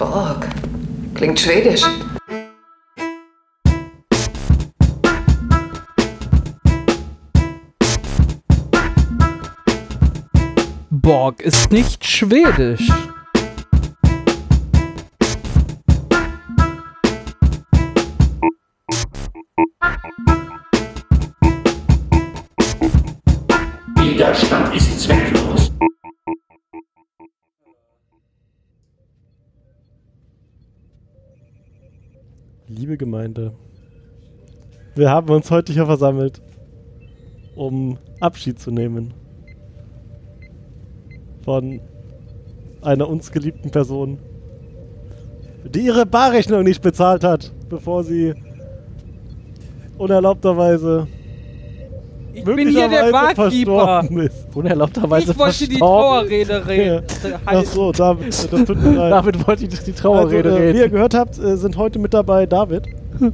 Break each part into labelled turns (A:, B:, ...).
A: Org. Klingt schwedisch.
B: Borg ist nicht schwedisch.
C: Widerstand ist zwecklos.
D: Liebe Gemeinde, wir haben uns heute hier versammelt, um Abschied zu nehmen von einer uns geliebten Person, die ihre Barrechnung nicht bezahlt hat, bevor sie unerlaubterweise
B: Ich bin hier der
D: möglicherweise
B: Barkeeper.
D: verstorben ist.
E: Unerlaubterweise
B: Ich wollte die
E: verstorben.
B: Trauerrede reden.
D: Ach so, David, das tut mir leid.
E: Damit wollte ich die Trauerrede
D: also, äh, Wie ihr
E: reden.
D: gehört habt, äh, sind heute mit dabei David,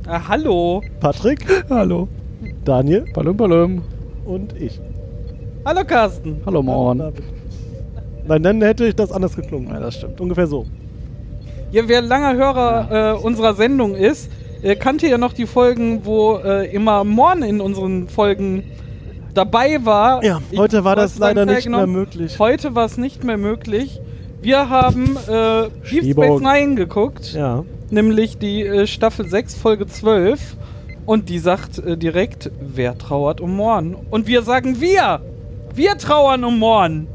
B: Ah, hallo.
D: Patrick,
E: Hallo.
D: Daniel
E: Palum, palum.
D: und ich.
B: Hallo, Carsten.
E: Hallo, Morn.
D: David. Nein, dann hätte ich das anders geklungen.
E: Ja, das stimmt.
D: Ungefähr so.
B: Ja, wer langer Hörer äh, unserer Sendung ist, äh, kannte ja noch die Folgen, wo äh, immer Morn in unseren Folgen dabei war.
D: Ja,
B: Ich
D: heute war das
B: wollte sagen,
D: leider nicht mehr
B: teilgenommen.
D: möglich.
B: Heute war es nicht mehr möglich. Wir haben äh, Deep Space
D: Schneebaugen.
B: Nine geguckt,
D: Ja.
B: nämlich die äh, Staffel 6, Folge 12. Und die sagt äh, direkt, wer trauert um Morn? Und wir sagen wir! Wir trauern um Morn!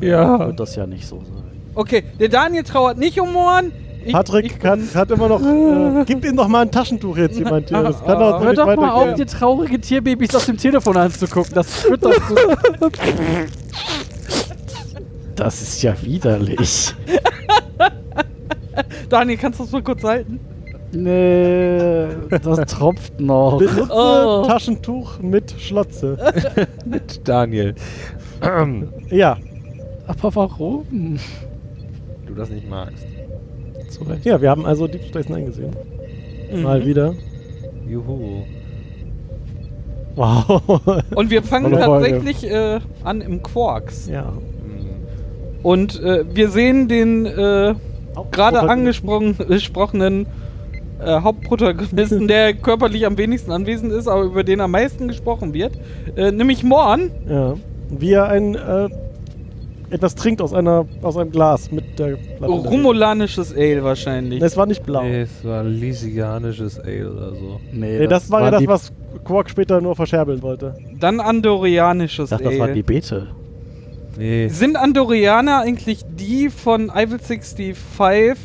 E: Ja.
F: Wird das ja nicht so sein.
B: Okay, der Daniel trauert nicht um Morn. Ich-
D: Patrick
B: ich-
D: kann, hat immer noch. Äh, gib ihm doch mal ein Taschentuch jetzt jemand
B: Ah,
D: hier. Das kann doch so
E: Hör
D: nicht
E: doch mal auf, dir
D: weitergehen.
E: traurige Tierbabys aus dem Telefon anzugucken. Das führt doch zu.
F: Das ist ja widerlich.
B: Daniel, kannst du das mal kurz halten?
E: Nee, das tropft noch.
D: Benutze
B: Oh.
D: Taschentuch mit Schlotze.
G: Daniel. Ähm,
D: Ja,
E: Aber warum?
G: du das nicht magst.
E: Zu Recht.
D: ja, wir haben also Deep Space Nine gesehen.
B: Mhm.
D: Mal wieder.
G: Juhu.
D: Wow.
B: Und wir fangen
D: Hallo, Folge.
B: tatsächlich äh, an im Quarks.
D: ja.
G: Hm.
B: Und äh, wir sehen den äh, gerade angesprochenen äh, Hauptprotagonisten, der körperlich am wenigsten anwesend ist, aber über den am meisten gesprochen wird, äh, nämlich Morn.
D: Ja. Wie er ein äh, etwas trinkt aus einer aus einem Glas mit der
B: Oh,
D: Lavendel.
B: Rumulanisches Ale wahrscheinlich.
D: Es war nicht blau.
G: Nee,
D: Nee,
G: es war lysianisches Ale oder so.
E: Nee,
D: das, war ja das,
E: die-
D: was Quark später nur verscherbeln wollte.
B: Dann Andorianisches
F: Ich dachte, das
B: Ale.
F: waren die Beete.
G: Nee.
B: Sind Andorianer eigentlich die von Evil 65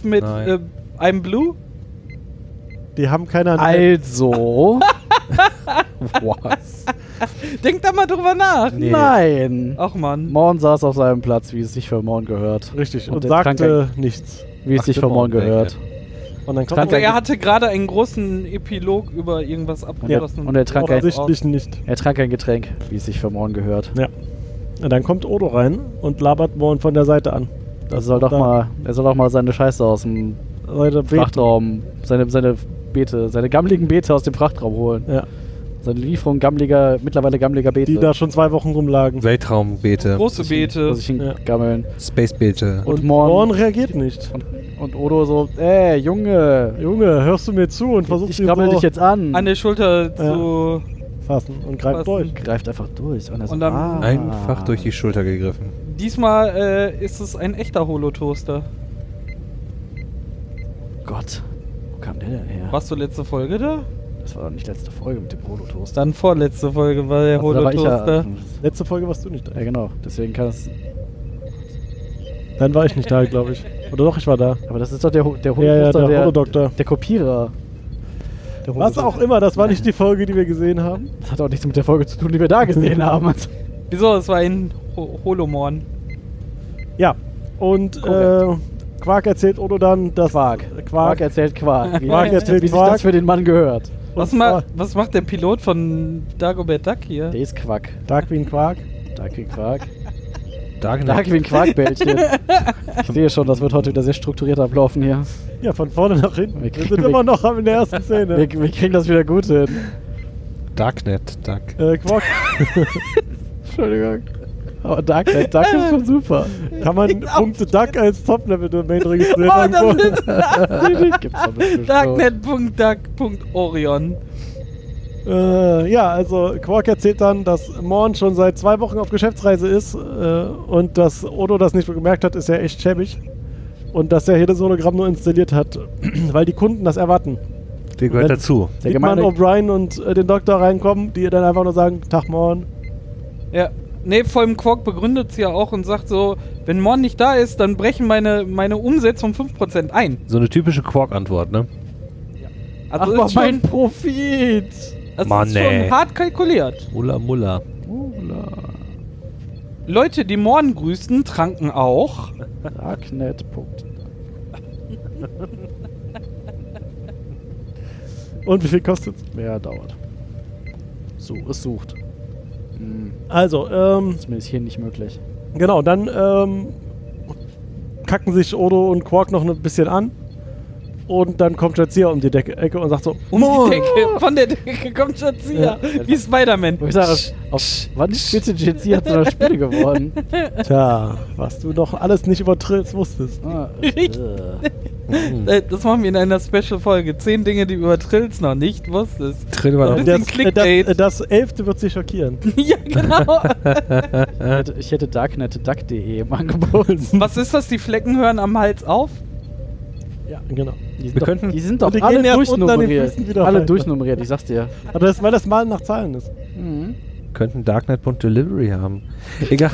B: mit
G: Nein.
B: äh, I'm Blue?
D: Die haben keine
E: Also. was?
B: Denkt da mal drüber nach.
G: Nee.
E: Nein.
D: Oh.
B: Ach man.
E: Morn saß auf seinem Platz, wie es sich für Morn gehört.
D: Richtig. Und,
E: Und der
D: sagte nichts.
E: Wie es
G: Ach,
E: sich für
G: genau,
E: Morn gehört.
D: Und dann
E: Trank
D: kommt
B: Also er
E: eigentlich-
B: hatte gerade einen großen Epilog über irgendwas abgeschlossen.
E: und er trank ein,
D: offensichtlich nicht.
E: er trank ein Getränk, wie es sich für Morn gehört.
D: Und dann kommt Odo rein und labert Morn von der Seite an.
E: Er soll doch
D: da-
E: mal, er soll doch mal seine Scheiße aus dem
D: Seite B.
E: Frachtraum, seine, seine Beete, seine gammeligen Beete aus dem Frachtraum holen.
D: Ja,
E: Seine Lieferung gammeliger, mittlerweile gammeliger Beete.
D: die da schon zwei Wochen rumlagen.
G: Weltraumbeete.
B: Große
E: Muss
B: Beete.
E: ich
D: Ja.
E: hingammeln.
G: Spacebeete.
E: Und Morn-
D: Morn reagiert nicht.
E: Und Odo so, ey, Junge,
D: Junge, hörst du mir zu und versuchst
E: ich gammel
D: so
E: dich jetzt an.
B: An der Schulter zu.
D: fassen und greift
B: Fassen.
D: durch.
E: Greift einfach durch. Und, er so,
B: Und dann
E: ah.
G: Einfach durch die Schulter gegriffen.
B: Diesmal äh, ist es ein echter Holotoaster.
E: Gott, wo kam der denn her?
B: Warst du letzte Folge da?
E: Das war doch nicht letzte Folge mit dem Holotoast.
B: Dann vorletzte Folge war der
E: Also, da war ich ja,
B: Holotoaster.
D: Letzte Folge warst du nicht da.
E: ja, genau. Deswegen kann das.
D: Dann war ich nicht da, glaube ich. Oder doch, ich war da.
E: Aber das ist doch der, Ho- der
D: Ja, ja,
E: Holotoaster,
D: der Holodoktor.
E: der Kopierer. Der
D: Was auch immer, das war nicht die Folge, die wir gesehen haben.
E: Das hat auch nichts mit der Folge zu tun, die wir da gesehen haben.
B: Wieso? Es war ein Ho Holomorn.
D: Ja, und äh,
E: Korrekt.
D: Quark erzählt Odo dann, dass
E: Quark.
D: Quark,
E: Quark erzählt Quark. Wie,
D: Quark erzählt
E: wie sich
D: Quark.
E: das für den Mann gehört.
B: Was,
D: Und
B: ma
D: zwar-
B: was macht der Pilot von Dagobert Duck hier?
E: Der ist Quack.
D: Darkwing Quark.
E: Darkwing Quark.
G: Dark
D: Genau.
G: Knight.
E: Darkwing Quarkbällchen. Ich sehe schon, das wird heute wieder sehr strukturiert ablaufen hier.
D: Ja, von vorne nach hinten.
E: Wir
D: Wir,
E: kriegen-
D: sind
E: wir-
D: immer noch am- in der ersten
E: Wir,
D: Szene.
E: wir kriegen das wieder gut hin.
G: Darknet. Dark.
D: Äh, Quark,
E: Entschuldigung. Aber Oh, Dark Knight, Dark ist schon super.
D: Kann man
B: Ich auch
D: Punkte Duck als Top-Level-Domain registrieren?
B: Oh,
D: irgendwo?
B: das ist
E: Gibt's doch bestimmt
B: darknet.duck.orion.
D: Äh, ja, also Quark erzählt dann, dass Morn schon seit zwei Wochen auf Geschäftsreise ist äh, und dass Odo das nicht bemerkt hat, ist ja echt schäbig. Und dass er jedes Hologramm nur installiert hat, weil die Kunden das erwarten.
G: Der gehört dazu.
E: Der
D: Sieht man
E: gemeine-
D: O'Brien und äh, den Doktor reinkommen, die dann einfach nur sagen, Tag Morn.
B: Ja. Nee, vor allem Quark begründet es ja auch und sagt so, wenn Morn nicht da ist, dann brechen meine, meine Umsätze um 5% ein.
G: So eine typische Quark-Antwort, ne?
E: Ach,
B: Also
E: aber
B: ist
E: mein
B: schon,
E: Profit!
B: also
G: Mann,
B: ist schon
G: ey.
B: hart kalkuliert.
G: Mulla Mulla.
B: Leute, die Morn grüßten, tranken auch.
E: Darknet.
D: Und wie viel kostet
E: Mehr dauert. So, es sucht. Hm,
D: Also, ähm,
E: zumindest hier nicht möglich.
D: Genau, dann ähm, kacken sich Odo und Quark noch ein bisschen an. Und dann kommt Jazia um die Decke, Ecke und sagt so:
B: Um
D: "Moin."
B: die Decke, von der Decke kommt Shazia. Wie Spider-Man.
E: Wo ich sage, auf, wann ist bitte GC hat so das Spiel geworden?
D: Tja, was du noch alles nicht über Trills wusstest.
E: Ah,
B: Richtig. Äh, Das machen wir in einer Special-Folge. Zehn Dinge, die du über Trills noch nicht wusstest.
G: Trill war
B: Ein
G: doch.
B: bisschen
D: das, äh, das,
B: Clickbait.
D: äh, das Elfte wird sie schockieren.
B: ja, genau.
E: ich, hätte, ich hätte darknetduck.de E im Angebot.
B: Was ist das? Die Flecken hören am Hals auf?
D: Ja, genau.
E: Die sind
G: Wir
E: doch,
G: könnten-
E: die sind
D: Und
E: doch
D: die
E: alle
D: gehen erst unten an den Füßen
E: durchnummeriert.
D: wieder
E: Alle
D: weiter.
E: durchnummeriert, ich sag's dir. Mhm.
D: Aber das, weil das Malen nach Zahlen ist.
G: Könnten Darknet.delivery haben. Egal.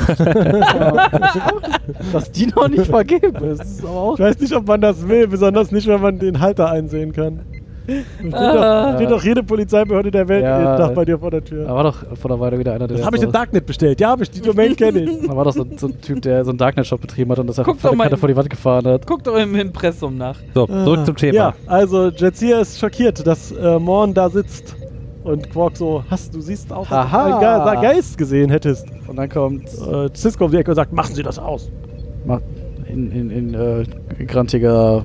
E: Dass die noch nicht vergeben ist, ist aber auch.
D: Ich weiß nicht, ob man das will, besonders nicht, wenn man den Halter einsehen kann. Da Steht, doch, steht doch jede Polizeibehörde der Welt
E: Ja.
D: jeden Tag bei dir vor der Tür.
E: Da war doch vor der Weile wieder einer, der.
D: Das habe ich
E: so,
D: im Darknet bestellt. Ja, habe ich die Domain kenne ich.
E: Da war doch so, so ein Typ, der so einen Darknet-Shop betrieben hat und das einfach
B: Guck doch
E: eine
B: mal
E: Karte
B: in-
E: vor die Wand gefahren hat.
B: Guckt doch im Impressum nach.
G: So, zurück zum Thema.
D: Ja, also Jetzia ist schockiert, dass äh, Morn da sitzt und Quark so, hast du siehst auch, dass
E: Haha.
D: du einen Ge Geist gesehen hättest.
E: Und dann kommt.
D: Äh, Cisco um die Ecke und sagt, machen Sie das aus.
E: Macht in, in, in äh, grantiger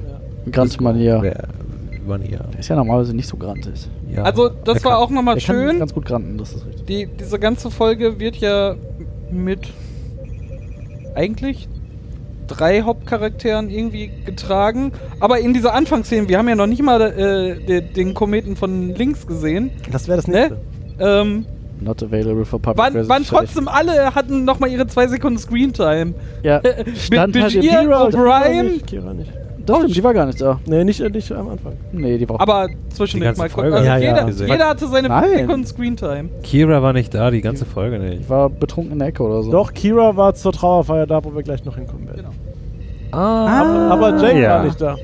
E: Grant-Manier.
G: Wer, man hier.
E: Der ist ja normalerweise nicht so grantig.
G: Ja.
B: Also, das
G: Er
B: war
G: kann-
B: auch nochmal
E: Der kann
B: schön.
E: ganz gut granten, das ist richtig.
B: Die, diese ganze Folge wird ja mit eigentlich drei Hauptcharakteren irgendwie getragen. Aber in dieser Anfangsszene, wir haben ja noch nicht mal äh, de- den Kometen von links gesehen,
D: Das wäre das nächste.
B: ne? Ähm,
E: Not available for public
B: waren, waren
E: research.
B: trotzdem alle, hatten nochmal ihre zwei Sekunden Screentime.
E: Ja, stand halt im
B: Bashir,
E: Hero.
D: Kira
B: O'Brien,
D: nicht, Oh, Kira nicht.
E: Doch, stimmt, die war gar nicht da.
D: Nee, nicht, nicht am Anfang.
E: Nee, die war
B: aber
G: Die
B: zwischendurch
G: ganze
B: mal gucken.
G: Folge
B: Also
D: hat man
B: jeder,
G: gesehen.
B: jeder hatte seine
E: Nein.
B: fünf Sekunden Screentime.
G: Kira war nicht da, die ganze Folge nicht.
E: Ich war betrunken in der Ecke oder so.
D: Doch, Kira war zur Trauerfeier da, wo wir gleich noch hinkommen werden.
B: Genau.
G: Ah,
D: Aber Jake
G: ja.
D: war nicht da.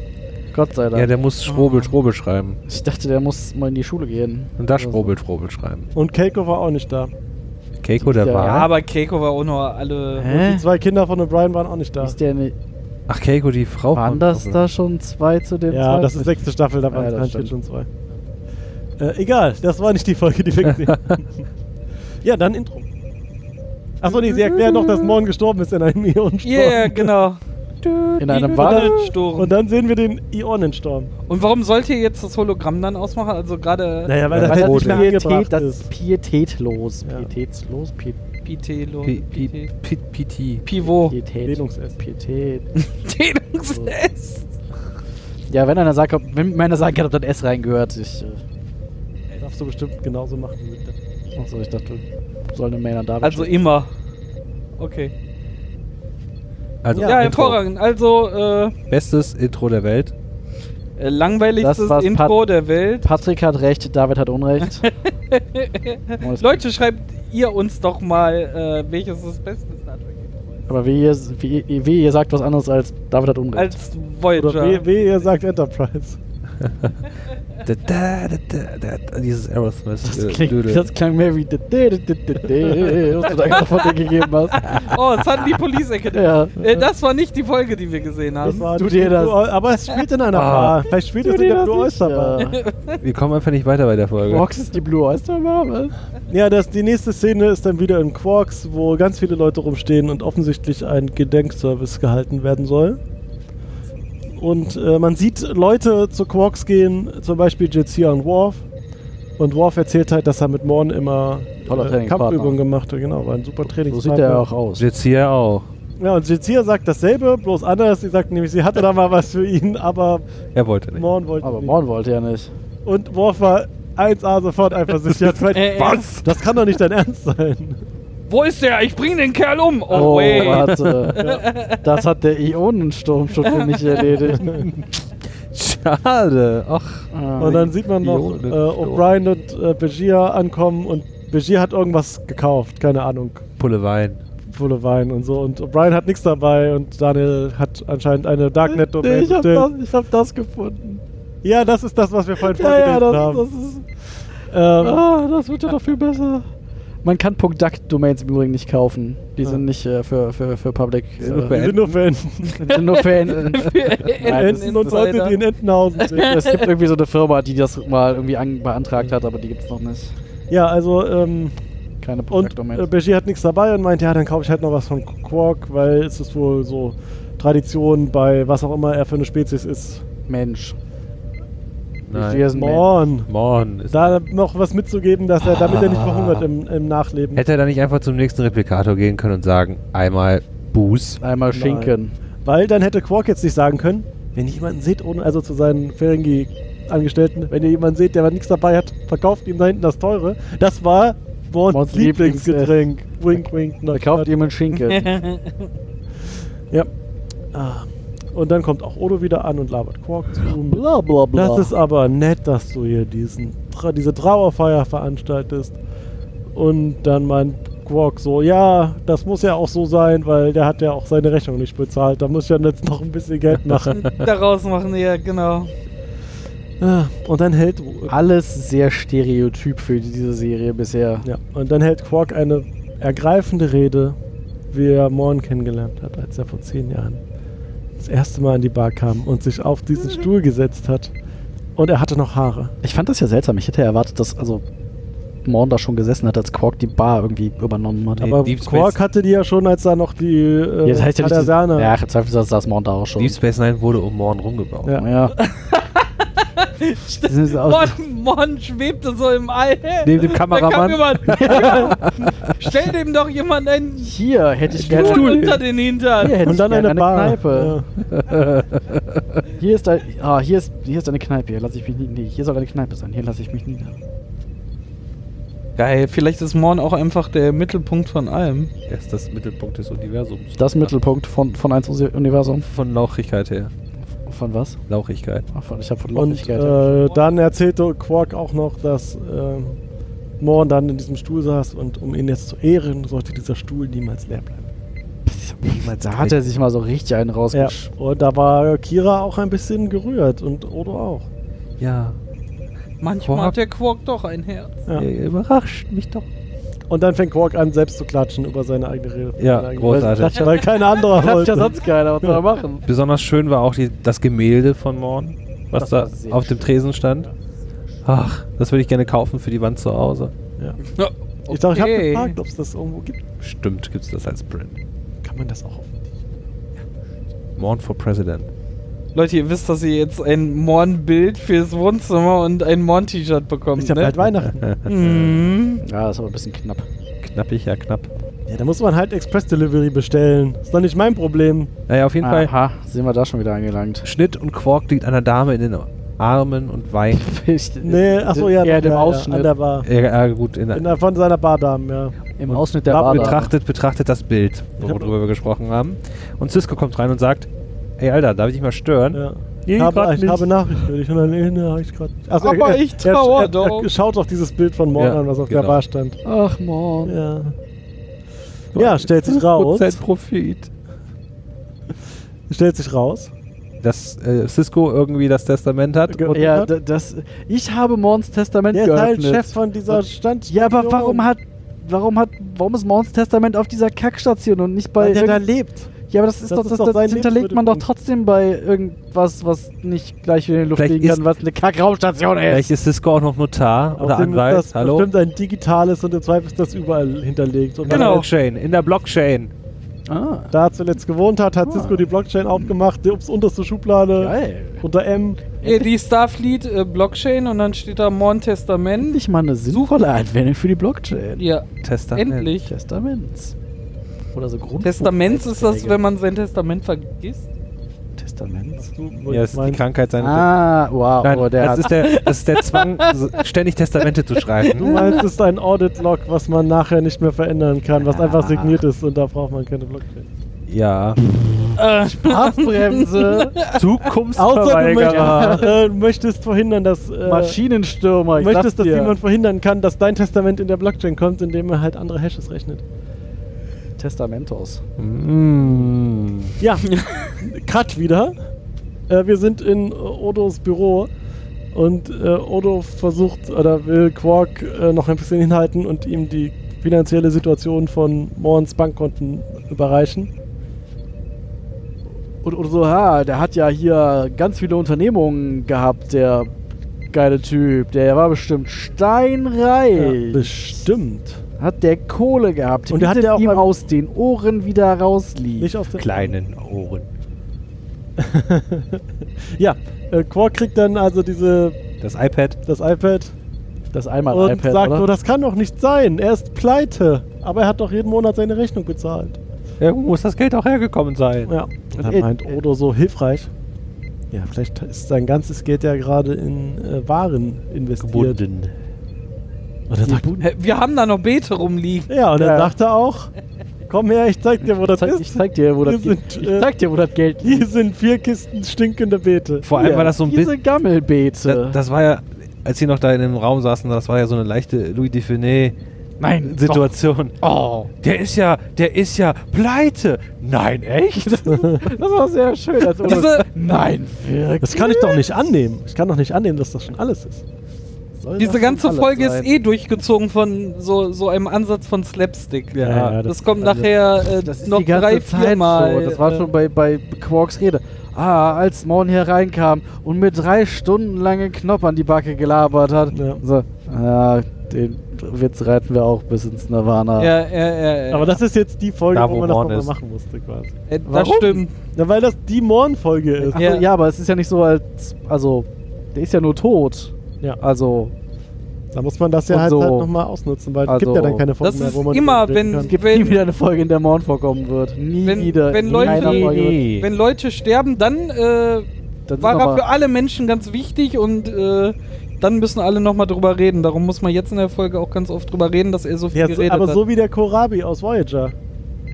E: Gott sei Dank.
G: Ja, der muss Schrobel, Schrobel schreiben.
E: ich dachte, der muss mal in die Schule gehen. Also,
G: Und da
E: Oder so.
G: Schrobel, Schrobel schreiben.
D: Und Keiko war auch nicht da.
G: Keiko, der
E: Ja,
G: war.
B: Ja, aber Keiko war auch noch alle.
E: Hä?
D: Die zwei Kinder von O'Brien waren auch nicht da.
E: Äh. Ist der nicht.
G: Ach, Keiko, die
B: Oh,
G: Frau
E: Waren
G: von
E: das
G: Schrobel.
E: da schon zwei zu dem
D: Ja,
E: Zeitpunkt?
D: das ist sechste Staffel, da
E: Ja,
D: waren
E: das
D: es
E: stimmt.
D: garantiert schon zwei. Äh, egal, das war nicht die Folge, die wir gesehen haben. ja, dann Intro. Achso, nee, sie erklären noch, dass Morn gestorben ist in einem Ionensturm.
B: Yeah, genau.
E: In einem Wald.
B: Wandelsturm.
D: Und
B: Und,
D: dann sehen wir den Ionensturm.
B: warum sollt ihr jetzt das Hologramm dann ausmachen? Also gerade
D: Naja, weil
G: Ja,
D: das
E: Weil
D: jetzt
E: das,
D: nicht mehr
E: Pietät,
D: angebracht
E: das
D: ist.
E: ist pietätlos.
D: Ja.
E: Pietätlos? Piet
B: Pitelo.
G: Pi- Pi- Pi- Piti.
D: Oh,
B: Pivo.
E: Pietät.
D: Dehnungsessen.
E: Pietät.
B: Dehnungsest.
E: Ja, wenn einer sagt, ob, wenn einer sagen kann, ob dann S reingehört, ich.
D: Darfst du bestimmt genauso machen. wie mit der-
E: Äh, achso, ich dachte, soll eine Mail an David
B: Also
E: schicken.
B: immer. Okay.
G: Also, Intro.
B: Ja, hervorragend. Also, äh,
G: Bestes Intro der Welt.
B: äh, langweiligstes
E: Das war's,
B: Intro
E: Pat-
B: der Welt.
E: Patrick hat recht, David hat Unrecht. Und es-
B: Leute, schreibt ihr uns doch mal, äh, welches das beste Star Trek Intro ist.
E: Aber wie ihr, wie, ihr- wie ihr sagt was anderes als David hat Unrecht.
B: Als
D: Oder
B: Voyager.
D: wie, wie ihr sagt Enterprise.
G: Da, da, da, da, da, da, dieses Aerosmith.
E: das,
G: äh,
E: klingt,
G: Dödel.
E: das klang mehr wie de- de- de- de- de- was du da gerade von dir gegeben hast.
B: oh, es hat die Police Academy.
E: Ja.
B: Äh, das war nicht die Folge, die wir gesehen haben.
D: Das war
E: Du
D: nicht
E: dir
D: die
E: das-
D: Blue Oy- Aber es spielt in einer
G: Ah.
D: Bar. Vielleicht spielt
E: Du
D: es in
E: dir
D: der
E: das
D: Blue
E: nicht,
D: Oyster Bar.
E: ja.
G: Wir kommen einfach nicht weiter bei der Folge.
E: Quarks ist die Blue Oyster Bar, was?
D: Ja, das, die nächste Szene ist dann wieder in Quarks, wo ganz viele Leute rumstehen und offensichtlich ein Gedenkservice gehalten werden soll. Und äh, man sieht Leute zu Quarks gehen, zum Beispiel Jetsia und Worf. Und Worf erzählt halt, dass er mit Morn immer äh,
E: Toller Trainingpartner.
D: Kampfübungen gemacht hat. Genau, war ein super Training.
E: So sieht er ja auch aus.
F: Jetzt hier auch.
D: Ja, und Jizia sagt dasselbe, bloß anders. Sie sagt nämlich, sie hatte da mal was für ihn, aber
F: Er wollte nicht.
D: Morn wollte
E: Aber
D: nicht.
E: Morn wollte ja nicht.
D: Und Worf war 1A sofort eifersüchtig.
B: Äh, äh.
D: Was? Das kann doch nicht dein Ernst sein.
B: Wo ist der? Ich bring den Kerl um. Oh,
E: Oh,
B: wait.
E: warte. Das hat der Ionensturm schon für mich erledigt.
F: Schade. Ach.
D: Und dann sieht man noch
F: Ione.
D: äh, O'Brien und äh, Begier ankommen und Begier hat irgendwas gekauft, keine Ahnung,
F: Pulle Wein.
D: Pulle Wein und so. Und O'Brien hat nichts dabei und Daniel hat anscheinend eine Darknet-Domain.
E: ich, hab
D: bestellt.
E: das, ich hab das gefunden.
D: Ja, das ist das, was wir vorhin
E: Ja, ja,
D: vorgelesen
E: das,
D: haben.
E: das ist.
D: Ähm,
E: Ah, das wird ja noch viel besser. Man kann .duck Domains im Übrigen nicht kaufen. Die sind nicht äh, für, für, für Public.
F: nur
E: Äh,
F: für
D: die sind nur für Enten.
E: sind nur für Enten. Nein, das
D: Enten und Leute, die in Entenhausen sind.
E: Es gibt irgendwie so eine Firma, die das mal irgendwie an, beantragt hat, aber die gibt's noch nicht.
D: Ja, also, ähm,
E: Keine Product
D: und äh,
E: Domain.
D: Begier hat nichts dabei und meint, ja, dann kaufe ich halt noch was von Quark, weil es ist wohl so Tradition bei was auch immer er für eine Spezies ist.
E: Mensch.
F: Nein.
E: Hier ist ein Mensch.
D: Morn.
F: Morn. Ist
D: Da noch was mitzugeben, dass er, damit er nicht verhungert im, im Nachleben.
F: Hätte er da nicht einfach zum nächsten Replikator gehen können und sagen, einmal Buß.
E: Einmal Schinken.
D: Weil dann hätte Quark jetzt nicht sagen können, wenn ihr jemanden seht, ohne also zu seinen Ferengi-Angestellten, wenn ihr jemanden seht, der nichts dabei hat, verkauft ihm da hinten das teure. Das war Mons
E: Mons
D: Lieblingsgetränk. Wink, wink.
E: Da kauft jemand Schinken.
D: Ja. Ah. Und dann kommt auch Odo wieder an und labert Quark zu. ihm.
E: bla bla bla.
D: Das ist aber nett, dass du hier diesen, Tra- diese Trauerfeier veranstaltest. Und dann meint Quark so, ja, das muss ja auch so sein, weil der hat ja auch seine Rechnung nicht bezahlt. Da muss ich dann jetzt noch ein bisschen Geld machen.
B: Daraus machen ja, genau.
D: Ah, und dann hält
E: alles sehr stereotyp für diese Serie bisher.
D: ja, und dann hält Quark eine ergreifende Rede, wie er Morn kennengelernt hat, als er vor zehn Jahren das erste Mal in die Bar kam und sich auf diesen Stuhl gesetzt hat. Und er hatte noch Haare.
E: Ich fand das ja seltsam. Ich hätte ja erwartet, dass also Morn da schon gesessen hat, als Quark die Bar irgendwie übernommen hat.
F: Nee,
D: Aber
F: Deep Space-
D: Quark hatte die ja schon, als da noch die äh,
E: Jetzt heißt ja nicht, dass-
D: Tadasana-
E: ja, im Zweifel saß Morn da auch schon.
F: Deep Space Nine wurde um Morn rumgebaut.
D: Ja.
E: Ja. Die sind aus-
B: Mon, Mon schwebte so im All.
F: Neben dem
B: Da kam
F: Kameramann.
B: jemand. ja. Stell dem doch jemand einen
E: Hier hätte ich gerne.
B: Stuhl unter den Hintern.
E: Hier hätte
D: Und dann
E: ich gerne
D: eine, Bar.
E: Kneipe. Hier ist ein, ah, hier ist hier ist eine Kneipe. Hier lasse ich mich nie. Nee, hier soll eine Kneipe sein. Hier lasse ich mich nieder.
B: Geil, vielleicht ist Morn auch einfach der Mittelpunkt von allem.
F: Er ist das Mittelpunkt des Universums.
E: Das Mittelpunkt von von 1 Universum.
F: Von Lauchigkeit her.
E: Von was?
F: Lauchigkeit.
E: Ach, von, ich habe von
D: Und
E: Lochigkeit.
D: äh, dann erzählte Quark auch noch, dass ähm, Morn dann in diesem Stuhl saß und um ihn jetzt zu ehren, sollte dieser Stuhl niemals leer bleiben. äh,
E: da hat er sich mal so richtig einen
D: Ja,
E: rausgesch.
D: und da war Kira auch ein bisschen gerührt und Odo auch.
F: Ja.
B: Manchmal
F: Quark.
B: hat der Quark doch ein Herz.
D: Ja.
F: Ihr überrascht mich doch.
D: Und dann fängt Quark an, selbst zu klatschen über seine eigene Rede.
F: Ja,
D: Seine eigene-
F: großartig.
D: Weil, weil kein anderer
E: Hat ja
D: wollte.
E: sonst keiner, was soll er machen?
F: Besonders schön war auch die, das Gemälde von Morn, was
E: Das war
F: da
E: sehr
F: auf dem Tresen stand. Ach, das würde ich gerne kaufen für die Wand zu Hause.
D: Ich dachte, ich habe
B: Okay.
D: gefragt, ob es das irgendwo gibt.
F: Stimmt, gibt's das als Print.
D: Kann man das auch auf
F: Morn for President.
B: Leute, ihr wisst, dass ihr jetzt ein Morn-Bild fürs Wohnzimmer und ein Morn-T-Shirt bekommt,
D: Ist ja
B: ne?
D: bald Weihnachten.
B: Mhm.
E: Ja, das ist aber ein bisschen knapp.
F: Knappig, ja knapp.
D: Ja, da muss man halt Express Delivery bestellen. Ist doch nicht mein Problem.
F: Naja, auf jeden Fall.
E: Aha, sind wir da schon wieder angelangt.
F: Schnitt und Quark liegt einer Dame in den Armen und weint.
E: Ich,
D: Nee, achso, ja.
E: Eher
D: doch,
E: dem
D: ja, Ja, an
E: Ausschnitt.
D: der Bar.
F: Ja, ja, gut, in,
D: In der, von seiner Bardamen, ja.
E: Im Ausschnitt der
F: Bar-
E: Bar.
F: betrachtet, betrachtet das Bild, worüber wir gesprochen haben. Und Cisco kommt rein und sagt, ey Alter, darf ich dich mal stören?
D: ja.
F: Nee,
D: Ich habe,
F: grad
D: ich
F: nicht.
D: habe Nachricht für dich. Und dann, nee, nee, hab ich grad, also
B: Aber ich trauer
D: er, er,
B: doch.
D: er schaut doch dieses Bild von Morn
F: Ja,
D: an, was auf der
F: genau.
D: Bar stand.
E: Ach, Mann.
D: Ja. Ja, stellt sich raus.
F: 5% Profit.
D: Stellt sich raus.
F: Dass äh, Cisco irgendwie das Testament hat
D: Ge-
F: und
E: Ja, d- das. Ich habe Morns Testament
D: Der ist halt
E: geöffnet.
D: Chef von dieser Stand.
E: ja, aber warum hat. Warum hat. Warum ist Morns Testament auf dieser Kackstation und nicht bei.
D: Weil der da
E: irgend-
D: lebt.
E: ja, aber das ist
D: das
E: doch.
D: ist
E: Das,
D: doch
E: das,
D: sein
E: hinterlegt man doch
D: Lebensmittelpunkt.
E: trotzdem bei irgendwas, was nicht gleich wieder in die Luft
F: Vielleicht
E: fliegen
F: ist-
E: kann, was eine Kackraumstation ist.
F: vielleicht ist Cisco auch noch Notar oder
D: Außerdem ist
F: Anwalt.
D: Das
F: Hallo?
D: bestimmt ein digitales und im Zweifel ist das überall hinterlegt. Und
F: In der
B: Genau.
F: Blockchain. In der Blockchain.
E: Ah,
D: Da zuletzt gewohnt hat, hat Cisco die Blockchain aufgemacht, die ups, unterste Schublade
E: geil.
D: unter M.
B: Äh, die Starfleet äh, Blockchain und dann steht da Morn Testament.
E: Endlich mal eine sinnvolle Anwendung für die Blockchain.
B: Ja,
F: Tester.
B: endlich.
E: Testaments. Oder so Grund.
B: Testaments ist das, wenn man sein Testament vergisst.
E: Testaments.
F: Ja, das ist die Krankheit seiner.
E: Ah, wow.
F: Nein,
E: oh, der
F: das,
E: hat,
F: ist der, das ist der Zwang, so ständig Testamente zu
D: Du
F: schreiben.
D: meinst, es ist ein Audit-Log, was man nachher nicht mehr verändern kann, was einfach
E: Ah.
D: signiert ist und da braucht man keine Blockchain.
F: Ja.
E: Haftbremse,
D: Außer du
E: Zukunftsverweigerer,
D: möchtest, äh, möchtest verhindern, dass, äh,
E: Maschinenstürmer. Ich
D: möchtest,
E: sag's
D: dass
E: dir.
D: jemand verhindern kann, dass dein Testament in der Blockchain kommt, indem er halt andere Hashes rechnet.
E: Testamentos.
F: Mm.
D: Ja, Cut wieder. Äh, wir sind in äh, Odos Büro und äh, Odo versucht oder will Quark äh, noch ein bisschen hinhalten und ihm die finanzielle Situation von Morns Bankkonten überreichen.
E: Und, und so, ha, der hat ja hier ganz viele Unternehmungen gehabt, der geile Typ. Der war bestimmt steinreich.
D: bestimmt.
E: hat der Kohle gehabt.
D: Und der hat
E: Bietet
D: ja auch
E: ihm
D: beim-
E: aus den Ohren wieder rauslief.
D: Nicht auf den
F: Kleinen Ohren.
D: Ja, äh, Quark kriegt dann also diese
F: Das iPad.
D: das iPad
E: das einmal
D: und
E: iPad,
D: sagt,
E: oder?
D: oh, das kann doch nicht sein. Er ist pleite, aber er hat doch jeden Monat seine Rechnung bezahlt.
F: Irgendwo muss das Geld auch hergekommen sein.
D: Ja. Da
E: Ed-
F: äh,
D: meint Odo so hilfreich. Ja, vielleicht ist sein ganzes Geld ja gerade in äh, Waren investiert. Und er sagt,
B: Hä, Wir haben da noch Beete rumliegen.
D: ja, und
E: Ja.
D: dann sagt er auch, komm her, ich zeig dir, wo das
E: zeig,
D: ist.
E: ich zeig dir, wo
D: Wir
E: das
D: sind,
E: Geld
D: äh,
E: Ich zeig dir, wo das Geld
D: Hier sind vier Kisten stinkende Beete.
F: Vor allem war das so ein
E: Diese
F: bisschen.
E: Gammelbeete.
F: Das, das war ja, als sie noch da in dem Raum saßen, das war ja so eine leichte Louis
E: Nein,
F: Dufiné-Situation.
E: Oh.
F: Der ist ja, der ist ja pleite. Nein, echt?
E: Das war sehr schön. Als Olaf-
B: Diese,
E: Nein, wirklich.
D: Das kann ich doch nicht annehmen. Ich kann doch nicht annehmen, dass das schon alles ist.
E: Soll das
B: diese
E: schon
B: ganze
E: alles
B: Folge
E: sein?
B: ist eh durchgezogen von so, so einem Ansatz von Slapstick.
F: Ja,
D: ja,
B: Das kommt nachher äh,
E: Das ist
B: noch
E: die ganze
B: drei,
E: Zeit
B: vier Mal.
E: so. Das war
B: äh,
E: schon bei, bei Quarks Rede. Ah, als Morn hier reinkam und mir drei Stunden lange Knopf an die Backe gelabert hat.
D: Ja.
E: So, ja, den Witz reiten wir auch bis ins Nirvana.
B: Ja, ja, ja.
D: Aber das ist jetzt die Folge,
F: Da,
D: wo,
F: wo
D: man das
F: Morn
D: nochmal
F: ist.
D: machen musste quasi.
B: äh, das
E: warum?
B: stimmt.
D: Na, weil das die Morn-Folge ist.
E: Ach so,
B: Ja.
E: ja. aber es ist ja nicht so, als. Also, der ist ja nur tot.
D: Ja.
E: Also,
D: Da muss man das ja
E: Und
D: halt,
E: so.
D: halt nochmal ausnutzen, weil es gibt
E: Also,
D: ja dann keine Folgen
B: Das
D: mehr,
B: ist
D: wo man
B: immer,
D: drüber reden
B: wenn,
D: kann.
E: nie
B: wenn,
E: wieder eine Folge, in der Morn vorkommen wird. Nie
B: Wenn-
E: wieder.
B: wenn
E: in
B: Leute-
E: keiner
B: Nee,
E: Folge wird-
B: wenn Leute sterben, dann, äh,
E: Dann
B: war er
E: sind aber-
B: für alle Menschen ganz wichtig und äh, dann müssen alle nochmal drüber reden. Darum muss man jetzt in der Folge auch ganz oft drüber reden, dass er so viel
D: Ja, so,
B: geredet
D: aber
B: hat.
D: so wie der Kohlrabi aus Voyager.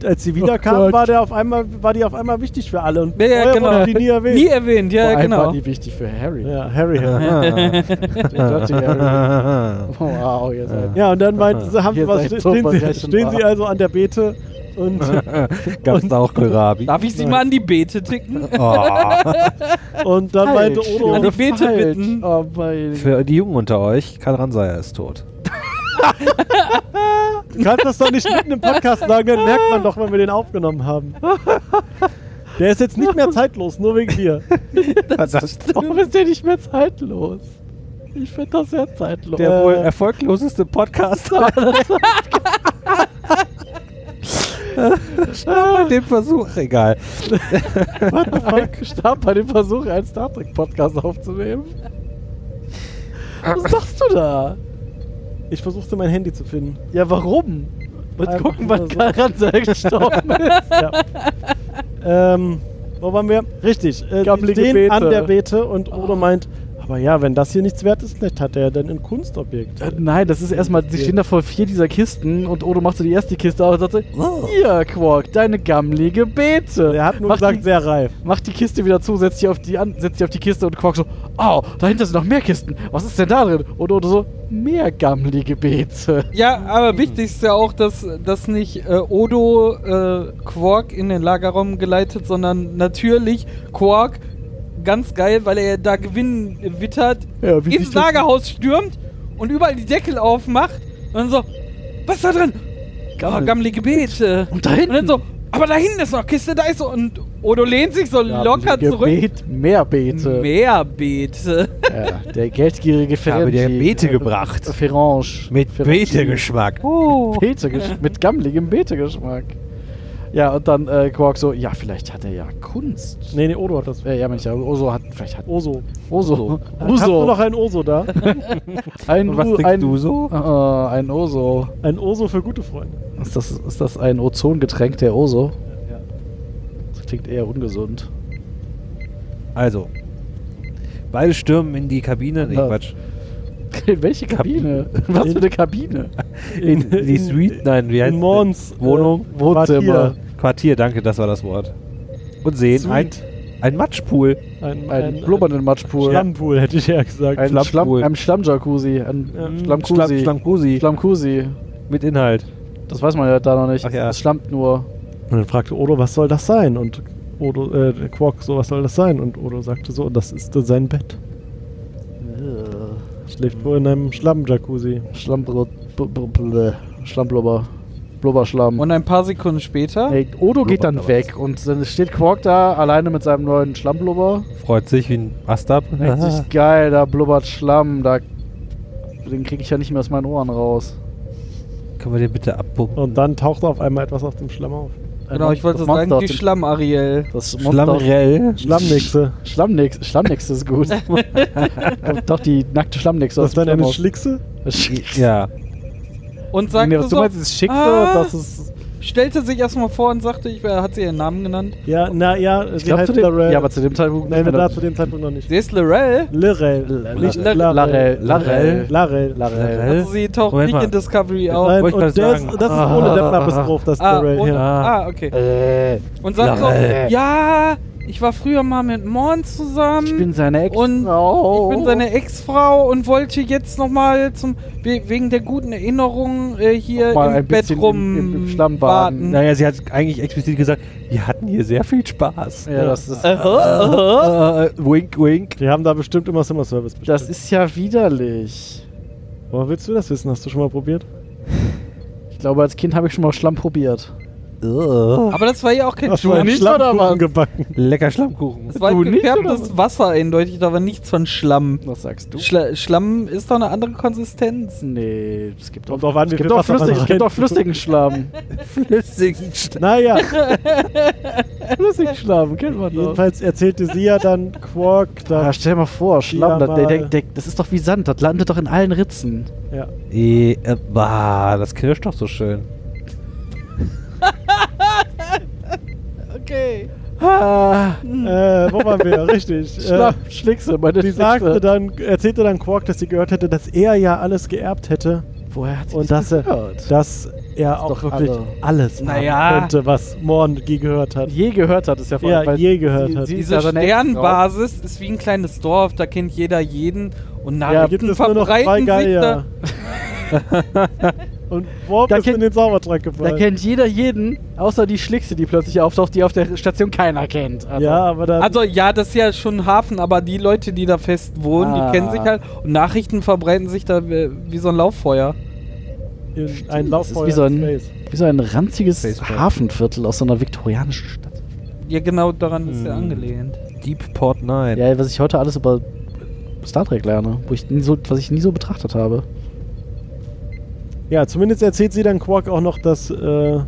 D: Als sie
E: Oh
D: wiederkam,
E: Gott.
D: war, der auf einmal, war die auf einmal wichtig für alle. Und
B: Ja, ja,
D: vorher
B: genau.
D: wurde die nie erwähnt.
B: Nie erwähnt, ja,
E: Vor
B: ja
E: allem
B: genau.
E: war die wichtig für Harry.
D: Ja, Harry. Harry.
F: Ah.
E: Der dortige Harry. Wow, ihr seid.
D: ja, und dann meint, sie haben,
E: Ihr
D: was,
E: seid so
D: stehen, sie,
E: berechenbar.
D: stehen sie also an der Beete und,
F: Gab's da auch Kohlrabi?
B: Darf ich sie mal an die Beete ticken?
F: Oh.
D: und dann meinte
E: Falsch.
B: Halt. An die
D: Odo,
B: Beete
E: Falsch.
B: bitten.
E: Oh, mein
F: Für die Jungen unter euch, Karl Ranseier ist tot.
D: du kannst das doch nicht mitten im Podcast sagen, dann merkt man doch, wenn wir den aufgenommen haben. Der ist jetzt nicht mehr zeitlos, nur wegen dir.
E: Warum ist der nicht mehr zeitlos? Ich finde das sehr zeitlos.
D: Der
F: Äh.
D: wohl
F: erfolgloseste Podcaster. Den Versuch, egal.
E: Äh, Mike starb bei dem Versuch, einen Star Trek-Podcast aufzunehmen. Was machst du da?
D: Ich versuchte mein Handy zu finden.
E: Ja, warum? Mal
D: Einfach
E: gucken,
D: nur
E: wann
D: so.
E: Karanza gestorben ist.
D: Ähm, wo waren wir? Richtig, äh, die
E: Gammelige
D: stehen
E: Beete. Ah.
D: an der Beete und Odo meint, aber ja, wenn das hier nichts wert ist, vielleicht hat er dann ein Kunstobjekt.
E: Äh, Nein, das ist erstmal, sie stehen da vor vier dieser Kisten und Odo macht so die erste Kiste auf und sagt so, hier, Quark, deine gammelige Beete.
D: Oh. Also Er hat nur
E: Mach
D: gesagt,
E: die,
D: sehr reif.
E: mach die Kiste wieder zu, setzt die auf die, an, setzt die, auf die Kiste und Quark so, au, dahinter sind noch mehr Kisten, was ist denn da drin? Und Odo so, mehr gammelige Beete.
B: Ja, aber wichtig ist ja auch, dass, dass nicht äh, Odo äh, Quark in den Lagerraum geleitet, sondern natürlich Quark ganz geil, weil er da Gewinn äh, wittert,
E: Ja, wie
B: ins
E: sich das-
B: Lagerhaus stürmt und überall die Deckel aufmacht und dann so, was ist da drin? Oh, gammelige Beete.
E: Und da hinten?
B: Und dann so, aber da hinten ist noch Kiste, da ist so. Und Odo lehnt sich so locker
E: Gammelige
B: zurück.
E: Beet, mehr Beete.
B: Mehr Beete.
E: Ja, der geldgierige
F: Ich habe
E: Ferengi.
F: dir Beete gebracht.
E: Ferange.
F: Mit
E: Ferengi.
F: Beete-Geschmack.
E: Beetegesch- mit gammeligem Beetegeschmack. Ja, und dann äh, Quark so, ja, vielleicht hat er ja Kunst.
D: Nee, nee, Odo hat das.
E: Äh, ja, Mensch, ja, Oso hat, vielleicht hat
D: Oso.
E: Oso.
D: Hast du noch ein Oso da?
E: ein,
F: Und was
E: U-
F: denkst
E: ein,
F: du so?
E: Äh, ein Oso.
D: Ein Oso für gute Freunde.
E: Ist das, ist das ein Ozongetränk, der Oso? Das klingt eher ungesund.
F: Also. Beide stürmen in die Kabine. Nee,
E: Ja.
F: Quatsch.
E: In welche Kabine? Was für eine Kabine?
F: In die Suite. Nein, wie heißt
D: In Mons.
F: Wohnung.
D: Äh,
E: Wohnzimmer.
D: Quartier.
F: Quartier, danke, das war das Wort. Und sehen ein,
D: Suite.
F: ein Matschpool.
D: Ein,
E: Ein blubbernden Matschpool.
D: Schlammpool, hätte ich ja gesagt.
E: Ein Schlamm,
F: Schlammpool.
E: ein Schlammjacuzzi, ein
D: Ja.
E: Schlammkusi.
F: Schlamm- Schlammkusi.
E: Schlammkusi.
F: Mit Inhalt.
E: Das weiß man ja da noch nicht.
F: Ach ja.
E: Es schlammt nur.
D: Und dann fragte Odo, was soll das sein? Und Odo, äh, der Quark, so, was soll das sein? Und Odo sagte so, das ist äh, sein Bett. Schläft wohl in einem Schlamm-Jacuzzi.
E: Schlammbrot. bl- bl- bl- Schlammblubber. Blubberschlamm.
B: Und ein paar Sekunden später
E: Ey, Odo geht
F: Blubbert
E: dann
F: da
E: weg und dann steht Quark da alleine mit seinem neuen Schlammblubber.
F: Freut sich wie ein Ast ab.
E: Denkt
F: Aha.
E: sich, geil, da blubbert Schlamm, da den kriege ich ja nicht mehr aus meinen Ohren raus.
F: Ah, Können wir den bitte abpumpen?
D: Und dann taucht auf einmal etwas auf dem Schlamm auf.
E: Ein
B: Genau, ich wollte
E: das
B: sagen,
E: Monster
B: die
E: aus dem-
B: Schlamm-Ariel.
E: das Monster aus-
F: Schlammrell.
D: Schlammnixe.
E: Schlammnix, Schlammnix ist gut. Kommt doch die nackte Schlammnix
D: Das
E: aus
D: ist dann
E: dem
D: eine
E: Schlammhaus.
D: Schlickse?
E: Schick-
F: Ja.
B: Und
E: Nee,
B: sagte
E: was
B: so,
E: du meinst, ist schick so,
B: Ah.
E: das ist.
B: stellte sich erstmal vor und sagte, ich, hat sie ihren Namen genannt?
D: Ja, na ja,
E: Ich glaube zu dem. Ja, aber zu dem Zeitpunkt.
D: Nein, wir da zu
E: Larell.
D: dem Zeitpunkt noch nicht.
B: Sie ist Lorel.
D: Lirel. Nicht
E: Larell.
F: Larell.
D: Larell.
E: Larell.
B: Also sie taucht
F: Moment
B: nicht
F: mal.
B: in Discovery auf.
D: Nein,
F: wollte ich gerade
D: und der ist,
F: sagen.
D: das ist ohne der Knappes das
B: ah,
D: Lirel.
B: und,
D: ja.
B: ah, okay.
E: Äh,
B: Und sagt
E: Lorel.
B: so, ja, ich war früher mal mit Mons zusammen.
E: ich bin seine Ex.
B: Und
E: oh.
B: Ich bin seine Ex-Frau und wollte jetzt nochmal zum we- wegen der guten Erinnerung äh, hier
E: Nochmal
B: im
E: ein
B: Bett
E: bisschen
B: rum
E: im- im- im Schlamm baden.
B: warten.
F: Naja, sie hat eigentlich explizit gesagt, wir hatten hier sehr viel Spaß.
E: Ja, das ist.
F: Äh, wink, wink.
D: Die haben da bestimmt immer Summer Service bestellt.
E: Das ist ja widerlich.
D: Woher willst du das wissen? Hast du schon mal probiert?
E: Ich glaube, als Kind habe ich schon mal Schlamm probiert.
B: Aber das war ja auch kein
D: Hast du einen
E: nicht, oder
D: Schlammkuchen
E: was?
D: gebacken?
F: Lecker Schlammkuchen.
B: Es war
E: Du
B: ein
E: nicht,
B: gefärbtes Wasser eindeutig, da war nichts von Schlamm.
E: Was sagst du?
B: Schla Schlamm ist doch eine andere Konsistenz.
E: nee, es gibt doch,
D: Kommt drauf an,
E: es
D: wie
E: gibt
D: viel
E: doch,
D: Wasser man
E: flüssig, es gibt
D: rein-
E: doch flüssigen Schlamm.
F: Flüssigen Schlamm.
D: Naja,
E: flüssigen Schlamm, kennt man doch.
D: jedenfalls erzählte sie ja dann Quark,
E: Ah,
D: dass...
E: stell dir mal vor, Schlamm,
D: Ja,
E: das, der, der,
D: mal.
E: der, das ist doch wie Sand, das landet doch in allen Ritzen.
D: Ja.
F: Eh, äh, bah, das knirscht doch so schön.
B: Okay.
E: Ah,
D: Äh, wo waren wir? Richtig. äh,
E: Schlamm, Schlickse, meine
D: sie
E: Schlickse.
D: sagte dann, erzählte dann Quark, dass sie gehört hätte, dass er ja alles geerbt hätte
E: Woher hat sie
D: und dass er,
E: gehört?
D: dass er auch
E: doch
D: wirklich
E: irre.
D: alles haben
B: Naja.
D: könnte, was Morn je gehört hat.
E: je gehört hat, ist ja vor
D: Ja,
E: allem, weil
D: je gehört hat.
E: ist
B: Diese
E: ja seine Ex-Frau.
B: Sternbasis ist wie ein kleines Dorf, da kennt jeder jeden und
D: Da
B: Nachrichten
D: gibt es nur noch zwei
B: verbreiten sich
D: Geier.
B: da.
D: und Worf
E: Da
D: ist
E: kennt-
D: in den Zaubertrank gefallen.
E: Da kennt jeder jeden, außer die Schlickse, die plötzlich auftaucht, die auf der Station keiner kennt. Also,
D: ja, aber dann
B: Also ja, das ist ja schon ein Hafen, aber die Leute, die da fest wohnen,
E: Ah.
B: die kennen sich halt und Nachrichten verbreiten sich da wie wie so ein Lauffeuer.
D: in ein
E: das ist
D: Lauffeuer
E: wie so
D: in
E: ein,
D: Space.
E: wie so ein ranziges
F: Facebook.
E: Hafenviertel aus so einer viktorianischen Stadt.
B: Ja, genau daran ist er
F: Hm.
B: angelehnt.
F: Deep Port 9.
E: Ja, was ich heute alles über Star Trek lerne, wo ich nie so, was ich nie so betrachtet habe.
D: Ja, zumindest erzählt sie dann Quark auch noch, dass äh,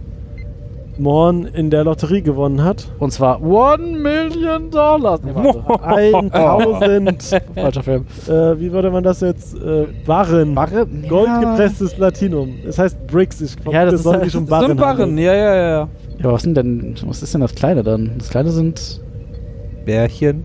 D: Morn in der Lotterie gewonnen hat.
E: Und zwar One Million Dollars. Nee, warte.
D: 1000,
E: Falscher Film.
D: äh, wie würde man das jetzt? Äh, Barren.
E: Barre?
D: Goldgepresstes Latinum. Es heißt Bricks. Ich glaub,
E: Ja, das
D: wir
E: ist
D: sollen
E: halt-
D: die schon
B: So ein
D: um Barren. ne?
B: Barren,
D: haben.
B: ja, ja, ja.
E: Ja, aber was sind denn, was ist denn das Kleine dann? Das Kleine sind
F: Bärchen.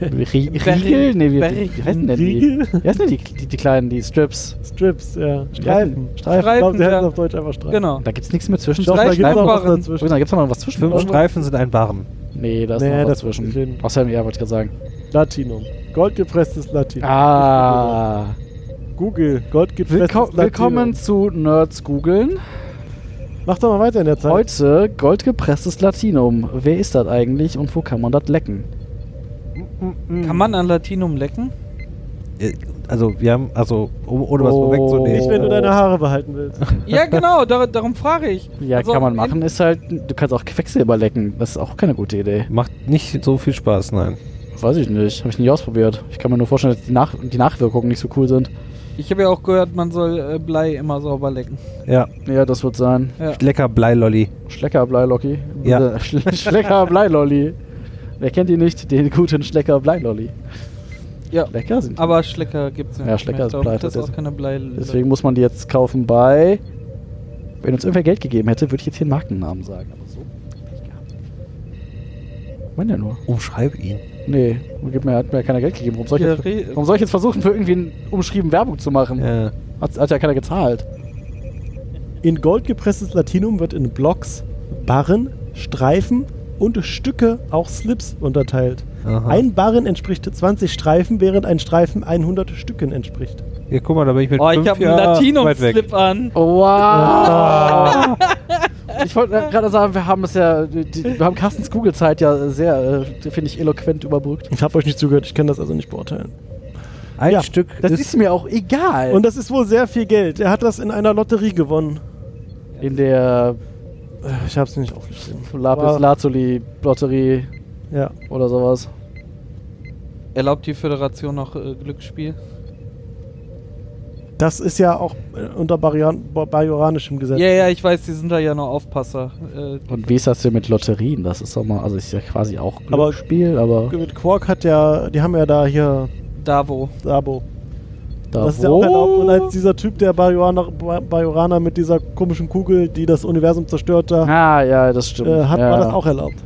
E: Rie-
B: Berry-
E: Riegel? Nee, wie,
B: Berry-
E: wie heißen denn die?
D: Riegel?
E: Wie heißen denn die, die, die Kleinen, die Strips?
D: Strips, ja. Streifen.
E: Streifen.
D: Ich glaube,
B: Streifen,
D: sie heißen
B: ja.
D: auf Deutsch einfach Streifen.
B: Genau.
E: Da gibt's nichts mehr zwischen.
D: Ich glaube, da
B: Streifen-
D: gibt es noch was
B: Barren.
E: Wollte
D: dazwischen.
E: sagen, gibt's da noch was zwischen?
F: Fünf
E: Oder?
F: Streifen sind ein Barren.
E: Nee, da ist
D: Nee,
E: noch was
D: das-
E: zwischen.
D: den-
E: Außerdem, ja, wollte ich gerade sagen.
D: Latinum. Goldgepresstes Latinum.
E: Ah.
D: Google. Goldgepresstes
E: Willko
D: Latinum.
E: willkommen zu Nerds googeln.
D: Mach doch mal weiter in der Zeit.
E: Heute goldgepresstes Latinum. Wer ist das eigentlich und wo kann man das lecken?
B: Kann man an Latinum lecken?
F: Äh, Also, wir haben, also, um, ohne was
E: Oh.
F: vorwegzunehmen.
D: Nicht, wenn du deine Haare behalten willst.
B: Ja, genau, dar darum frage ich.
E: Ja,
B: Also,
E: kann man machen, ist halt, du kannst auch Quecksilber lecken. Das ist auch keine gute Idee.
F: Macht nicht so viel Spaß, nein.
E: Weiß ich nicht, habe ich nie ausprobiert. Ich kann mir nur vorstellen, dass die, Nach die Nachwirkungen nicht so cool sind.
B: Ich habe ja auch gehört, man soll äh, Blei immer sauber lecken.
F: Ja,
E: Ja, das wird sein.
B: Ja.
F: lecker Bleilolli.
E: Schleckerblei-Lolli.
F: Ja.
E: Äh, Schle Schleckerblei-Lolli. Wer kennt ihn nicht? Den guten Schleckerblei-Lolli.
B: Ja.
E: Lecker sind die.
B: Aber Schlecker gibt's ja
E: Ja,
B: nicht
E: Schlecker
B: mehr.
E: ist
B: Ich glaub,
E: Blei
B: Das ist auch
E: tatsächlich.
B: keine Blei.
E: Deswegen muss man die jetzt kaufen bei. Wenn uns irgendwer Geld gegeben hätte, würde ich jetzt hier einen Markennamen sagen. Aber so. Pech gehabt. Moment ja nur.
F: Umschreib ihn.
E: Nee, gib mir, hat mir keiner Geld gegeben. Warum soll, ich
B: Ja, re-
E: jetzt, warum soll ich jetzt versuchen, für irgendwie einen umschrieben Werbung zu machen?
F: Ja.
E: Hat, hat ja keiner gezahlt.
D: In Gold gepresstes Latinum wird in Blocks, Barren, Streifen und Stücke, auch Slips, unterteilt.
F: Aha.
D: Ein Barren entspricht 20 Streifen, während ein Streifen 100 Stücken entspricht.
F: Hier, guck mal, da bin ich mit
B: Oh,
F: fünf
B: ich habe einen
F: Jahren weit weg.
B: Latinum-Slip an.
E: Wow! ich wollte gerade sagen, wir haben es ja, die, wir haben Carstens Google-Zeit ja sehr, äh, finde ich, eloquent überbrückt.
D: Ich habe euch nicht zugehört, ich kann das also nicht beurteilen.
F: Ein
D: Ja,
F: Stück
E: Das ist,
F: ist
E: mir auch egal.
D: Und das ist wohl sehr viel Geld. Er hat das in einer Lotterie gewonnen.
E: in der
D: Äh, Ich habe es nicht aufgeschrieben.
E: Lapis
D: Aber-
E: Lazuli-Lotterie
D: Ja.
E: oder sowas.
B: Erlaubt die Föderation noch äh, Glücksspiel?
D: Das ist ja auch äh, unter Barian- ba- bajoranischem Gesetz.
B: Ja, ja, ich weiß, die sind da ja noch Aufpasser. Äh,
E: Und wie ist das denn mit Lotterien? Das ist doch mal, also ist ja quasi auch
D: Aber-
E: Glücksspiel, aber,
D: Mit Quark hat ja, die haben ja da hier
B: Davo.
D: Abo.
E: da
D: Das ist ja auch erlaubt. Und als dieser Typ, der Bajoraner, Ba- Bajoraner mit dieser komischen Kugel, die das Universum zerstört da,
E: Ah, ja, das stimmt.
D: äh, hat,
E: ja,
D: war das
E: ja.
D: auch erlaubt.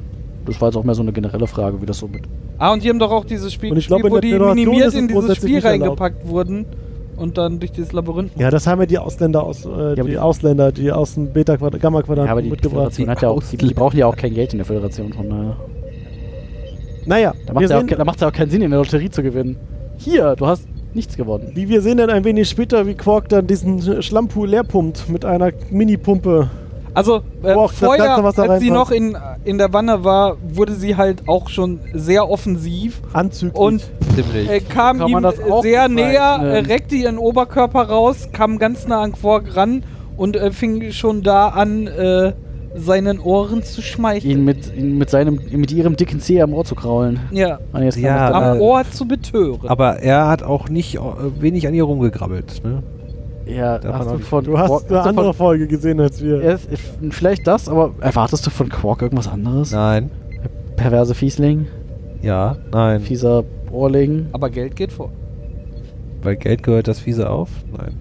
E: Das war jetzt auch mehr so eine generelle Frage, wie das so mit.
B: Ah, und die haben doch auch dieses Spiel,
D: Und ich glaube,
B: gespielt, wo
D: in der
B: die
D: Föderation
B: minimiert
D: ist es
B: in dieses
D: grundsätzlich
B: Spiel
D: nicht erlaubt.
B: reingepackt wurden und dann durch dieses Labyrinth.
D: Ja, das haben ja die Ausländer aus, äh,
E: aber
D: die,
E: die-
D: Ausländer, die aus dem Beta Quadrat- Gamma Quadrat
E: Ja, aber die
D: mitgebracht.
E: Föderation hat ja auch, die, die brauchen ja auch kein Geld in der Föderation, von daher.
D: Naja,
E: Da
D: wir
E: macht es ja, auch
D: sehen,
E: ke- da macht's ja auch keinen Sinn, in der Lotterie zu gewinnen. Hier, du hast nichts gewonnen.
D: wie wir sehen dann ein wenig später, wie Quark dann diesen Schlammpool leerpumpt mit einer Mini-Pumpe.
B: Also äh,
D: Boah, das
B: vorher,
D: Ganze, was da
B: als sie noch
D: reinpasst.
B: in, in der Wanne war, wurde sie halt auch schon sehr offensiv
D: Anzüglich.
B: und
F: ziemlich.
B: äh, kam
E: Kann
B: ihm
E: man das
B: äh,
E: auch
B: sehr
E: bezeichnen?
B: näher, äh, reckte ihren Oberkörper raus, kam ganz nah an Quark ran und äh, fing schon da an, äh, seinen Ohren zu
E: Ihn
B: schmeicheln.
E: mit, ihn mit, seinem, mit ihrem dicken Zeh am Ohr zu kraulen.
B: Ja,
E: Und jetzt kann
F: Ja,
E: ich da-
B: am
F: äh,
B: Ohr zu betören.
F: Aber er hat auch nicht äh, wenig an ihr rumgegrabbelt. Ne?
E: ja
F: darf
E: hast
F: man auch
E: du
F: nicht-
E: von
D: Du hast
E: Quark-
D: eine
E: hast du
D: andere
E: von,
D: Folge gesehen als wir.
E: Ja, f- Vielleicht das, aber erwartest du von Quark irgendwas anderes?
F: Nein.
E: Perverse Fiesling,
F: Ja, nein.
E: fieser Ohrling.
B: Aber Geld geht vor.
F: Weil Geld gehört das Fiese auf? Nein.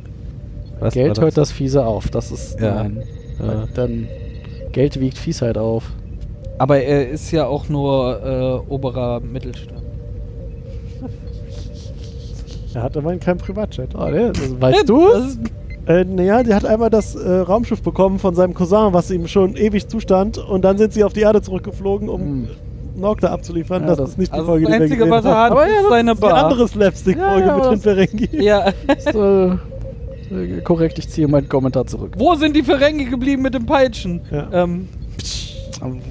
F: Was
E: Geld
F: war
E: hört das Fiese auf. Das ist.
F: Ja.
E: Nein.
F: Ja.
E: Dann. Geld wiegt Fiesheit auf.
B: Aber er ist ja auch nur äh, oberer Mittelstand.
D: Er hat immerhin keinen Privatjet.
E: Ah, ne, das- weißt du?
B: Das-
D: Äh, naja, der hat einmal das äh, Raumschiff bekommen von seinem Cousin, was ihm schon ewig zustand. Und dann sind sie auf die Erde zurückgeflogen, um
E: Hm.
D: Nocta abzuliefern.
E: Ja,
D: das,
E: das-
D: ist nicht die
B: Also
D: Folge,
B: das
D: die wir
B: Einzige,
D: gesehen
B: was er
D: haben.
B: hat, ist seine
D: Die
B: Bar.
D: andere Slapstick-Folge
E: Ja, ja,
D: mit
E: aber das-
D: dem Ferengi.
B: Ja.
E: Das ist, äh, äh, korrekt, ich ziehe meinen Kommentar zurück.
B: Wo sind die Ferengi geblieben mit dem Peitschen?
D: Ja.
B: Ähm,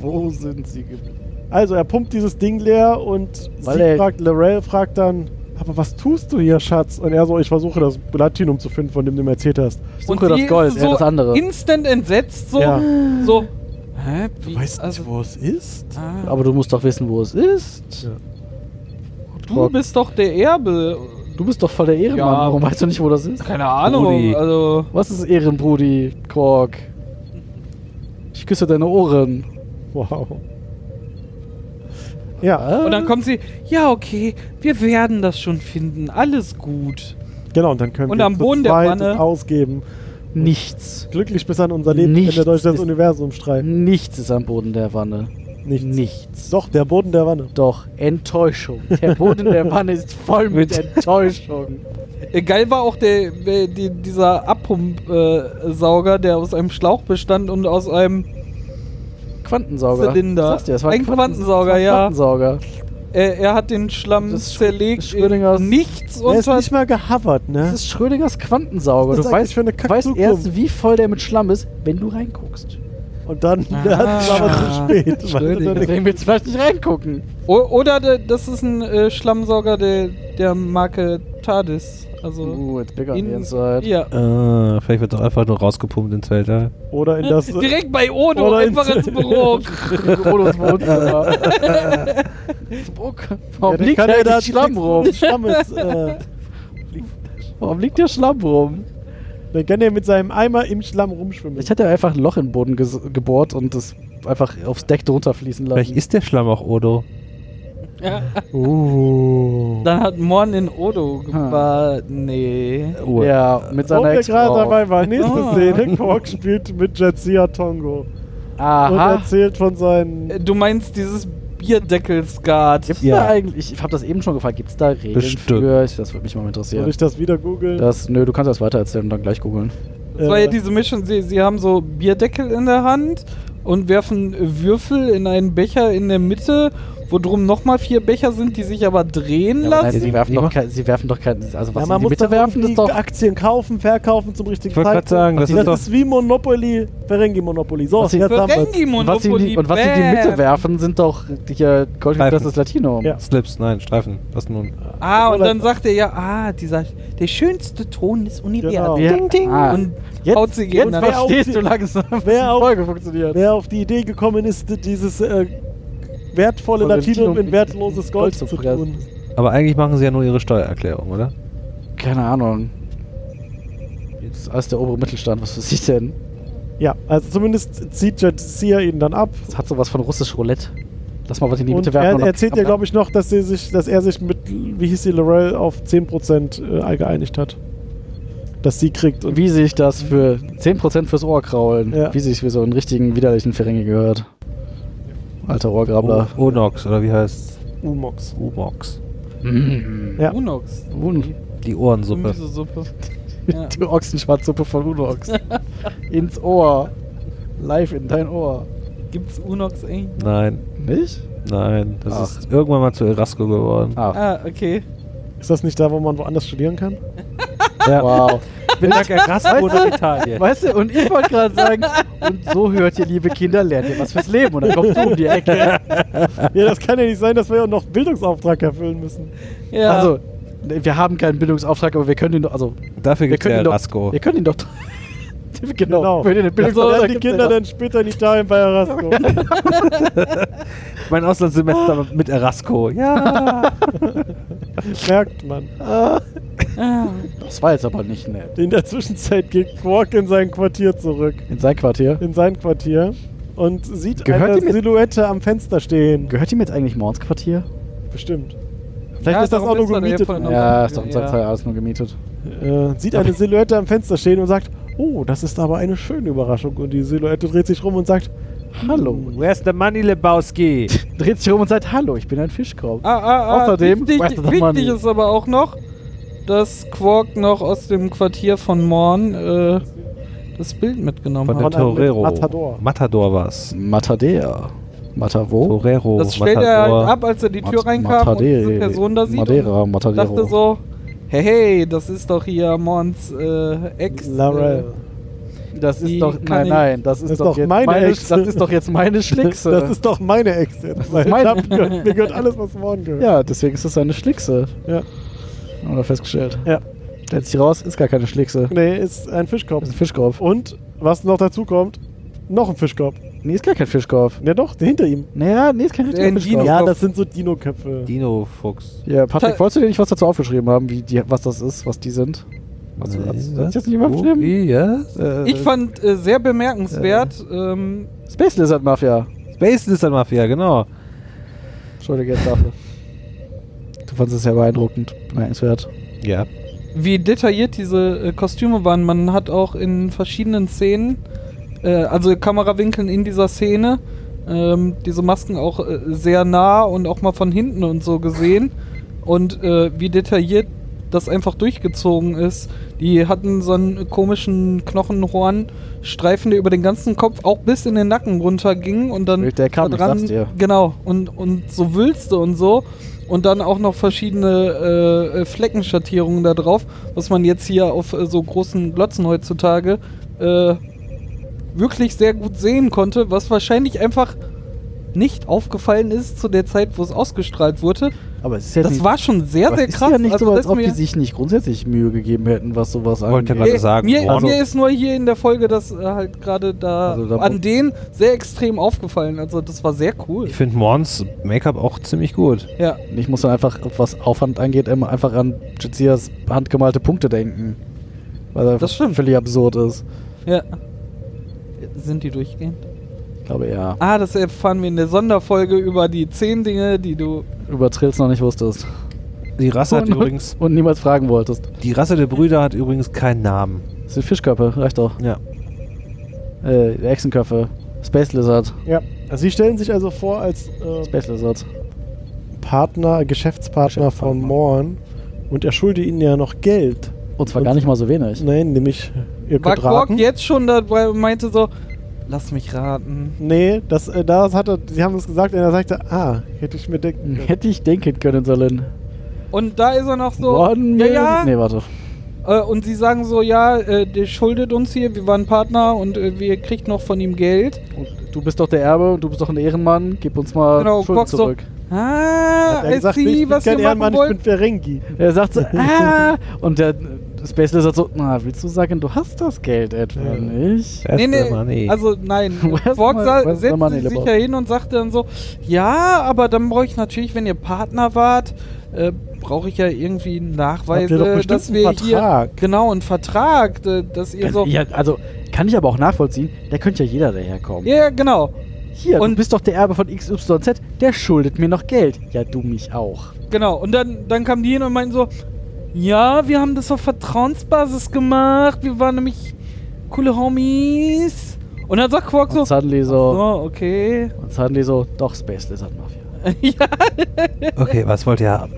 E: Wo sind sie geblieben?
D: Also, er pumpt dieses Ding leer und
E: Weil
D: sie
E: er-
D: fragt, Lorel fragt dann, aber was tust du hier, Schatz? Und er so, ich versuche das Platinum zu finden, von dem du mir erzählt hast.
E: Ich suche das
B: sie
E: Gold,
B: ist
E: ja, das andere.
B: instant entsetzt, so. Hm. Also
D: Ja.
B: so hä? Wie,
D: wo es ist?
B: ah,
E: Aber du musst doch wissen, wo es ist.
B: du bist doch der Erbe.
E: Du bist doch voll der Ehrenmann.
B: Ja.
E: Warum weißt du nicht, wo das ist?
B: Keine Ahnung,
F: Brudi.
B: also.
E: Was ist Ehrenbrudi, Quark? Ich küsse deine Ohren.
D: Wow. Ja,
B: Und dann kommt sie, ja, okay, wir werden das schon finden, alles gut.
D: genau, und dann können
B: Und
D: wir
B: am
D: zu
B: Boden der
D: zweit
B: Wanne-
D: es ausgeben.
E: Nichts.
D: Glücklich bis an unser Leben, wenn
E: Nichts
D: wir durch das
E: ist-
D: Universum streiten.
E: Nichts ist am Boden der Wanne.
D: Nichts.
E: Nichts.
D: Doch, der Boden der Wanne.
E: Doch, Enttäuschung. Der Boden der Wanne ist voll mit Enttäuschung.
B: Äh, Geil war auch der, äh, die, dieser Abpump-Sauger, der aus einem Schlauch bestand und aus einem
E: Quantensauger.
B: Zylinder.
E: Sag's dir, es war
B: Ein Quantensauger,
E: es war
B: ja.
E: Quantensauger.
B: Er, er hat den Schlamm
E: Das ist Sch-
B: zerlegt,
E: das ist Schrödingers-
B: in nichts
D: Der ist
B: unter.
D: nicht mal gehavert,
E: Das
D: ne?
E: ist Schrödingers Quantensauger.
D: Was ist
E: Du
D: das eigentlich
E: weißt,
D: für eine Kack-
E: weißt
D: Zukunft?
E: erst, wie voll der mit Schlamm ist, wenn du reinguckst.
D: Und dann
B: Ah.
D: das ist aber zu spät. weil
F: Entschuldigung.
D: dann-
E: Deswegen willst du vielleicht nicht reingucken.
B: O- Oder de, das ist ein äh, Schlammsauger der, der Marke TARDIS. Also
E: Uh, it's bigger on the
B: in-
E: inside.
B: ja.
F: Äh, vielleicht wird es einfach nur rausgepumpt ins Weltall.
D: Oder in das.
B: Direkt bei Odo,
D: Oder
B: einfach
D: ins-
B: ins Büro.
E: Odos Wohnzimmer. Warum
D: der
E: liegt
D: kann ja
E: da
D: da
E: der Schlamm rum?
D: Schlammes, äh,
E: Warum liegt der Schlamm rum?
D: Dann kann er mit seinem Eimer im Schlamm rumschwimmen.
E: Ich hätte einfach ein Loch in den Boden ges- gebohrt und das einfach aufs Deck drunter fließen lassen.
F: Vielleicht ist der Schlamm auch Odo.
D: Uh.
B: Dann hat Morn in Odo
E: Ah.
B: gebaut. Nee.
F: Uhr.
E: ja, mit
D: Wo
E: seiner
D: wir gerade
E: Ex-Frau.
D: dabei waren. Nächste
E: Oh.
B: Ah.
D: Szene. Quark spielt mit Jetsia Tongo. Und
E: Aha. Äh,
D: erzählt von seinen...
B: Äh, Du meinst dieses Bierdeckelskat.
E: Gibt's
F: Ja.
E: da eigentlich, ich habe das eben schon gefragt, gibt's da Regeln
F: Bestimmt.
E: für? Ich, das würde mich mal
D: Soll
E: interessieren.
D: ich das wieder googeln? Äh,
E: Das, nö, du kannst das weitererzählen und dann gleich googeln.
B: Das war ja
E: äh,
B: diese Mischung, sie, sie haben so Bierdeckel in der Hand und werfen Würfel in einen Becher in der Mitte, wo drum nochmal vier Becher sind, die sich aber drehen
E: Ja, aber nein,
B: lassen.
E: sie, werfen doch kein, sie werfen doch kein, also was
D: ja,
E: sie in
D: man
E: die
D: muss
E: Mitte
D: doch
E: werfen,
D: irgendwie
E: ist doch...
D: Aktien kaufen, verkaufen zum richtigen
F: Ich wollte gerade sagen,
D: das,
F: das ist
D: ist,
F: doch-
D: wie Monopoly, Ferengi Monopoly. So,
E: Was
D: jetzt
E: sie-
D: haben wir's.
B: Ferengi-Monopoly,
E: Und was, sie in die, und was sie in die Mitte
B: bam.
E: werfen, sind doch hier Gold
F: Streifen.
E: das ist Latino.
D: Ja.
F: Slips, nein, Streifen. Was nun?
B: Ah, und dann sagt er ja, ah, dieser, der schönste Ton des Universums.
D: Genau.
E: Ja.
B: Ding, ding.
E: Ah.
B: Und
E: Jetzt-
B: haut sie gegen
E: Jetzt
B: das-
E: verstehst du langsam, wie die
D: Wer auf-
E: Folge funktioniert.
D: Wer auf die Idee gekommen ist, dieses äh, wertvolle
E: Von
D: Latinum
E: Latinum
D: in wertloses Gold,
E: Gold zu
D: zu
E: pressen.
D: tun.
F: Aber eigentlich machen sie ja nur ihre Steuererklärung, oder?
E: Keine Ahnung. Jetzt ist alles der obere Mittelstand, was weiß ich denn?
D: Ja, also zumindest zieht Jetsia ihn dann ab.
E: Das hat sowas von russisch Roulette. Lass mal was in die
D: Und
E: Mitte
D: er
E: werfen.
D: erzählt ja, glaube ich, noch, dass, sie sich, dass er sich mit, wie hieß sie, Laurel auf 10% äh, geeinigt hat. Dass sie kriegt. Und
E: Wie sich das für 10% fürs Ohr kraulen.
D: Ja.
E: Wie sich für so einen richtigen, widerlichen Ferengi gehört. Alter Ohrgrabler.
F: O- Onox, oder wie heißt's?
D: Umox.
F: Umox.
D: Oh.
E: Mm.
D: Ja.
B: Unox.
E: Und
F: Die Ohrensuppe.
B: Gemüsesuppe. Ja.
E: die Ochsenschwarzsuppe von Unox. Ins Ohr. Live in dein Ohr.
B: Gibt's Unox eigentlich?
F: Nein,
E: Nicht?
F: nein. Das
E: Ach.
F: ist irgendwann mal zu Erasco geworden.
E: Ah,
B: Ah, okay.
D: Ist das nicht da, wo man woanders studieren kann?
F: Ja.
E: wow.
F: Bin dank Erasco nach Italien.
E: Weißt du, und ich wollte gerade sagen, und so hört ihr, liebe Kinder, lernt ihr was fürs Leben. Und dann kommst du um die Ecke. Ah.
D: Ja, das kann ja nicht sein, dass wir ja noch einen Bildungsauftrag erfüllen müssen.
B: Ja.
E: Also, ne, wir haben keinen Bildungsauftrag, aber wir können ihn doch, also,
F: Dafür
E: wir
F: gibt's ja
E: können ihn
F: Erasco.
E: doch, wir können ihn doch, genau,
D: Genau.
E: wir können den
D: Das lernen
E: Bildungsauftrag
D: die Kinder dann später in Italien bei Erasmus.
F: Mein
E: Ah.
F: Auslandssemester mit Erasco. Ja.
D: Merkt man.
B: ah.
E: Das war jetzt aber nicht nett.
D: In der Zwischenzeit geht Quark in sein Quartier zurück.
E: In sein Quartier.
D: In sein Quartier. Und sieht
E: Gehört
D: eine
E: die mit-
D: Silhouette am Fenster stehen.
E: Gehört ihm jetzt eigentlich Mords Quartier?
D: Bestimmt. Vielleicht
B: Ja,
D: ist das
B: darum
D: auch nur
B: ist er da
D: gemietet.
B: jetzt von-
E: Ja, ist doch in
B: Ja.
E: seiner Zeit alles nur gemietet.
D: Äh, sieht eine Silhouette am Fenster stehen und sagt, oh, das ist aber eine schöne Überraschung. Und die Silhouette dreht sich rum und sagt,
E: Hallo.
F: Where's the money, Lebowski?
E: Dreht sich um und sagt, hallo, ich bin ein Fischkorb.
B: Ah, ah, ah.
E: Außerdem-
B: wichtig,
E: Where's the money?
B: wichtig ist aber auch noch, dass Quark noch aus dem Quartier von Morn äh, das Bild mitgenommen
F: Von
B: hat.
F: der
D: Von einem
F: Torero.
D: Matador.
F: Matador war's.
E: Matadea. Matavo?
F: Torero.
B: Das stellt er halt ab, als er die Tür
E: Mat-
B: reinkam und diese
E: Matadere-
B: Person da sieht.
E: Madeira,
B: und
E: Matadero.
B: dachte so, hey, hey, das ist doch hier Mons äh, Ex.
D: Laurel.
E: Das
B: Die
E: ist doch,
B: kann
E: nein,
B: ich-
E: nein, das ist,
D: Das ist
E: doch,
D: doch
E: jetzt
D: meine
E: meine,
D: Echse.
E: das ist doch jetzt meine Schlickse.
D: Das ist doch meine Ex jetzt. Weil
E: meine-
D: da- Mir gehört, mir gehört alles, was morgen gehört.
E: ja, deswegen ist das eine Schlickse.
D: Ja.
E: Haben wir festgestellt.
D: Ja.
E: Stellt sich raus, ist gar keine Schlickse.
D: Nee, ist ein Fischkorb.
E: Das ist ein Fischkorb.
D: Und was noch dazu kommt, noch ein Fischkorb.
E: Nee, ist gar kein Fischkorb.
D: Ja doch, der hinter ihm.
E: Naja, nee, ist kein richtiger
B: Ein
E: Fischkorb.
B: Dino.
E: Ja.
D: Ja, das sind so Dino-Köpfe.
F: Dino-Fuchs.
E: ja, Patrick,
B: Ta-
E: wolltest du dir nicht was dazu aufgeschrieben haben, wie die, was das ist, was die sind? Hast du- hast- hat sich das nicht jemand aufgeschrieben?
F: Yes.
E: Äh,
B: Ich fand äh, sehr bemerkenswert, ähm,
E: Space Lizard Mafia.
F: Space Lizard Mafia, genau.
E: Entschuldige jetzt dafür. Du fandest es sehr beeindruckend, bemerkenswert.
F: Ja.
B: wie detailliert diese äh, Kostüme waren. Man hat auch in verschiedenen Szenen, äh, also Kamerawinkeln in dieser Szene, ähm, diese Masken auch äh, sehr nah und auch mal von hinten und so gesehen. Und äh, wie detailliert das einfach durchgezogen ist. Die hatten so einen komischen Knochenhornstreifen, der über den ganzen Kopf auch bis in den Nacken runterging und dann
E: Der kam, ich
B: dran-
E: sag's dir.
B: Genau, und, und so Wülste und so. Und dann auch noch verschiedene äh, äh, Fleckenschattierungen da drauf, was man jetzt hier auf äh, so großen Glotzen heutzutage äh, wirklich sehr gut sehen konnte, was wahrscheinlich einfach nicht aufgefallen ist zu der Zeit, wo es ausgestrahlt wurde.
E: Aber es ist ja
B: Das
E: nicht,
B: war schon sehr,
E: aber
B: sehr
E: es
B: krass.
E: Ist ja nicht
B: Also
E: so,
B: das
E: als ob
B: mir-
E: die sich nicht grundsätzlich Mühe gegeben hätten, was sowas
F: Wollte
E: angeht.
F: gerade
B: Nee,
F: sagen.
B: Mir,
F: Also-
B: mir ist nur hier in der Folge das äh, halt gerade da,
E: Also da-
B: an denen sehr extrem aufgefallen. Also das war sehr cool.
F: Ich finde Morns Make-up auch ziemlich gut.
B: Ja,
E: Ich muss dann einfach, was Aufwand angeht, immer einfach an Jazias handgemalte Punkte denken. Weil er
B: Das stimmt.
E: völlig absurd ist.
B: ja. Sind die durchgehend?
E: Ich glaube ja.
B: Ah, das erfahren wir in der Sonderfolge über die zehn Dinge, die du.
E: Über Trills noch nicht wusstest.
F: Die Rasse hat
E: und,
F: übrigens,
E: und niemals fragen wolltest.
F: die Rasse der Brüder hat übrigens keinen Namen.
E: Das sind Fischköpfe, reicht doch.
F: Ja.
E: Äh, Echsenköpfe. Space Lizard.
D: Ja. Also Sie stellen sich also vor als äh,
E: Space Lizard.
D: Partner, Geschäftspartner von Morn und er schulde ihnen ja noch Geld.
E: Und zwar
D: Und-
E: gar nicht mal so wenig.
D: Nein, nämlich ihr
B: War
D: könnt
B: Quark
D: raten.
B: jetzt schon dabei und meinte so, lass mich raten.
D: Nee, das, äh, das hat er, sie haben es gesagt und er sagte, ah, hätte ich mir denken können.
E: Hätte ich denken können sollen.
B: Und da ist er noch so.
E: One
B: ja, ja.
E: Nee, warte.
B: Äh, und sie sagen so, ja, äh, der schuldet uns hier, wir waren Partner und äh, wir kriegt noch von ihm Geld.
E: Und du bist doch der Erbe und du bist doch ein Ehrenmann. Gib uns mal
B: Genau,
E: Schulden
B: Quark so.
E: zurück.
B: Ah,
D: Hat er
B: I
D: gesagt, nee,
B: see,
D: ich bin
B: was
D: kein
B: ihr machen
D: Ehrenmann, ich
B: wollt.
D: bin Ferengi.
E: Er sagt so, ah. Und der Space Lizard so, na, willst du sagen, du hast das Geld etwa
D: Ja.
E: nicht?
F: That's
B: Nee, nee,
F: the money.
B: also nein.
E: Where's
B: Borg
E: my-
B: sa-
E: where's the money,
B: setzte sich
E: Lebowski?
B: sicher hin und sagte dann so, ja, aber dann brauche ich natürlich, wenn ihr Partner wart, äh, brauche ich ja irgendwie
D: Habt ihr doch
B: Nachweise,
D: bestimmt
B: dass
D: einen
B: wir hier...
D: Vertrag.
B: Genau, einen Vertrag, d- dass ihr so...
E: Ja, also, kann ich aber auch nachvollziehen, da könnte ja jeder daherkommen.
B: Ja, genau,
E: Hier, und
B: Und-
E: du bist doch der Erbe von XYZ, der schuldet mir noch Geld. Ja, du mich auch.
B: genau. Und dann, dann kamen die hin und meinten so, ja, wir haben das auf Vertrauensbasis gemacht, wir waren nämlich coole Homies. Und dann sagt Quark so,
E: Und
B: so,
E: Suddenly so,
B: okay.
E: und Suddenly so, doch, Space Lizard Mafia.
D: Mhm.
B: ja,
F: okay, was wollt ihr haben?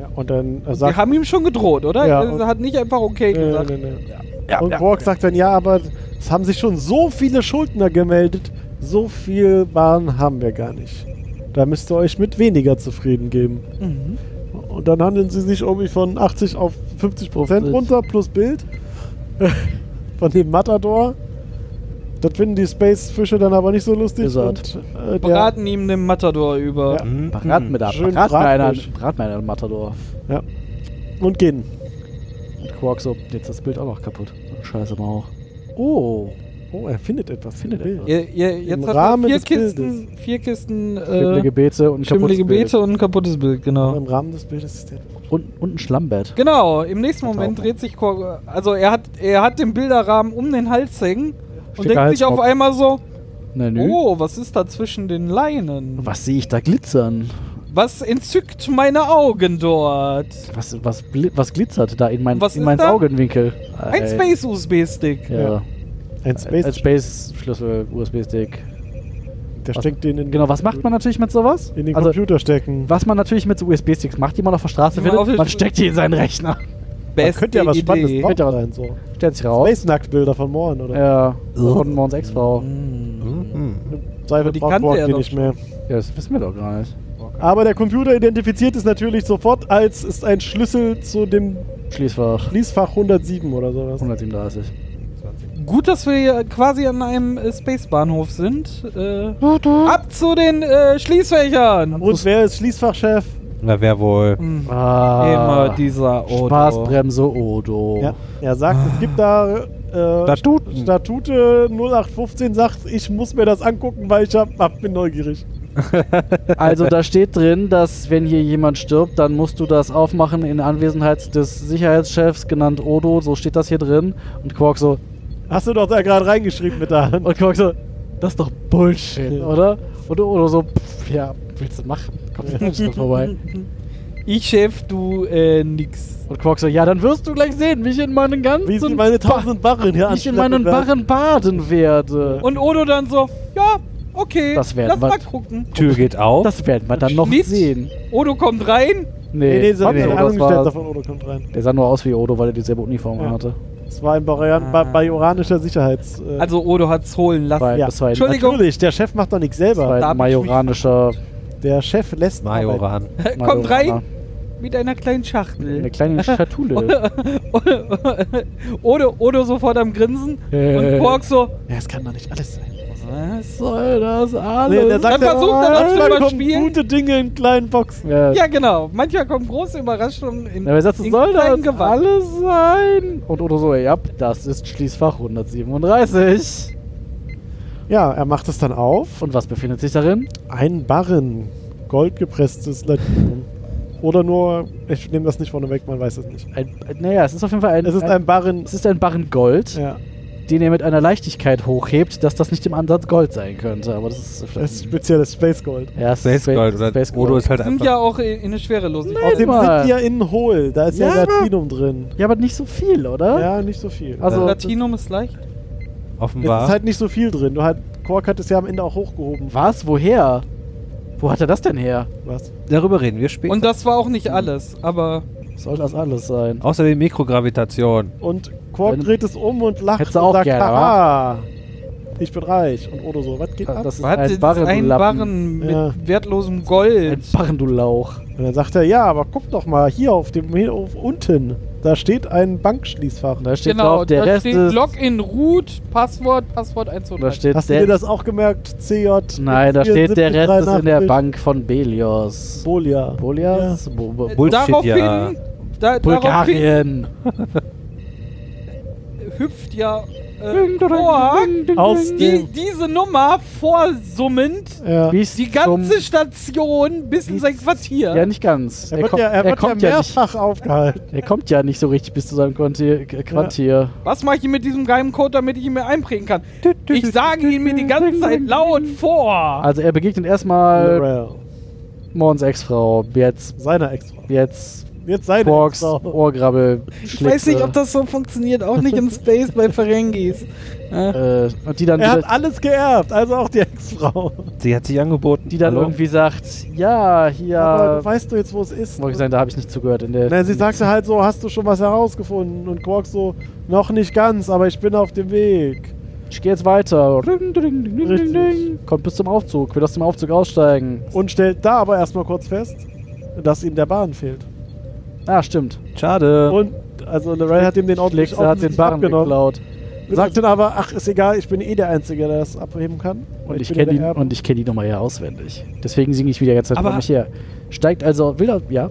D: Ja, und dann äh,
B: wir
D: sagt
B: haben ihm schon gedroht, oder?
D: Ja, und-
B: er hat nicht einfach okay
D: Äh,
B: gesagt.
D: nee, nee. und Quark sagt dann, ja, aber es haben sich schon so viele Schuldner gemeldet, so viel Waren haben wir gar nicht. Da müsst ihr euch mit weniger zufrieden geben.
B: Mhm.
D: Und dann handeln sie sich irgendwie von 80 auf 50 Prozent
E: 50.
D: runter, plus Bild von dem Matador. Das finden die Space-Fische dann aber nicht so lustig.
E: Lizard.
D: Und, äh, der,
B: Braten ihm den Matador über.
D: Ja.
F: Hm?
E: Brat mir da,
D: Schön
E: brat mir
D: Bratfisch.
E: einen, brat mir einen Matador.
D: und gehen.
E: Und Quark so, jetzt ist das Bild auch noch kaputt. Scheiße, mal auch. Oh,
D: Oh, er findet etwas.
E: Findet
D: Bild.
E: etwas.
B: Ihr- ihr- Jetzt
D: Im
B: hat er
D: Rahmen
B: vier
D: des
B: Kisten, vier Kisten
E: schimmelige
B: äh,
E: Gebete und ein
B: schimmelige
E: kaputtes Bild.
B: Beete und ein kaputtes Bild,
D: Aber
B: genau.
D: Im Rahmen des Bildes ist der.
E: Und, und ein Schlammbett.
B: Genau, im nächsten Moment
E: Vertauchen.
B: dreht sich Kor also er hat er hat den Bilderrahmen um den Hals hängen und
E: Schicker
B: denkt sich auf
E: Halsschmuck.
B: einmal so,
E: Na nö.
B: oh, was ist da zwischen den Leinen?
E: Was sehe ich da glitzern?
B: Was entzückt meine Augen dort?
E: Was, was, bli- was glitzert da in mein,
B: Was
E: in
B: ist
E: mein
B: da?
E: Augenwinkel?
B: Ein
E: Äh,
B: Space USB Stick.
E: Ja.
D: Ein
E: Space. Ein
D: Space.
E: Space-Schlüssel, USB-Stick.
D: Der
E: was-
D: steckt den in,
E: Genau, was macht man natürlich mit sowas?
D: in den
E: also,
D: Computer stecken.
E: was man natürlich mit so USB-Sticks macht, die man auf der Straße
B: Die man auf
E: findet,
B: den-
E: man steckt die in seinen Rechner.
D: Da
B: Beste
D: könnte ja was Spannendes
B: Idee.
D: drauf
E: Könnte ja was-
D: sein. So.
E: Stellt sich raus.
D: Space-Nacktbilder von Morn, oder?
E: Ja, von Mons Ex-Frau.
F: Hm.
D: Zweifel
B: die
D: braucht
B: kannte
D: Borg
B: er
D: die
B: doch
D: nicht mehr.
E: Ja, das wissen wir doch gar nicht.
D: Aber der Computer identifiziert es natürlich sofort als ist ein Schlüssel zu dem
E: Schließfach.
D: Schließfach 107 oder sowas.
E: 137.
B: Hm. Gut, dass wir hier quasi an einem äh, Spacebahnhof sind. Äh, ab zu den äh, Schließfächern!
D: Und wer ist Schließfachchef?
F: Na, wer wohl?
B: Hm,
E: Ah,
B: Immer dieser Odo.
E: Spaßbremse Odo.
D: Ja, er sagt, es gibt da äh,
F: Statuten.
D: Statute 0815 sagt, ich muss mir das angucken, weil ich hab, hab, bin neugierig.
E: Also da steht drin, dass wenn hier jemand stirbt, dann musst du das aufmachen in Anwesenheit des Sicherheitschefs, genannt Odo, so steht das hier drin. Und Quark so,
D: Hast du doch da gerade reingeschrieben mit der Hand.
E: und Quark so, das ist doch Bullshit, oder? Und Odo so, pff, ja, willst du machen? Komm, ich nicht vorbei.
B: Hm, Ich Chef, du äh, nix.
E: Und Quark so, ja, dann wirst du gleich sehen, wie ich in meinen
D: Wie sie
E: ganzen,
D: meine 1000 Barren hier
E: wie ich in meinen Barren
D: anschleppen
E: baden werde. Und
B: Und Odo dann so, ja, okay,
E: Das werden
B: lass
E: wir-
B: mal gucken.
F: Tür geht auf.
E: das werden wir dann noch
B: Schließt-
E: sehen.
B: Odo kommt rein.
D: Nee, nee, sie
E: Odo,
D: haben den
E: das
D: angestellt,
E: war,
D: davon Odo kommt rein.
E: der sah nur aus wie Odo, weil er dieselbe Uniform
D: Ja.
E: hatte.
D: Das war ein Bajoran-
B: Ah.
D: ba- bajoranischer Sicherheits... Äh,
B: Also Odo hat's holen lassen.
E: Weil
D: ja.
E: das war ein,
B: Entschuldigung.
D: natürlich, der Chef macht doch nichts
E: das war
D: selber.
B: Darf
E: ein
B: ich
E: majoranischer
D: Der Chef lässt arbeiten.
F: Majoran.
B: kommt
E: Majoraner.
B: rein mit einer kleinen Schachtel.
E: Eine kleine Schatulle.
B: Odo, Odo sofort am Grinsen
E: Äh.
B: und Quark so,
D: Ja, es kann doch nicht alles sein.
B: Was?
E: soll das alles?
D: Nee, der sagt
B: Dann versucht er das zu
D: manchmal kommen
B: überspielen.
D: gute Dinge in kleinen Boxen.
E: ja.
B: Ja, genau. Manchmal kommen große Überraschungen in,
E: Na, wer sagt, es
B: in
E: soll das
B: kleinen Gewand.
E: alles sein? Und oder so, ja, das ist Schließfach 137.
D: Ja, er macht es dann auf.
E: Und was befindet sich darin?
D: Ein Barren. Goldgepresstes Latinum. Oder nur, ich nehme das nicht vorne weg, man weiß es nicht.
E: Ein, naja, es ist auf jeden Fall ein,
D: Es ist ein Barren.
E: es ist ein Barren Gold,
D: Ja,
E: den er mit einer Leichtigkeit hochhebt, dass das nicht im Ansatz Gold sein könnte. Aber das ist
D: das ist
E: vielleicht.
D: spezielles Space Gold.
E: Ja, es
F: Space
E: Spa-
F: Gold oder
E: Space Gold.
F: Odo ist halt
B: sind
F: einfach.
B: ja auch in, in eine Schwerelosigkeit.
D: Außerdem
E: mal.
D: sind die ja innen hohl. Da ist ja,
E: Ja, aber-
D: Latinum drin.
E: ja, aber nicht so viel, oder?
D: Ja, nicht so viel.
E: Also,
B: Latinum ist leicht.
D: Jetzt
F: offenbar.
D: ist halt nicht so viel drin. Du hat, Quark hat es ja am Ende auch hochgehoben.
E: was? Woher? Wo hat er das denn her?
D: Was?
F: Darüber reden wir später.
B: Und das war auch nicht alles, aber
E: Soll das alles sein?
F: Außerdem Mikrogravitation.
D: Und Quark
E: Wenn-
D: dreht es um und lacht und
E: Hättest du auch
D: sagt,
E: gerne,
D: haha, ich bin reich. Und Odo so, was geht ab?
E: Das ist
B: was
E: ein
B: ist
E: Barren, du
B: ein
E: Lappen.
B: Barren mit
D: Ja.
B: wertlosem Gold?
E: Ein Barren, du Lauch.
D: Und dann sagt er, ja, aber guck doch mal, hier auf dem hier auf unten, da steht ein Bankschließfach.
E: Und da steht
B: Genau,
E: drauf, der
B: da
E: Rest
B: steht
E: ist.
B: Login, Root, Passwort, Passwort 1, 2,
E: Da
B: 3.
E: steht
D: Hast du
E: der,
D: dir das auch gemerkt? CJ.
E: Nein, da steht der Rest ist in der
D: 7483
E: Bank von Belios.
D: Bolia.
E: Bolias? Bo Bo
B: Äh,
F: Bullshit,
B: daraufhin,
F: ja.
B: da, daraufhin
E: Bulgarien.
B: hüpft ja äh, Kork
D: Ja. Aus
B: die,
D: dem.
B: diese Nummer vorsummend
D: Ja.
E: Bis
B: die
E: zum-
B: ganze Station bis in
E: Bis-
B: sein Quartier.
E: Ja, nicht ganz.
D: Er wird
E: kommt-
D: ja, er wird ja
E: kommt ja nicht,
D: mehrfach aufgehalten.
E: er kommt ja nicht so richtig bis zu seinem Quartier. Qu- Quartier.
B: Was mache ich mit diesem geheimen Code, damit ich ihn mir einprägen kann? Ich sage ihn mir die ganze Zeit laut vor.
E: Also er begegnet erstmal
D: Lorel.
E: Mons Ex-Frau. Jetzt,
D: Seiner Ex-Frau.
E: jetzt
D: Jetzt seine
E: Borgs
D: Ex-Frau.
E: Ohrgrabbel.
B: Ich weiß nicht, ob das so funktioniert, auch nicht im Space bei Ferengis. Äh,
E: Äh, und die dann,
D: Er hat
E: wieder,
D: alles geerbt, also auch die Ex-Frau.
F: Sie hat sich angeboten.
E: die dann
F: Hallo?
E: irgendwie sagt, ja,
D: Aber
E: hier.
D: weißt du jetzt, wo es ist?
E: Wollte ich sagen, da habe ich nicht zugehört. In der
D: Na, sie sagte halt so, hast du schon was herausgefunden? Und Quark so, noch nicht ganz, aber ich bin auf dem Weg.
E: Ich gehe jetzt weiter. Ding, ding, ding, ding, ding,
D: Richtig.
E: ding. Kommt bis zum Aufzug. Will aus dem Aufzug aussteigen.
D: Und stellt da aber erstmal kurz fest, dass ihm der Bahn fehlt.
E: Ah, stimmt.
F: Schade.
D: Und also Lorel hat ihm den Auto
E: Schlägt, er hat den Barren geklaut.
D: Sagt dann aber, ach, ist egal, ich bin eh der Einzige, der das abheben kann.
E: Und ich
D: bin ja
E: kenne die,
D: der Erbe.
E: und ich kenn die Nummer ja auswendig. Deswegen singe ich wieder jetzt halt
B: Aber-
E: vor mich her. Steigt also, will er, ja.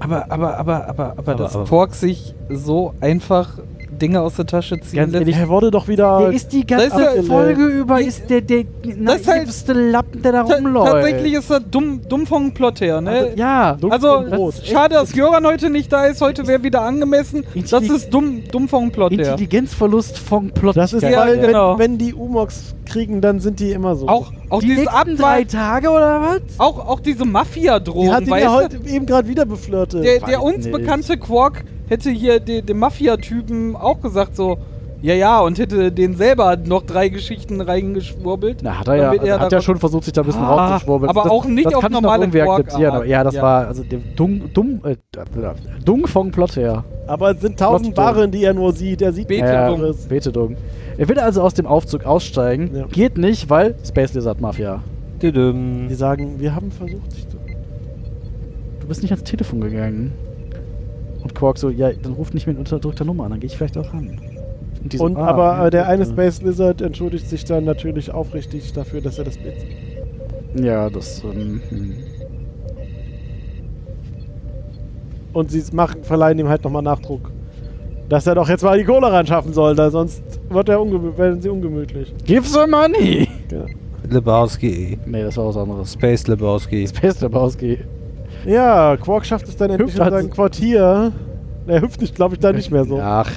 B: aber, aber, aber, aber, aber, dass
F: aber-
B: Pork sich so einfach Dinge aus der Tasche ziehen
E: Ganz
B: lässt.
E: ehrlich,
D: er wurde doch wieder.
E: die
B: ganze Das ist ja- Folge
E: über,
B: ist
E: der, der
B: ist halt- naivste
E: Lappen, der da
B: Ta- Tatsächlich ist das dumm, dumm vom Plot her, ne?
E: ja.
D: Dumm
B: Also,
D: und rot.
B: das- schade, dass Göran heute nicht da ist. Heute wäre wieder angemessen. Das
E: Intelli-
B: ist dumm, dumm vom Plot her.
E: Intelligenzverlust von Plot.
D: Das ist,
B: Ja,
D: weil,
B: genau.
D: wenn, wenn die Umox kriegen, dann sind die immer so.
B: Auch, auch dieses Abwahl,
E: Tage oder was?
B: auch, auch diese
D: Die hat
B: Mafia-Drohung,
D: ihn ja
B: weißt du?
D: heute eben gerade wieder beflirtet.
B: Der,
E: Weiß
B: der uns
E: nicht.
B: bekannte Quark hätte hier de- dem Mafia-Typen auch gesagt so, ja, ja, und hätte den selber noch drei Geschichten reingeschwurbelt.
E: Na, hat er ja,
B: damit
E: also, hat ja
B: darauf-
E: schon versucht, sich da ein bisschen
B: Ah,
E: rauszuschwurbeln.
B: aber
E: das,
B: auch nicht
E: das
B: auf
E: kann ich
B: normale
E: noch irgendwie
B: Quark-Art.
E: akzeptieren. Aber ja, das
B: Ja.
E: war also dem dumm, dumm, äh, dumm vom Plot her.
D: Aber es sind tausend
E: Lost Joe.
D: Barren, die er nur sieht. Er sieht
B: Bete
E: Ja,
D: nichts
B: dumm.
D: anderes.
E: Bete dumm. Er will also aus dem Aufzug aussteigen.
D: Ja.
E: Geht nicht, weil Space Lizard Mafia.
F: Düdüm.
D: Die sagen, wir haben versucht, dich zu.
E: Du bist nicht ans Telefon gegangen. Und Quark so, ja, dann ruft nicht mit unterdrückter Nummer an, dann gehe ich vielleicht auch ran. Und, die so,
D: Und
E: ah,
D: aber
E: ja,
D: äh, der
E: gut,
D: eine
E: äh.
D: Space Lizard entschuldigt sich dann natürlich aufrichtig dafür, dass er das Bild sieht.
E: Ja, das. Ähm, hm.
D: Und sie machen, verleihen ihm halt nochmal Nachdruck. Dass er doch jetzt mal die Kohle ran schaffen soll, da sonst wird er ungemü- werden sie ungemütlich.
E: Give some money!
D: Genau.
F: Lebowski.
E: Nee, das war was anderes.
F: Space Lebowski.
E: Space Lebowski.
D: Ja, Quark schafft es dann endlich
E: Hüpft
D: in
E: also-
D: sein Quartier. Er hüpft nicht, glaube ich, da nicht mehr so.
E: Ach,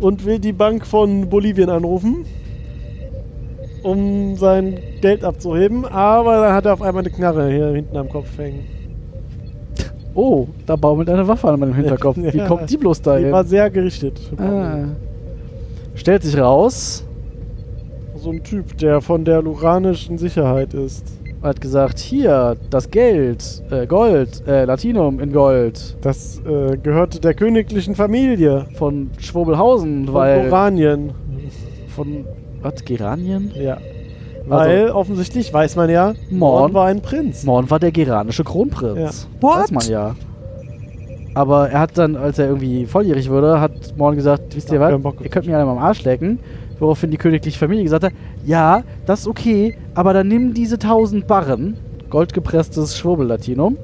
D: Und will die Bank von Bolivien anrufen, um sein Geld abzuheben. Aber dann hat er auf einmal eine Knarre hier hinten am Kopf hängen.
E: oh, da baumelt eine Waffe an meinem Hinterkopf. Wie
D: Ja.
E: kommt die bloß
D: Die war
E: dahin?
D: sehr gerichtet.
E: Ah. Stellt sich raus,
D: So ein Typ, der von der luranischen Sicherheit ist.
E: hat gesagt, hier, das Geld, äh, Gold, äh, Latinum in Gold
D: Das äh, gehörte der königlichen Familie.
E: von Schwobelhausen,
D: Von
E: weil
D: Oranien.
E: von was, Geranien?
D: Ja. Weil offensichtlich weiß man ja, Morn,
E: Also Morn
D: war ein Prinz.
E: Morn war der geranische Kronprinz.
D: Ja.
E: Weiß man ja. Aber er hat dann, als er irgendwie volljährig wurde, hat Morn gesagt, wisst ihr
D: Ja, wir
E: was,
D: haben Bock
E: ihr könnt mir alle mal am Arsch lecken. Woraufhin die königliche Familie gesagt hat, ja, das ist okay, aber dann nimm diese 1000 Barren, goldgepresstes Schwurbellatinum.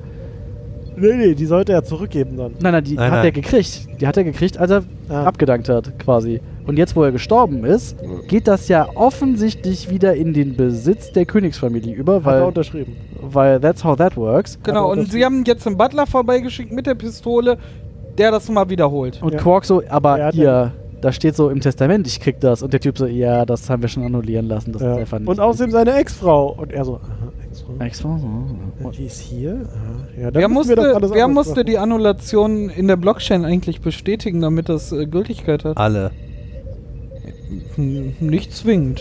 D: Nee, nee, die sollte er zurückgeben dann.
E: Nein, nein, die
F: Nein,
E: hat
F: nein.
E: er gekriegt. Die hat er gekriegt, als er
D: Ah.
E: abgedankt hat, quasi. Und jetzt, wo er gestorben ist, geht das ja offensichtlich wieder in den Besitz der Königsfamilie über,
D: Hat er
E: weil,
D: unterschrieben.
E: weil that's how that works.
B: Genau,
D: Aber
B: und
D: das-
B: sie haben jetzt einen Butler vorbeigeschickt mit der Pistole, der das mal wiederholt.
E: Und
D: Ja.
E: Quark so,
D: Er
E: aber
D: hat
E: ihr, da steht so im Testament, ich krieg das. Und der Typ so, ja, das haben wir schon annullieren lassen. Das
D: Ja.
E: ist einfach nicht.
D: Und außerdem seine Ex-Frau. Und er so, aha, Ex-Frau.
E: Extra so.
D: Ja, Die ist hier? Aha. Ja, dann
B: Wer
D: müssen
B: musste,
D: wir doch alles
B: wer
D: anders
B: musste
D: machen.
B: die Annulation in der Blockchain eigentlich bestätigen, damit das äh, Gültigkeit hat?
F: Alle.
B: Hm, Nicht zwingend.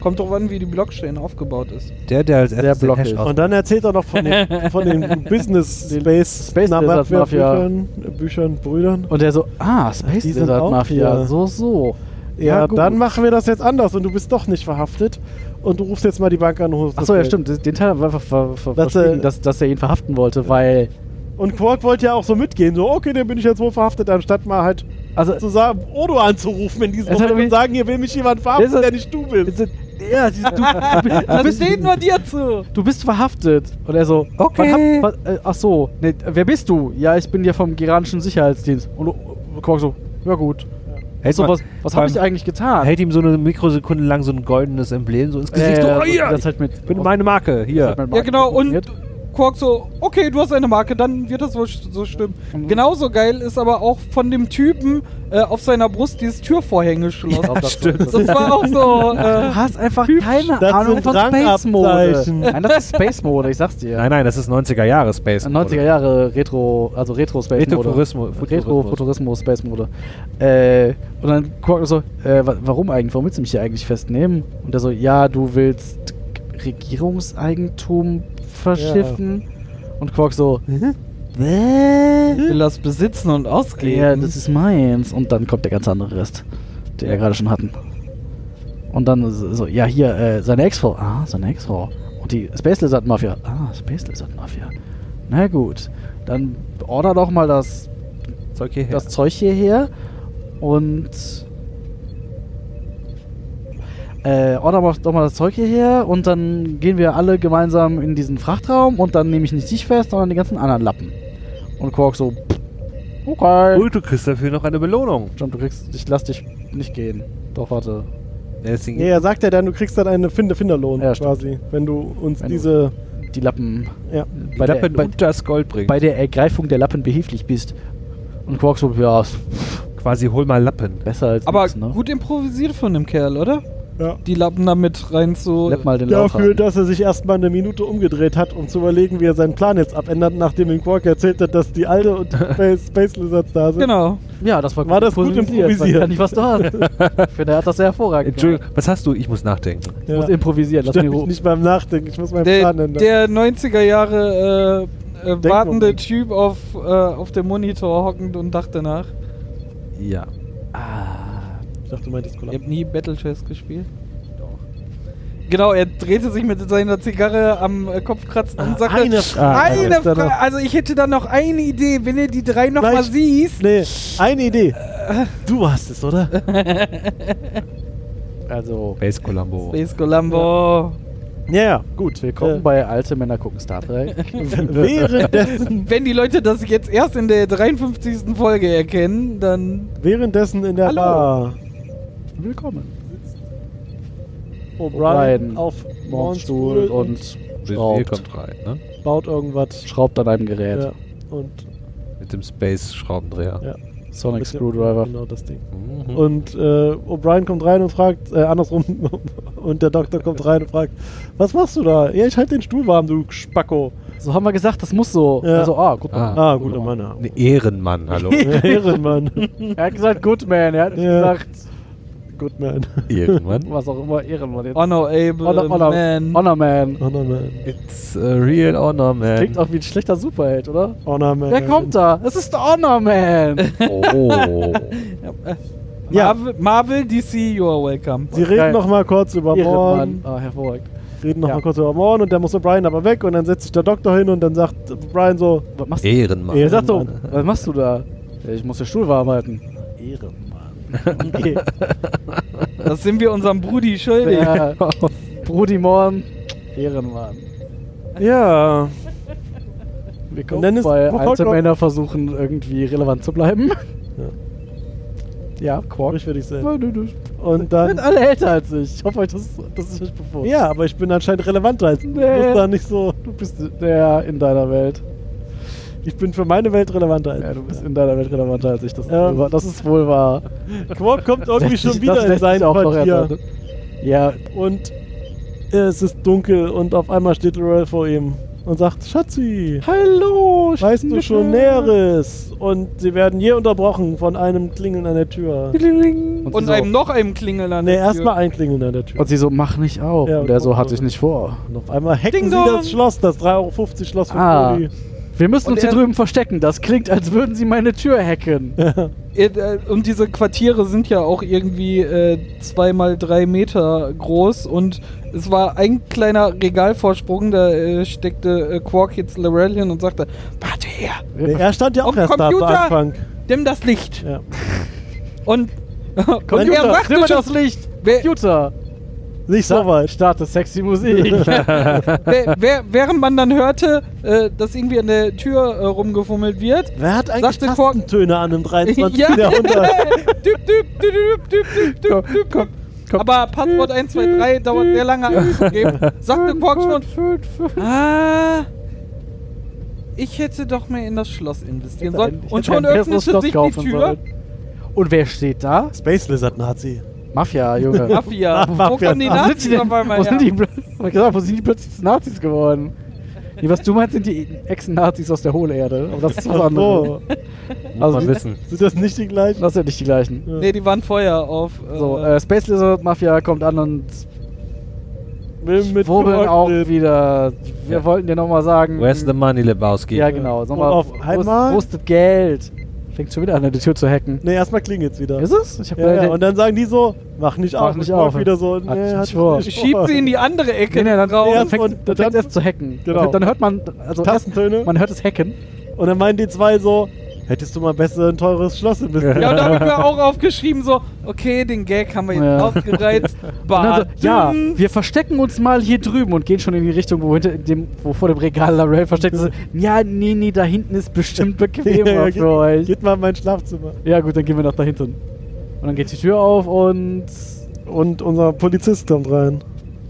B: Kommt drauf an, wie die Blockchain aufgebaut ist.
F: Der, der als erstes
E: Block
F: den Hash
E: ist.
F: aus
D: Und dann erzählt er noch von den, von den Business
E: Den
D: Space,
E: Space
D: Na,
E: Lizard Mafia.
D: Büchern, Büchern, Brüdern.
E: Und der so, ah, Space
D: Die sind
E: Lizard
D: auch
E: Mafia,
D: hier.
E: so, so.
D: Ja,
E: gut.
D: dann machen wir das jetzt anders und du bist doch nicht verhaftet und du rufst jetzt mal die Bank an und holst das
E: Achso, ja,
D: Geld.
E: stimmt. Den Teil haben wir einfach ver ver
D: Dass,
E: verschwiegen,
D: äh,
E: dass, dass er ihn verhaften wollte, weil.
D: Und Quark wollte ja auch so mitgehen, so, okay, dann bin ich jetzt wohl verhaftet, anstatt mal halt
E: Also,
D: zu sagen, Odo anzurufen in diesem
E: Es hat
D: Moment und
E: irgendwie-
D: sagen, hier will mich jemand
E: Es
D: verhaften,
E: hat-
D: der nicht du bist.
E: Jetzt sind- Ja, sie- du, du,
B: Das
D: Also,
E: du, bist,
B: steht nur dir zu!
E: du bist verhaftet. Und er so,
F: Okay.
E: "Wann hab- wann- äh, ach so, nee, wer bist du? Ja, ich bin ja vom iranischen Sicherheitsdienst. Und äh, Quark so, ja gut.
F: Hält,
E: So,
F: mal-
E: was was habe
F: beim-
E: ich eigentlich getan?
F: hält ihm so eine Mikrosekunde lang so ein goldenes Emblem so ins
E: Äh,
F: Gesicht. so, oh,
E: so,
F: ja,
E: das halt mit,
F: ich bin meine Marke,
E: das
F: hier.
E: halt mit
B: Ja,
E: Marken
B: genau, und
E: funktioniert.
B: Quark so, okay, du hast eine Marke, dann wird das wohl st- so stimmen. Genauso geil ist aber auch von dem Typen äh, auf seiner Brust dieses Türvorhängeschloss.
E: Ja, stimmt.
B: Das war auch so.
E: Du
B: Äh,
E: hast einfach
B: Typ,
E: keine
D: das
E: Ahnung
D: sind
E: von Space Mode.
D: Rangabzeichen.
E: Nein, das ist Space Mode, ich sag's dir.
F: Nein, nein, das ist 90er Jahre Space.
E: 90er Jahre Retro, also Retro Space Mode.
F: Retrofuturismus-
E: Retro Futurismus Space Mode. Äh, und dann Quark so, äh, wa- warum eigentlich? Warum willst du mich hier eigentlich festnehmen? Und er so, ja, du willst Regierungseigentum verschiffen. Und Quark so,
B: will das besitzen und
E: ja,
B: auskleben.
E: das ist meins. Und dann kommt der ganz andere Rest, den wir gerade schon hatten. Und dann so, so, ja, hier, äh, seine Ex-Frau. Ah, seine Ex-Frau. Und die Space Lizard Mafia. Ah, Space Lizard Mafia. Na gut, dann order doch mal das
F: Zeug hierher.
E: das Zeug hierher und äh, order mal- doch mal das Zeug hierher und dann gehen wir alle gemeinsam in diesen Frachtraum und dann nehme ich nicht dich fest, sondern die ganzen anderen Lappen. Und Quark so, pff, okay.
F: Und du kriegst dafür noch eine Belohnung.
E: Stimmt, du kriegst, ich lass dich nicht gehen. Doch, warte.
F: Deswegen
D: Nee, er sagt ja dann, du kriegst dann einen finde Finderlohn
E: Ja, stimmt.
D: quasi, wenn du uns
E: Wenn du-
D: diese...
E: Die Lappen.
D: Ja.
E: Bei
F: die
E: der,
F: Lappen
E: bei,
F: und das Gold bringen.
E: bei der Ergreifung der Lappen behilflich bist. Und Quark so, ja, ist
F: Quasi hol mal Lappen.
E: besser als
B: aber
E: nix, ne?
B: gut improvisiert von dem Kerl, oder?
D: Ja.
B: Die Lappen da mit rein zu.
E: Lepp mal den Lauch
D: Dafür,
E: rein.
D: dass er sich erstmal eine Minute umgedreht hat, um zu überlegen, wie er seinen Plan jetzt abändert, nachdem ihm Quark erzählt hat, dass die Alte und die Space, Space Lizards da sind.
B: Genau.
E: Ja, das war,
D: War das gut
E: Ich weiß
D: improvisiert?
E: gar nicht, was du hast. Ich finde, er hat das sehr hervorragend
F: Entschuldigung, was hast du? Ich muss nachdenken.
E: Ich
D: Ja.
E: muss improvisieren, lass
D: Stör
E: mich
D: mich
E: ruhig.
D: nicht beim Nachdenken, ich muss meinen
B: Der,
D: Plan ändern.
B: der 90er Jahre äh, äh, wartende
D: Denkmoment.
B: Typ auf, äh, auf dem Monitor hockend und dachte nach.
F: Ja.
E: Ah,
D: ich dachte, du meintest
B: Ihr
D: Kollaps.
B: habt nie Battle Chess gespielt? Genau, er drehte sich mit seiner Zigarre am äh, Kopf kratzen und sagte:
D: Ah, eine Frage.
B: Eine
D: Jetzt dann
B: Frage.
D: noch-
B: Also, ich hätte da noch eine Idee, wenn ihr die drei nochmal
D: Vielleicht-
B: siehst.
D: Nee, eine Idee.
E: Äh.
D: Du hast es, oder?
E: Also,
F: Space Columbo.
B: Space Columbo.
D: Ja, ja, gut. Äh,
E: willkommen bei Alte Männer gucken Star Trek.
D: Währenddessen,
B: Wenn die Leute das jetzt erst in der 53. Folge erkennen, dann.
D: währenddessen in der
B: Hallo.
D: Bar
E: willkommen.
D: O'Brien
E: O'Brien
D: auf
E: Morgenstuhl
D: Morgenstuhl und
E: und
F: Hier
E: schraubt,
F: kommt rein, ne?
D: baut irgendwas.
E: schraubt an einem Gerät.
D: Ja, und
F: Mit dem Space-Schraubendreher.
D: ja.
E: Sonic
D: mit dem-
E: Screwdriver.
D: Genau das Ding.
F: Mhm.
D: Und äh, O'Brien kommt rein und fragt, äh, andersrum, und der Doktor kommt rein und fragt, was machst du da? Ja, ich halte den Stuhl warm, du Spacko.
E: So haben wir gesagt, das muss so.
D: Ja.
E: Also, ah, gut.
F: Ah.
D: Ah, guter Mann. ja.
F: Ein Ehrenmann, hallo.
D: Ehrenmann.
E: Er hat gesagt, Good Man. Er hat nicht
D: Ja.
E: gesagt,
D: Good man.
F: Ehrenmann.
E: was auch immer, Ehrenmann. Jetzt.
B: Honorable
E: Honor, Honor,
B: Man.
E: Honor Man.
D: Honor man.
F: It's a real honor, man.
E: Klingt auch wie ein schlechter Superheld, oder?
D: Honor man.
E: Wer kommt da? Es ist der Honor Man.
F: Oh.
D: Ja.
B: Marvel, Marvel, DC, you are welcome.
D: Sie reden
E: Geil.
D: noch mal kurz über
E: Ehrenmann.
D: Morgen.
E: Ah, hervorragend.
D: reden noch
E: Ja.
D: mal kurz über Morn und dann muss O'Brien aber weg und dann setzt sich der Doktor hin und dann sagt Brian so,
E: Was machst du?
G: Ehrenmann.
D: er sagt so,
E: Was machst du da? Ja, Ich muss den Stuhl warm halten. Ehrenmann.
D: nee,
B: Das sind wir unserem Brudi schuldig.
E: Ja. Brudi Morn. Ehrenmann.
D: ja,
E: Wir
D: Und
E: können
D: dann ist-
E: bei
D: Wow, wow.
E: Einzelmänner versuchen, irgendwie relevant zu bleiben. Ja, Quark.
D: ich würde ich sagen.
E: Sind
D: Und dann,
E: alle älter als ich. Ich hoffe, euch das, das ist euch bewusst.
D: ja, aber ich bin anscheinend relevanter als du.
E: Nee.
D: Muss da nicht so,
E: Du bist der in deiner Welt.
D: ich bin für meine Welt relevanter als
E: Ja, du bist in deiner Welt relevanter als ich. Das, ist
D: Ja.
E: wohl wahr- das ist wohl wahr.
D: Quark kommt irgendwie
E: Lässt sich-
D: schon wieder
E: das
D: in
E: lässt
D: sein
E: sich auch noch
D: Quartier.
E: ändern. Ja,
D: Und es ist dunkel und auf einmal steht Laurel vor ihm und sagt, Schatzi,
E: hallo.
D: weißt du schon
E: Schnecke.
D: Näheres? Und sie werden je unterbrochen von einem Klingeln an der Tür.
E: Und,
B: Und
E: sie
B: einem
E: so,
B: noch einem Klingeln an
D: Ne,
B: der Tür.
D: erstmal ein Klingeln an der Tür.
E: und sie so, mach nicht auf.
D: Ja,
E: und der so,
D: und-
E: hatte ich nicht vor.
D: Und auf einmal hacken
B: Ding
D: sie
B: dong.
D: das Schloss, das 3,50 Euro Schloss von
E: Ah.
D: Cody.
E: Wir müssen
B: Und
E: uns hier
B: er-
E: drüben verstecken. Das klingt, als würden sie meine Tür hacken.
B: Ihr- äh, Und diese Quartiere sind ja auch irgendwie äh, zweimal drei Meter groß und es war ein kleiner Regalvorsprung, da äh, steckte äh, Quark jetzt Lorel hin und sagte, warte her,
D: Nee, er stand ja auch
B: Und
D: erst da am
B: Computer?
D: Anfang.
B: nimm das Licht.
D: Ja.
B: Und, und
E: Computer,
B: er
E: nimm mal
B: sagte
E: das
B: schon,
E: Licht.
B: wer,
E: Computer,
D: Nicht so weit.
E: starte sexy Musik.
B: wer, wer, während man dann hörte, äh, dass irgendwie an der Tür äh, rumgefummelt wird,
D: Wer hat eigentlich
B: Sagte Quark-
D: Tastentöne an dem 23.
B: Ja.
D: Jahrhundert?
B: Düb, düb, düb, düb, düb, düb, düb, düb. Aber Passwort 1, 2, 3 dauert sehr lange anzugeben. Sagte Quark schon. Ah. Ich hätte doch mehr in das Schloss investieren sollen.
E: Ich
B: Und
E: hätte
B: schon
E: ein besseres
B: öffnete
E: Schloss
B: sich die
E: kaufen
B: Tür.
E: sollen. Und wer steht da?
D: Space Lizard Nazi.
E: Mafia, Junge.
B: Mafia. Wo
D: Mafia.
B: kommen die
E: Wo sind die
B: Nazis
E: denn-
B: auf einmal
E: wo sind die
B: her?
E: plö- Hab ich gesagt, wo sind die plötzlich zu Nazis geworden? Nee, was du meinst, sind die Ex-Nazis aus der Hohlerde. Aber das ist was anderes.
D: So,
E: Also,
F: Mal wissen.
D: sind das nicht die gleichen?
E: das sind nicht die gleichen.
B: Nee, die waren Feuer auf. Äh,
E: So, äh, Space Lizard Mafia kommt an und
D: Mit, mit
E: wurbeln auch
D: geordnet.
E: wieder. Wir
F: Ja.
E: wollten dir nochmal sagen.
F: Where's the money, Lebowski?
E: Ja, genau. Sag
D: Und
E: mal,
D: auf
E: wo-
D: einmal-
E: Wo ist das Geld? Fängt schon wieder an, die Tür zu hacken.
D: Nee, erstmal klingelt's wieder.
E: Ist es? Ich hab
D: Ja,
E: leider-
D: ja, und dann sagen die so, mach nicht
E: Mach
D: auf.
E: nicht
D: Und Quark
E: auf.
D: wieder so,
E: Hat
D: nee,
E: nicht
D: hat
E: vor.
D: nicht vor.
B: Schiebt sie in die andere Ecke.
E: Nee, nee, dann,
B: raus.
E: dann fängt
D: und
E: dann
D: dann-
E: fängt's erst zu hacken.
D: Genau.
E: Dann hört man, also erst,
D: Tastentöne.
E: man hört es hacken.
D: Und dann meinen die zwei so, hättest du mal besser ein teures Schloss investiert.
B: Ja, und da habe ich mir auch aufgeschrieben, so, okay, den Gag haben wir jetzt
E: Ja.
B: ausgereizt.
E: Und dann
B: Baden.
E: so, ja, wir verstecken uns mal hier drüben und gehen schon in die Richtung, wo, hinter dem, wo vor dem Regal La Ray versteckt ist. Ja, nee, nee, da hinten ist bestimmt bequemer
D: Ja,
E: für euch.
D: geht, geht mal in mein Schlafzimmer.
E: Ja gut, dann gehen wir nach da hinten. Und dann geht die Tür auf und...
D: Und unser Polizist kommt rein.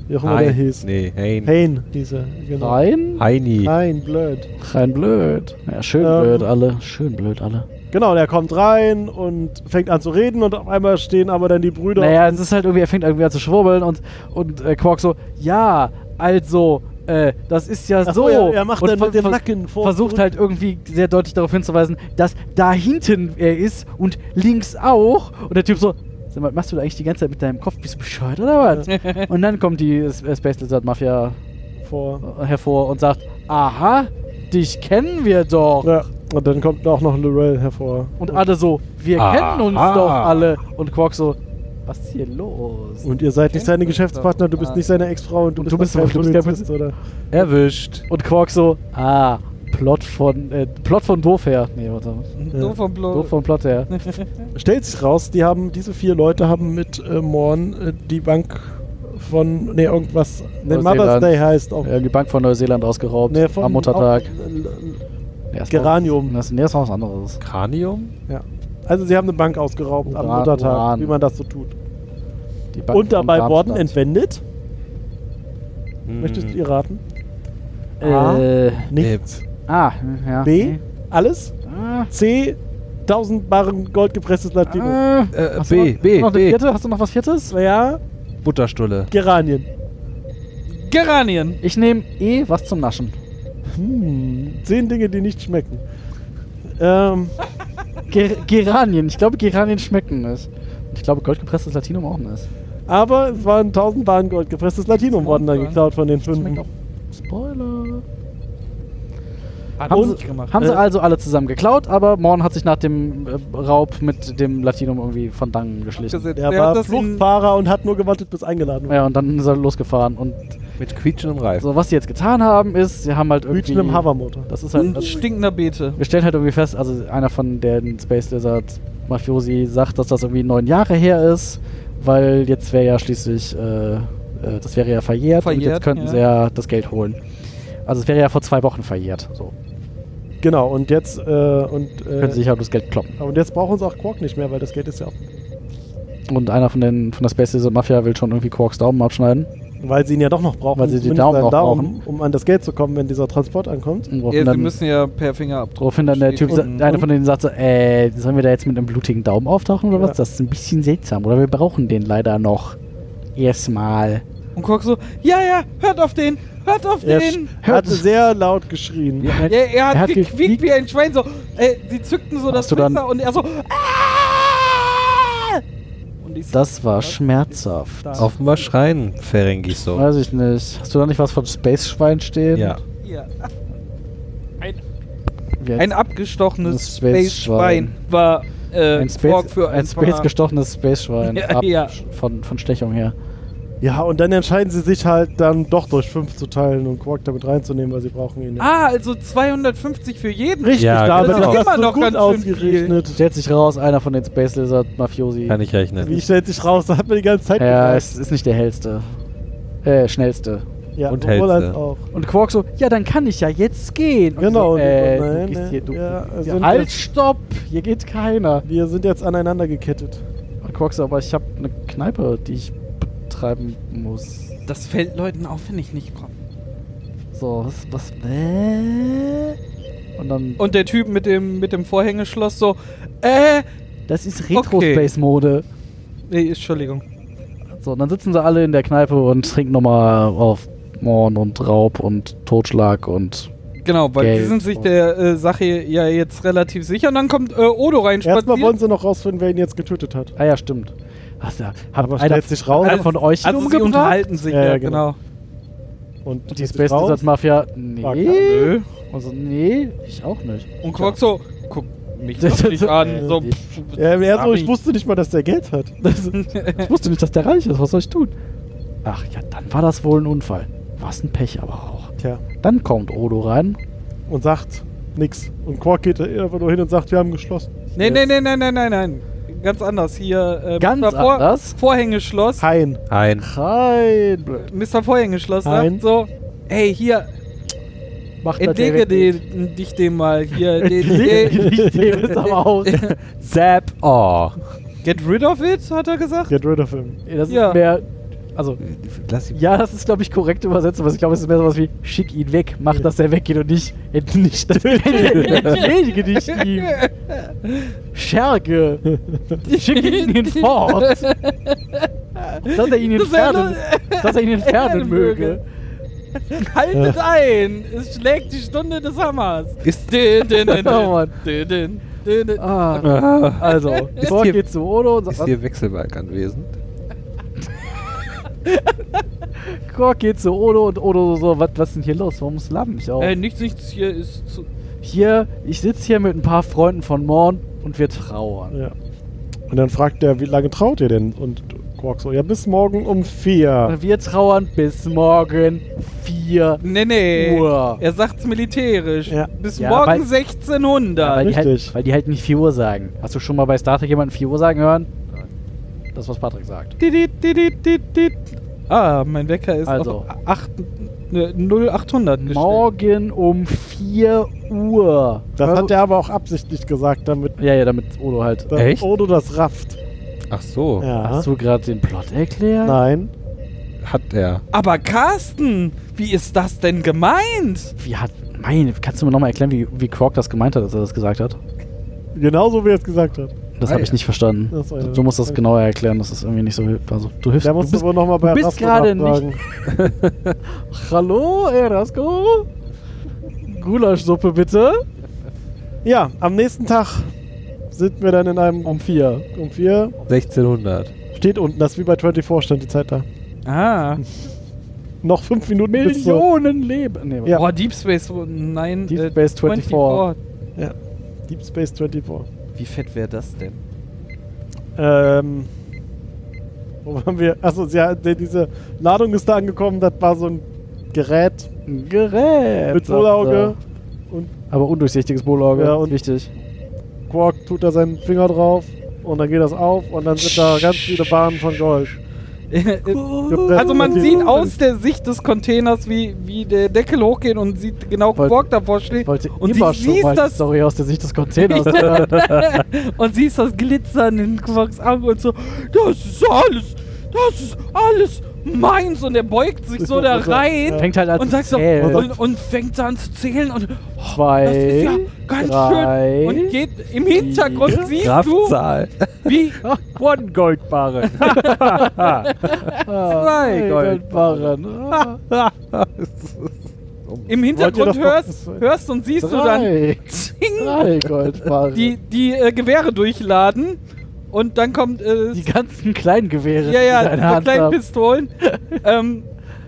D: Wie auch immer der
F: Hein.
D: hieß.
F: Nee, Hein.
D: Hein hieß er, genau.
E: Rein?
F: Heini.
D: Hein, blöd.
E: Rein blöd. Ja, schön
D: Ähm.
E: blöd alle. Schön blöd alle.
D: Genau, der kommt rein und fängt an zu reden und auf einmal stehen aber dann die Brüder.
E: Naja, es ist halt irgendwie, er fängt irgendwie an zu schwurbeln und, und äh, Quark so, ja, also, äh, das ist ja
D: Ach
E: so.
D: so, ja, er macht
E: und
D: dann
E: ver-
D: mit dem
E: ver-
D: Nacken vor-
E: Versucht halt irgendwie sehr deutlich darauf hinzuweisen, dass da hinten er ist und links auch. Und der Typ so, sag mal, was machst du da eigentlich die ganze Zeit mit deinem Kopf? Bist du bescheuert oder was? und dann kommt die S- äh, Space Lizard Mafia äh,
D: vor.
E: hervor und sagt, aha, dich kennen wir doch.
D: Ja, und dann kommt auch noch Lorel hervor.
E: Und alle so, wir kennen uns doch alle. Und Quark so, was ist hier los?
D: Und ihr seid nicht seine Geschäftspartner, du bist nicht seine Ex-Frau und du
E: Ah. du
D: bist
E: bist- du bist kein Polizist.
D: oder?
F: Erwischt.
E: Und Quark so, ah, Plot von, äh, Plot von doof her. Nee, warte.
B: Doof und
E: Doof
B: bloß.
E: von Plot her.
D: Stellt sich raus, die haben, diese vier Leute haben mit äh, Morn äh, die Bank von, ne, irgendwas, ne,
E: Neuseeland.
D: Mother's Day heißt auch.
E: Wir haben die Bank von Neuseeland ausgeraubt.
D: Nee, von-
E: am Muttertag.
D: auch-
E: Ja, ist
D: Geranium.
E: noch- Das ist nee, ist noch was anderes.
F: Kranium?
D: Also sie haben eine Bank ausgeraubt am
E: Uran-
D: Muttertag,
E: Uran.
D: wie man das so tut.
E: Die Bank
D: und dabei
E: von
D: wurden
E: Darmstadt. Mhm.
D: entwendet.
F: Hm.
D: Möchtest du ihr raten?
E: Äh,
D: Nichts.
E: ah, ja.
D: Ah. B. Alles.
E: Ah,
D: C. 1000 Barren goldgepresstes Latino.
E: ah.
F: Äh,
E: Hast du
F: B,
E: noch,
F: B,
E: noch eine
F: B.
E: Vierte? Hast du noch was Viertes?
D: Ja,
F: Butterstulle.
D: Geranien.
B: Geranien.
E: Ich nehme E, was zum Naschen.
D: Hm, zehn Dinge, die nicht schmecken. Ähm,
E: Ger Geranien. Ich glaube, Geranien schmecken es. Und ich glaube, goldgepresstes Latinum auch nicht.
D: aber es waren 1000 Barren Gold gepresstes Latinum wurden dann geklaut von den fünf.
E: Spoiler.
B: Hat
E: Haben
B: uns
E: sie,
B: nicht gemacht.
E: haben
D: Äh.
E: sie also alle zusammen geklaut, aber Morn hat sich nach dem äh, Raub mit dem Latinum irgendwie von Dangen geschlichen.
B: Abgesetzt.
D: Der
B: Der
D: war
B: hat das in-
D: Fluchtfahrer und hat nur gewartet, bis eingeladen wurde.
E: Ja, und dann ist er losgefahren und
F: Mit quietschenden
B: Äh.
F: Reifen.
E: So, was sie jetzt getan haben, ist, sie haben halt irgendwie.
D: Hütchen im Hovermotor.
E: Das ist halt.
B: Ein stinkender Beete.
E: Wir stellen halt irgendwie fest, also einer von den Space Lizard Mafiosi sagt, dass das irgendwie neun Jahre her ist, weil jetzt wäre ja schließlich, äh, äh, das wäre ja verjährt, und
B: Verjährt,
E: jetzt könnten sie ja das Geld holen. Also es wäre ja vor zwei Wochen verjährt. So.
B: Äh.
D: Genau, und jetzt, äh, und,
E: Können sie
D: äh,
E: sich halt das Geld kloppen.
D: und jetzt brauchen sie auch Quark nicht mehr, weil das Geld ist ja auch.
E: Und einer von den von der Space Lizard Mafia will schon irgendwie Quarks Daumen abschneiden.
D: Weil sie ihn ja doch noch brauchen.
E: Weil sie die
D: zumindest
E: Daumen
D: einen
E: noch
D: Daumen, um an das Geld zu kommen, wenn dieser Transport ankommt.
E: Und woraufhin
B: Ja, sie
E: dann,
B: müssen ja per Fingerabdruck.
E: woraufhin dann der
B: steht
E: Typ, sa-
B: unten.
E: einer von denen sagt so, äh, sollen wir da jetzt mit einem blutigen Daumen auftauchen oder
D: Ja.
E: was? Das ist ein bisschen seltsam. Oder wir brauchen den leider noch. Erstmal.
B: Und Quark so, ja, ja, hört auf den, hört auf
D: Er sch-
B: den.
D: hat
E: Hört-
D: sehr laut geschrien.
E: Ja,
B: Ja, er hat,
E: er hat
B: gequiekt,
E: gequiekt.
B: wie ein Schwein. So, äh, sie zückten so das
E: Hast du dann-
B: Messer und er so. "Ah!" Und ich so,
E: Das war schmerzhaft.
F: Offenbar schreien Ferengis so.
E: Weiß ich nicht. Hast du da nicht was von Space Schwein stehen?
F: Ja.
B: ja.
E: Wie
B: Ein
E: Ein,
B: abgestochenes
E: Ein Space
B: Space-Schwein war äh,
E: ein
B: Quark
E: Space,
B: für
E: ein
B: von einer-
E: Space gestochenes Space Schwein.
B: Ja,
E: Ab,
B: ja.
E: Von, von Stechung her.
D: Ja, und dann entscheiden sie sich halt dann doch durch fünf zu teilen und Quark damit reinzunehmen, weil sie brauchen ihn.
B: Ah, also 250 für jeden.
D: Richtig,
F: Ja,
D: damit
F: genau.
D: hast
B: Immer
D: du
B: noch
D: gut
B: ganz schön
D: ausgerechnet.
E: Stellt sich raus, einer von den Space Lizard Mafiosi.
F: Kann ich
D: Wie
F: rechnen.
D: stellt sich raus, da hat man die ganze Zeit
E: ja,
D: gedacht.
E: es ist nicht der hellste. Äh, schnellste.
D: ja,
F: und
D: sowohl
F: hältste.
D: als auch.
E: Und Quark so, ja, dann kann ich ja jetzt gehen. Und
D: Genau,
E: So,
D: und-
E: äh,
D: und nein,
E: du gehst
D: ne,
E: hier, du,
D: ja,
E: ja,
D: also-
E: halt, stopp, hier geht keiner.
D: Wir sind jetzt aneinander gekettet.
E: Und Quark so, aber ich habe eine Kneipe, die ich betreiben muss.
B: Das fällt Leuten auf, wenn ich nicht komme.
E: So, was, was, äh? Und dann
B: Und der Typ mit dem, mit dem Vorhängeschloss so, äh,
E: Das ist
B: Okay.
E: Retro-Space-Mode.
B: nee, Entschuldigung.
E: So, und dann sitzen sie alle in der Kneipe und trinken nochmal auf Morn und Raub und Totschlag und.
B: Genau, weil
E: Geld.
B: die sind sich der äh, Sache ja jetzt relativ sicher. Und dann kommt äh, Odo rein
D: Erstmal
B: spazieren.
D: wollen sie noch rausfinden, wer ihn jetzt getötet hat.
E: Ah ja, stimmt. Ach, ja, hat
D: Aber
E: einer,
D: stellt sich raus
E: einer von euch
B: also sie
E: umgebracht?
B: unterhalten sich,
D: Ja,
B: ja,
D: ja, genau.
B: genau.
E: Und
D: Und
E: die
D: stellt sich
E: Space
D: raus,
E: Lizard Mafia.
D: War
E: Nee.
B: Nö.
E: Also, nee, ich auch nicht.
B: genau. Und Quark so, guck mich doch nicht an. So, pff,
D: Ja, im ersten
B: Abi.
D: Moment, ich wusste nicht mal, dass der Geld hat.
E: Ich wusste nicht, dass der reich ist. Was soll ich tun? Ach ja, dann war das wohl ein Unfall. Was ein Pech aber auch.
D: Tja,
E: Dann kommt Odo rein.
D: und sagt nix. Und Quark geht einfach nur hin und sagt, wir haben geschlossen.
B: nee, nee, nee, nein, nein, nein, nein. Ganz anders hier. Äh,
E: Ganz
B: Mr. Vor-
E: anders?
B: Vorhängeschloss.
D: Hein.
F: Ein.
E: Rein.
B: Mr. Vorhängeschloss
D: Nein.
B: sagt so, hey, hier,
E: Macht
B: entlege den, dich dem mal hier. Den, den,
E: Ist aber auch.
F: Zap. Oh.
B: get rid of it, hat er gesagt.
D: Get rid of him.
E: Das ist
B: Ja.
E: mehr. Also,
F: Lass ihn.
E: Ja, das ist, glaube ich, korrekt übersetzt, aber ich glaube, es ist mehr sowas wie, schick ihn weg, mach, dass er weggeht und nicht entnichte entledige dich ihm. Scherge. Schick ihn hinfort. Dass er ihn
B: Dass er
E: entfernen, dass er ihn entfernen möge.
B: Haltet ein! Es schlägt die Stunde des Hammers.
F: Ist
B: Dün, dün, dün,
E: Oh Mann.
B: dün, dün, dün, dün.
E: Ah,
F: Ah.
E: also, Borg
F: hier-
E: geht zu Odo und
F: Ist
E: sagt,
F: hier Wechselbalg anwesend?
E: Borg geht zu Odo und Odo so, was was ist denn hier los? Warum slammen mich auch?
B: Äh, nichts, nichts hier ist zu.
E: Hier, ich sitze hier mit ein paar Freunden von Morn und wir trauern.
D: Ja. Und dann fragt er, wie lange traut ihr denn? Und Quark so, ja, bis morgen um vier.
E: Und wir trauern bis morgen 4
B: Nee, nee.
E: Uhr.
B: Er sagt's militärisch.
D: Ja.
B: Bis
E: Ja,
B: morgen
E: weil-
B: 1600.
E: Ja, weil, die
D: Richtig.
E: halt, weil die halt nicht 4 Uhr sagen. Hast du schon mal bei Star Trek jemanden 4 Uhr sagen hören? Das, was Patrick sagt.
B: Didit, didit, didit. Ah, mein Wecker ist
E: Also.
B: auf 8, ne, 0800 gestellt.
E: Morgen um 4 Uhr.
D: Das
E: Hör-
D: hat er aber auch absichtlich gesagt, damit
E: Ja, ja, damit Odo halt.
D: damit
F: Echt?
D: Odo das rafft.
F: Ach so.
D: Ja.
E: Hast du gerade den Plot erklärt?
D: Nein.
F: Hat er.
B: Aber Carsten, wie ist das denn gemeint?
E: Wie hat. Meine, kannst du mir nochmal erklären, wie, wie Quark das gemeint hat, als er das gesagt hat?
D: Genauso wie er es gesagt hat.
E: Das
F: Ah,
E: habe ich
F: ja.
E: nicht verstanden.
D: Das war ja-
E: du musst das genauer erklären, das ist irgendwie nicht so. Also, du hilfst
D: Da
E: du
D: musst du
E: bist,
D: wohl nochmal bei
E: du bist
D: Rasko
E: gerade
D: nachfragen.
E: Hallo, Erasco? Gulaschsuppe bitte.
D: Ja, am nächsten Tag sind wir dann in einem
E: Um 4.
D: um vier.
F: 1600.
D: Steht unten, das ist wie bei 24 stand die Zeit da.
B: Ah.
D: Noch fünf Minuten bis zur
E: Millionen Leben. Nee,
D: Ja.
B: Boah, Deep Space, nein. äh,
E: Deep Space 24.
D: Deep Space 24.
B: Wie fett wäre das denn?
D: Ähm. Wo waren wir? Achso, ja, der, diese Ladung ist da angekommen. Das war so ein Gerät
E: Gerät.
D: mit
E: sagt
D: Polauge.
E: er. Aber undurchsichtiges Polauge.
D: Ja,
E: Ja,
D: und-
E: und wichtig.
D: Quark tut da seinen Finger drauf und dann geht das auf und dann sind da ganz viele Bahnen von Gold.
B: Also man sieht aus der Sicht des Containers, wie, wie der Deckel hochgeht und sieht genau
E: Wollte-
B: Quark davor steht.
E: Ich wollte
B: Und
E: immer
B: sie
E: schon
B: siehst
E: mal die
B: das-
E: Story aus der Sicht des Containers. Äh, hören.
B: Und siehst das Glitzern in Quarks Augen und so, das ist alles, das ist alles meins. Und er beugt sich
D: Ich
B: so da
D: muss mal
B: rein
E: Fängt halt an
B: und,
E: zu
B: sagt so,
E: zählen.
B: und, und fängt so an zu zählen und oh,
E: Zwei,
B: das ist ja ganz
E: drei,
B: schön. Und geht im Hintergrund,
E: vier.
B: siehst du,
G: Kraftzahl.
B: wie
F: One Goldbarren.
E: Zwei Goldbarren. Ah,
B: im
D: Wollt
B: Hintergrund
D: ihr doch
B: hörst,
D: noch-
B: hörst und siehst du dann
E: Drei.
B: zing,
E: Drei Goldbarren.
B: die, die äh, Gewehre durchladen und dann kommt äh,
E: Die ganzen kleinen
B: ja,
E: Gewehre. die ich
B: ja,
E: in
B: die
E: der Hand
B: kleinen
E: hab.
B: Pistolen. ähm,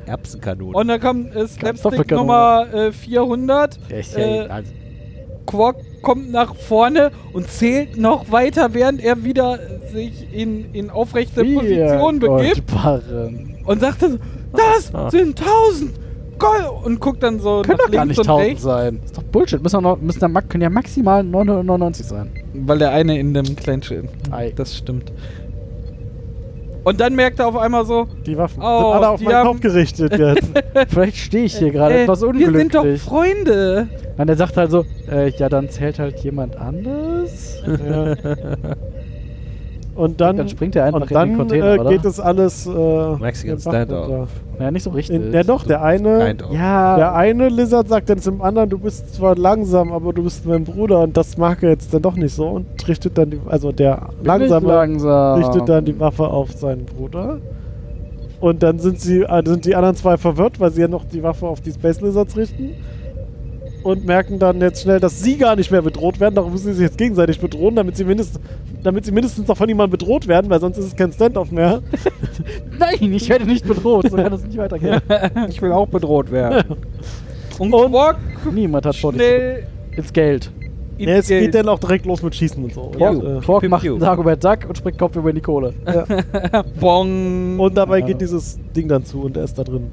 G: Erbsenkanone.
B: Und dann kommt äh, Slapstick
E: Kartoffelkanone.
B: Nummer äh, 400.
E: Ja, ist ja
B: Äh,
E: egal.
B: Quark kommt nach vorne und zählt noch weiter, während er wieder sich in, in aufrechte
E: Vier
B: Position begibt
E: Goldbarren.
B: und sagt dann so, das sind 1000 Gold und guckt dann so
E: Ah. Können
B: nach
E: doch gar
B: links
E: nicht
B: und
E: 1000
B: rechts,
E: sein. Ist doch Bullshit. Müssen, doch noch, müssen ja, ma- können ja maximal 999 sein.
B: weil der eine in dem Kleinschirm.
E: Ei.
B: Das stimmt. Und dann merkt er auf einmal so,
D: Die Waffen
B: Oh,
D: sind alle auf
B: die
D: meinen
B: haben-
D: Kopf gerichtet jetzt.
E: Vielleicht stehe ich hier gerade
B: äh,
E: etwas
B: wir sind doch
E: unglücklich.
B: Freunde.
E: Und er sagt halt so, äh, ja, dann zählt halt jemand anders. Äh,
D: ja. Und dann,
E: Dann springt er einfach
D: und
E: in den
D: dann,
E: Container,
D: äh,
E: oder?
D: geht es alles. Äh,
G: Mexican
D: in Bach
G: Standoff.
D: runter.
E: Naja, nicht so richtig.
D: In, ja, doch, der eine,
G: Kind of.
E: ja,
D: der eine Lizard sagt dann zum anderen: Du bist zwar langsam, aber du bist mein Bruder und das mag er jetzt dann doch nicht so und richtet dann die. Also der
E: langsam,
D: langsame
E: langsam.
D: richtet dann die Waffe auf seinen Bruder. Und dann sind sie äh, sind die anderen zwei verwirrt, weil sie ja noch die Waffe auf die Space Lizards richten. Und merken dann jetzt schnell, dass sie gar nicht mehr bedroht werden. Darum müssen sie sich jetzt gegenseitig bedrohen, damit sie mindestens, damit sie mindestens noch von jemandem bedroht werden, weil sonst ist es kein Stand-off mehr.
E: Nein, ich werde nicht bedroht. So kann das nicht weitergehen.
F: ich will auch bedroht werden.
B: Und, Quark
E: Niemand hat vor dich.
B: schnell
E: Ins Geld.
B: ins
D: Nee, es geht
B: Geld.
D: dann auch direkt los mit Schießen und so.
E: Ja.
D: Und, äh,
E: Quark
F: Piu,
E: macht
F: piu.
E: einen Dagobert Duck und springt Kopf über in die Kohle.
B: Bong.
D: und dabei
E: Ja.
D: geht dieses Ding dann zu und er ist da drin.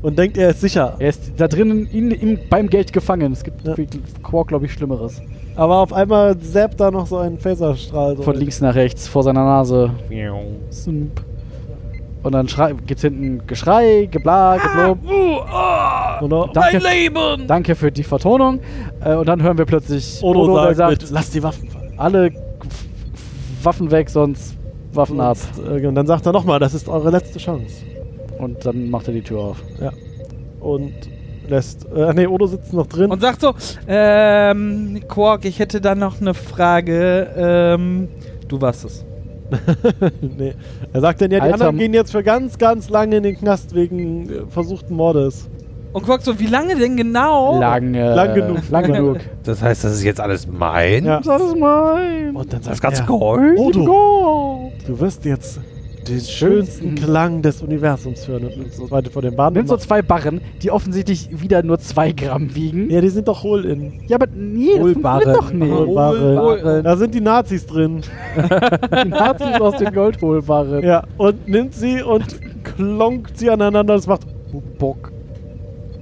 D: Und denkt, er ist sicher.
E: Er ist da drinnen in, im, beim Geld gefangen. Es gibt
D: Ja.
E: für Quark, glaube ich, Schlimmeres.
D: Aber auf einmal zappt da noch so ein Phaserstrahl. So äh,
E: Von links nach rechts, vor seiner Nase. Snoop. Und dann schrei- gibt's hinten Geschrei, gebla, geblub.
B: Uh, ah,
D: Und dann-
B: mein
E: Danke,
B: Leben!
E: danke für die Vertonung. Äh, und dann hören wir plötzlich,
D: Odo, sagt,
E: sagt,
D: mit, lass die Waffen fallen.
E: alle F- F- Waffen weg, sonst Waffen ab.
D: Und, äh, und dann sagt er nochmal, das ist eure letzte Chance.
E: Und dann macht er die Tür auf.
D: Und lässt. Äh, nee, Odo sitzt noch drin.
B: Und sagt so, ähm, Quark, ich hätte da noch eine Frage. Ähm, du warst es.
D: nee. Er sagt dann, ja, die
E: Alter,
D: anderen
E: m-
D: gehen jetzt für ganz, ganz lange in den Knast wegen äh, versuchten Mordes.
B: Und Quark so, wie lange denn genau?
E: Lang, äh,
D: Oh. Lang genug.
E: Lang genug.
G: Das heißt, das ist jetzt alles mein?
D: Ja.
E: Das ist mein.
D: Und dann sagt
G: Das ganze
D: er,
G: Gold?
D: Odo, du wirst jetzt den schönsten Klang des Universums hören. Und nimmt so weiter vor den Baden.
E: Nimm so zwei Barren, die offensichtlich wieder nur zwei Gramm wiegen.
D: ja, die sind doch hohl in.
E: Ja, aber nee, das
F: Hohlbarren.
E: funktioniert doch nicht.
D: Hohlbarren.
B: Hohlbarren.
D: Da sind die Nazis drin.
E: Die Nazis aus dem Gold hohlbare.
D: Ja, und nimmt sie und klonkt sie aneinander. Das macht
E: Bock.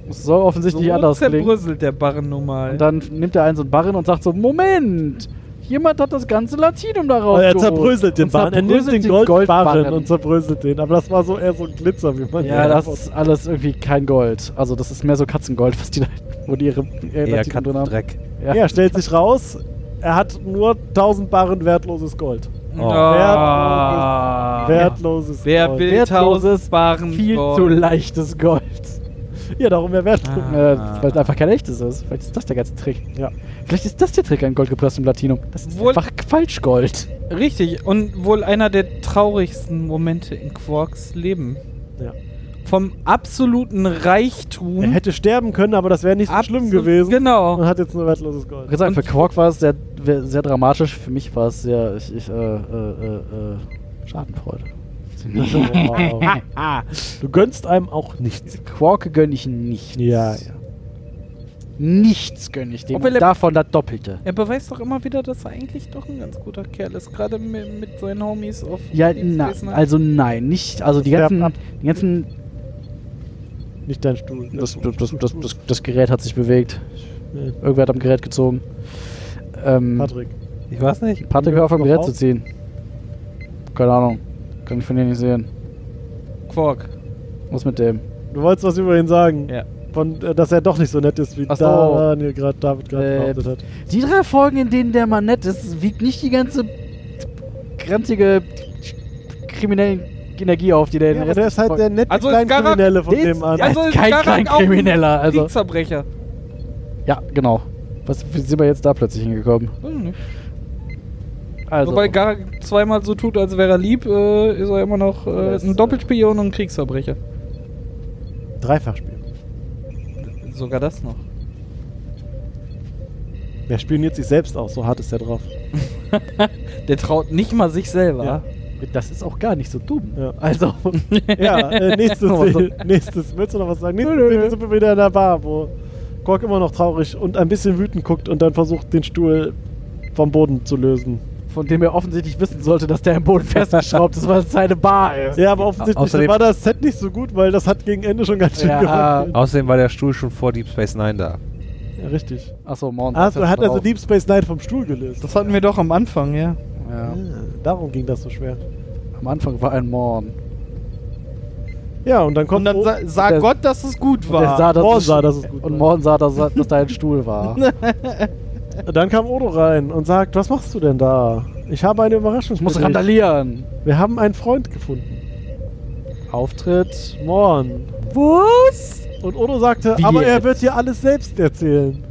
E: Das soll offensichtlich anders klingen.
B: zerbröselt der Barren nun mal.
E: Und dann nimmt er einen so einen Barren und sagt so, Moment, jemand hat das ganze Latinum daraus
D: Oh, er zerbröselt den Barren. Er nimmt den Goldbarren und
E: so.
D: zerbröselt den. Aber das war so eher so ein Glitzer, wie man
E: Ja, das ist alles irgendwie kein Gold. Also das ist mehr so Katzengold, was die da wo die ihre ihr
G: Eher
E: Latinum drin haben.
G: Katzendreck.
E: Ja.
D: Ja, stellt sich raus, er hat nur 1000 Barren wertloses Gold.
B: Ah.
D: Wertloses
B: Wer
D: Gold.
B: will
E: Wertloses,
B: tausend Barren?
E: Viel
B: Gold?
E: zu leichtes Gold.
D: Ja, darum wäre wertlos.
B: Ah.
E: Äh, Weil es einfach kein echtes ist. Vielleicht ist das der ganze Trick.
D: Ja.
E: Vielleicht ist das der Trick an goldgepresstem Latinum. Das ist
B: Wohl-
E: einfach Falschgold.
B: Richtig, und wohl einer der traurigsten Momente in Quarks Leben.
D: Ja.
B: Vom absoluten Reichtum.
D: Er hätte sterben können, aber das wäre nicht so schlimm
B: absolut-
D: gewesen.
B: Mhm. Genau.
D: Und hat jetzt nur wertloses
E: Ich
D: Gold.
E: würde sagen, für Quark war es sehr, sehr dramatisch. Für mich war es sehr ich, ich, äh, äh, äh, äh, Schadenfreude.
D: Wow. du gönnst einem auch nichts.
E: Quark gönne ich nichts.
D: Ja, ja.
E: Nichts gönne ich dem.
B: Obwohl er-
E: Und davon das Doppelte.
B: Er beweist doch immer wieder, dass er eigentlich doch ein ganz guter Kerl ist, gerade mit, mit seinen Homies auf
E: Ja,
B: Deep
E: na,
B: Space Nine.
E: also nein, nicht. Also die
D: Sterb
E: ganzen,
D: ab.
E: die ganzen
D: Nicht dein Stuhl.
E: Das, das, das, das, das Gerät hat sich bewegt. Irgendwer hat am Gerät gezogen. Ähm,
D: Patrick.
F: Ich weiß nicht.
E: Patrick, hör auf, am
D: Noch
E: Gerät
D: auf?
E: zu ziehen. Keine Ahnung. Kann ich von dir nicht sehen.
B: Quark.
E: Was mit dem?
D: Du wolltest was über ihn sagen.
B: Ja.
D: Von, äh, dass er doch nicht so nett ist, wie
E: Ach so.
D: Daniel grad, David gerade
E: Äh,
D: behauptet hat.
E: Die drei Folgen, in denen der Mann nett ist, wiegt nicht die ganze grantige kriminelle Energie auf, die der
D: Ja, aber der ist halt der nette
B: Also
D: also
B: ist
D: Kleinkriminelle von
E: Garak-
D: dem an.
B: Also,
E: Ja, ist kein Kleinkrimineller, also.
B: Kriegsverbrecher.
E: Ja, genau. Was wie sind wir jetzt da plötzlich hingekommen?
B: Weiß ich nicht.
E: Also,
B: Wobei Garak zweimal so tut, als wäre er lieb, äh, ist er immer noch
D: Er
B: äh,
D: ist,
B: ein Doppelspion und ein Kriegsverbrecher.
D: Dreifachspiel.
B: Sogar das noch.
D: Der spioniert sich selbst aus, so hart ist er drauf.
B: Der traut nicht mal sich selber.
D: Ja.
E: das ist auch gar nicht so dumm.
D: Ja.
E: Also,
D: Ja, äh, nächstes,
E: Oh, so.
D: nächstes. Willst du noch was sagen? Nächstes
E: Nö, nö,
D: Bild
E: nö.
D: sind wir wieder in der Bar, wo Kork immer noch traurig und ein bisschen wütend guckt und dann versucht, den Stuhl vom Boden zu lösen.
E: von dem er offensichtlich wissen sollte, dass der im Boden festgeschraubt ist, weil es seine Bar ist.
D: Ja, aber offensichtlich
F: außerdem-
D: war das Set nicht so gut, weil das hat gegen Ende schon ganz schön
E: Ja.
D: gewackelt.
F: Außerdem war der Stuhl schon vor Deep Space Nine da.
D: Ja, richtig.
E: Achso, morgen.
D: Also, hat also Deep Space Nine vom Stuhl gelöst.
B: Das hatten wir doch am Anfang, ja.
E: ja.
D: Darum ging das so schwer.
E: Am Anfang war ein Morn.
D: Ja, und dann kommt
B: Und dann
D: O-
B: sa sah
E: oh. der-
B: Gott, dass es gut
E: Der
B: war.
E: sah, dass
D: Morn
E: es-
D: sah, dass es gut war.
E: Und Morn sah, dass, dass da ein Stuhl war.
D: Dann kam Odo rein und sagt, was machst du denn da? Ich habe eine Überraschung.
E: Ich muss
D: für dich.
E: randalieren.
D: Wir haben einen Freund gefunden.
E: Auftritt.
D: Morn.
E: Was?
D: Und Odo sagte,
E: Wie
D: aber er
E: jetzt?
D: wird dir alles selbst erzählen.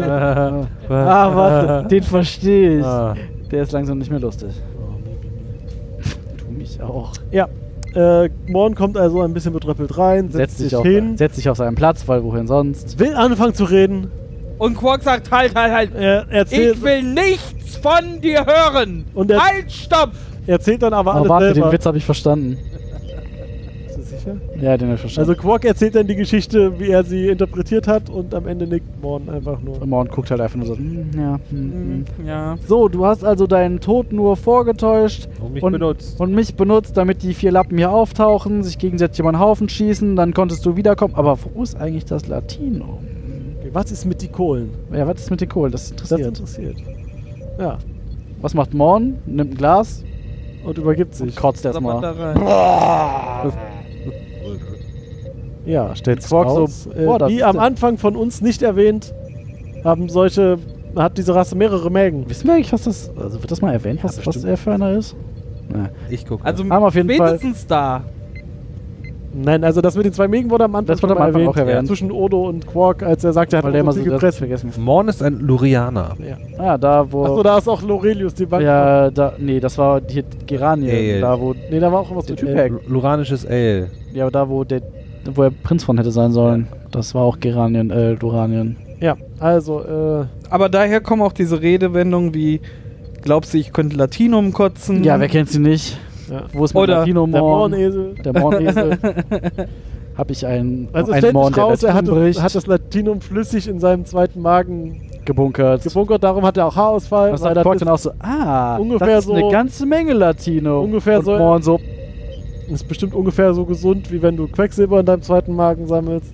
E: ah,
D: ah.
E: warte, den verstehe ich.
F: Ah.
E: Der ist langsam nicht mehr lustig.
D: Oh,
E: Du mich auch.
D: Ja. Äh, Morn kommt also ein bisschen betröppelt rein, setzt, sich
E: auf,
D: hin,
E: setzt sich auf seinen Platz, weil wohin sonst?
D: will anfangen zu reden.
B: Und Quark sagt, halt, halt,
E: Äh,
B: halt.
D: Er erzählt,
B: Ich will nichts von dir hören.
D: Und er-
B: halt, stopp.
D: erzählt dann aber
E: Aber
D: alles
E: Oh, warte,
D: selber.
E: den Witz habe ich verstanden.
D: Bist du sicher?
E: Ja, den habe ich verstanden.
D: Also Quark erzählt dann die Geschichte, wie er sie interpretiert hat und am Ende nickt Morn einfach nur.
E: Immer und guckt halt einfach nur so. "Hm, ja.
B: Mhm.
E: hm, hm."
B: Ja.
E: So, du hast also deinen Tod nur vorgetäuscht
F: Und mich
E: und,
F: benutzt.
E: und mich benutzt, damit die vier Lappen hier auftauchen, sich gegenseitig über den Haufen schießen, dann konntest du wiederkommen. Aber wo ist eigentlich das Latino?
D: Okay, was ist mit die Kohlen?
E: Ja, was ist mit den Kohlen? Das
D: Das
E: interessiert.
D: interessiert. Ja,
E: Was macht Morn? Nimmt ein Glas
D: und übergibt
E: und
D: sich.
E: kotzt
B: Sabbert da
E: erstmal.
B: rein.
D: Ja, stellt sich
E: Quark
D: raus.
E: so,
D: äh,
E: boah, das
D: wie
E: ist
D: am
E: ja-
D: Anfang von uns nicht erwähnt, haben solche, hat diese Rasse mehrere Mägen.
E: Wissen wir eigentlich, was das. Also wird das mal erwähnt, was, was
F: bestimmt.
E: er für einer ist?
F: Ich gucke.
B: Also
E: Haben auf jeden Fall-
B: spätestens da.
D: Nein, also das mit den zwei Mägen wurde am Anfang,
E: Das wurde
D: schon
E: am
D: mal
E: Anfang auch erwähnt.
D: Zwischen Odo und Quark, als er sagte, er hat
E: Weil der
D: Odo
E: immer so
D: viel
E: das
D: gepresst.
E: vergessen hat.
F: Morn ist ein Lurianer.
E: Ah, da wo.
D: Achso, da ist auch Lorelius die Bank.
E: ja, da. Nee, das war hier Geranien.
F: Ey,
E: da wo.
D: Nee, da war auch irgendwas
E: Der
D: mit
E: Typ
D: Elben.
E: weg.
F: Lu- Luranisches Ale.
E: Ja, da wo der. Wo er Prinz von hätte sein sollen. Das war auch Geranien, äh, Duranien.
D: Ja, also, äh,
B: Aber daher kommen auch diese Redewendungen wie, glaubst du, ich könnte Latinum kotzen?
E: Ja, wer kennt sie nicht?
D: äh, ja.
E: Wo ist mein
B: Oder
E: Latino
D: Mhm. der
E: Morn?
D: Mornesel.
E: Der Mornesel. Hab ich einen.
D: Also es
E: einen
D: stellt
E: Morn,
D: sich
E: der
D: raus, er hat,
E: Latinum
D: das-
E: bricht,
D: hat das Latinum flüssig in seinem zweiten Magen
E: gebunkert.
D: gebunkert, darum hat er auch Haarausfall.
E: Das
D: weil
E: sagt
D: das
E: Quark
D: ist-
E: dann auch so, ah,
D: ungefähr
E: das ist
D: so-
E: eine ganze Menge Latino.
D: ungefähr
E: und
D: so-
E: Morn so,
D: Ist bestimmt ungefähr so gesund, wie wenn du Quecksilber in deinem zweiten Magen sammelst.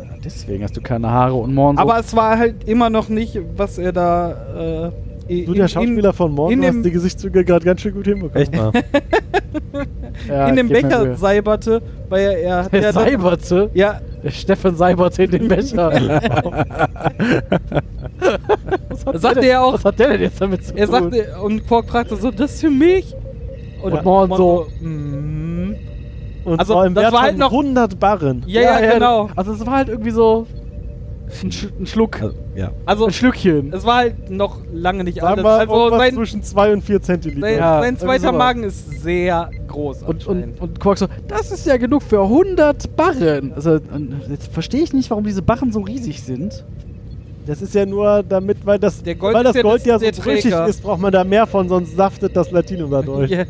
E: "Ah, deswegen hast du keine Haare und Morn so.
B: Aber es war halt immer noch nicht, was er da. Äh,
D: Du, der Schauspieler von Morgen,
B: in
D: du hast
B: dem-
D: die Gesichtszüge gerade ganz schön gut hinbekommen.
F: Echt mal.
E: ja,
B: in dem
E: gib mir
B: Becher
E: Mühe.
B: seiberte, weil er, er hat
E: Der
B: ja, dann,
E: Seiberte?
B: ja,
E: Der Steffen Seiberte in den Becher. was hat
B: sagte
E: der,
B: er auch.
E: Was hat der denn jetzt damit zu
B: Er
E: tun?
B: sagte und Quark fragte so, das für mich? Und
E: Ja. Morn so,
B: mm,
D: Und
B: Also,
D: zwar im
B: das
D: Wert
B: war halt
D: von
B: noch-
D: 100 Barren.
B: ja, ja, genau.
E: Also es war halt irgendwie so ein, Sch ein Schluck,
F: Also, ja.
B: Also
E: ein Schlückchen.
B: es war halt noch lange nicht
D: Sagen
B: anders.
D: wir
B: Also
D: irgendwas
B: sein,
D: zwischen 2 und 4 Zentiliter. also
B: sein,
E: Ja,
B: sein
E: irgendwie
B: zweiter
E: sowas.
B: Magen ist sehr groß
E: Und,
B: anscheinend.
E: und, und Quark so, das ist ja genug für 100 Barren. Also und jetzt verstehe ich nicht, warum diese Barren so riesig sind.
D: Das ist ja nur damit, weil das,
B: Der Gold
D: weil
B: ist
D: das
B: ja
D: Gold
B: das-
D: ja so
B: der
D: brüchig
B: Träger.
D: ist, braucht man da mehr von, sonst saftet das Latinum dadurch.
B: Ja.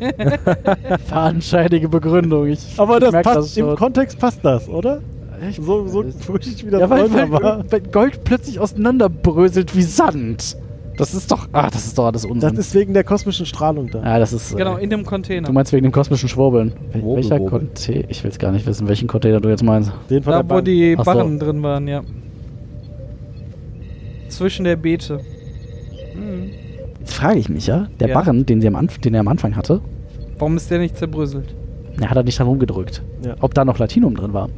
E: Fadenscheinige Begründung. Ich,
D: Aber
E: ich
D: das
E: merk
D: passt, im
E: schon.
D: Kontext passt das, oder?
E: Ich-
D: So, so
E: das-
D: brüchig wie das
E: ja, weil,
D: Gold
E: weil,
D: war.
E: weil Gold plötzlich auseinanderbröselt wie Sand. Das ist doch. Ah, das ist doch alles
D: Das
E: Unsinn.
D: ist wegen der kosmischen Strahlung da.
E: ja, das ist.
B: Genau,
E: Äh,
B: in dem Container.
E: du meinst wegen dem kosmischen Schwurbeln. Wel-
G: Wurbel,
E: Welcher
G: Wurbel.
E: Container? Ich will es gar nicht wissen, welchen Container du jetzt meinst.
D: Den von der
B: da, wo
D: Bank.
B: die
E: Ach so.
B: Barren drin waren, ja. Zwischen der Beete.
E: Mhm. Jetzt frage ich mich ja, der
B: Ja.
E: Barren, den, sie am Anf den er am Anfang hatte,
B: Warum ist der nicht zerbröselt?
E: der hat er nicht dran rumgedrückt.
D: Ja.
E: Ob da noch Latinum drin war?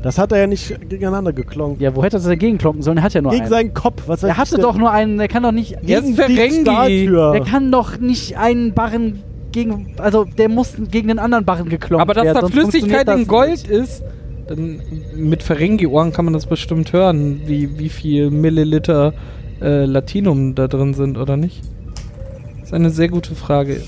D: Das hat er ja nicht gegeneinander geklonkt.
E: Ja, wo hätte er das denn gegenklonken sollen? Er hat ja nur
D: Gegen
E: einen.
D: seinen Kopf. Was weiß
E: Er hatte
D: ich
E: doch nur einen, der kann doch nicht.
B: Ja, Jetzt
D: Gegen
B: verrenken die.
D: Statue.
E: Der kann doch nicht einen Barren gegen. Also, der muss gegen den anderen Barren geklonkt
B: Aber dass
E: werden.
B: da
E: sonst
B: Flüssigkeit
E: funktioniert das
B: in Gold
E: nicht.
B: ist, dann mit Ferengi-Ohren kann man das bestimmt hören, wie, wie viel Milliliter äh, Latinum da drin sind, oder nicht? Das ist eine sehr gute Frage.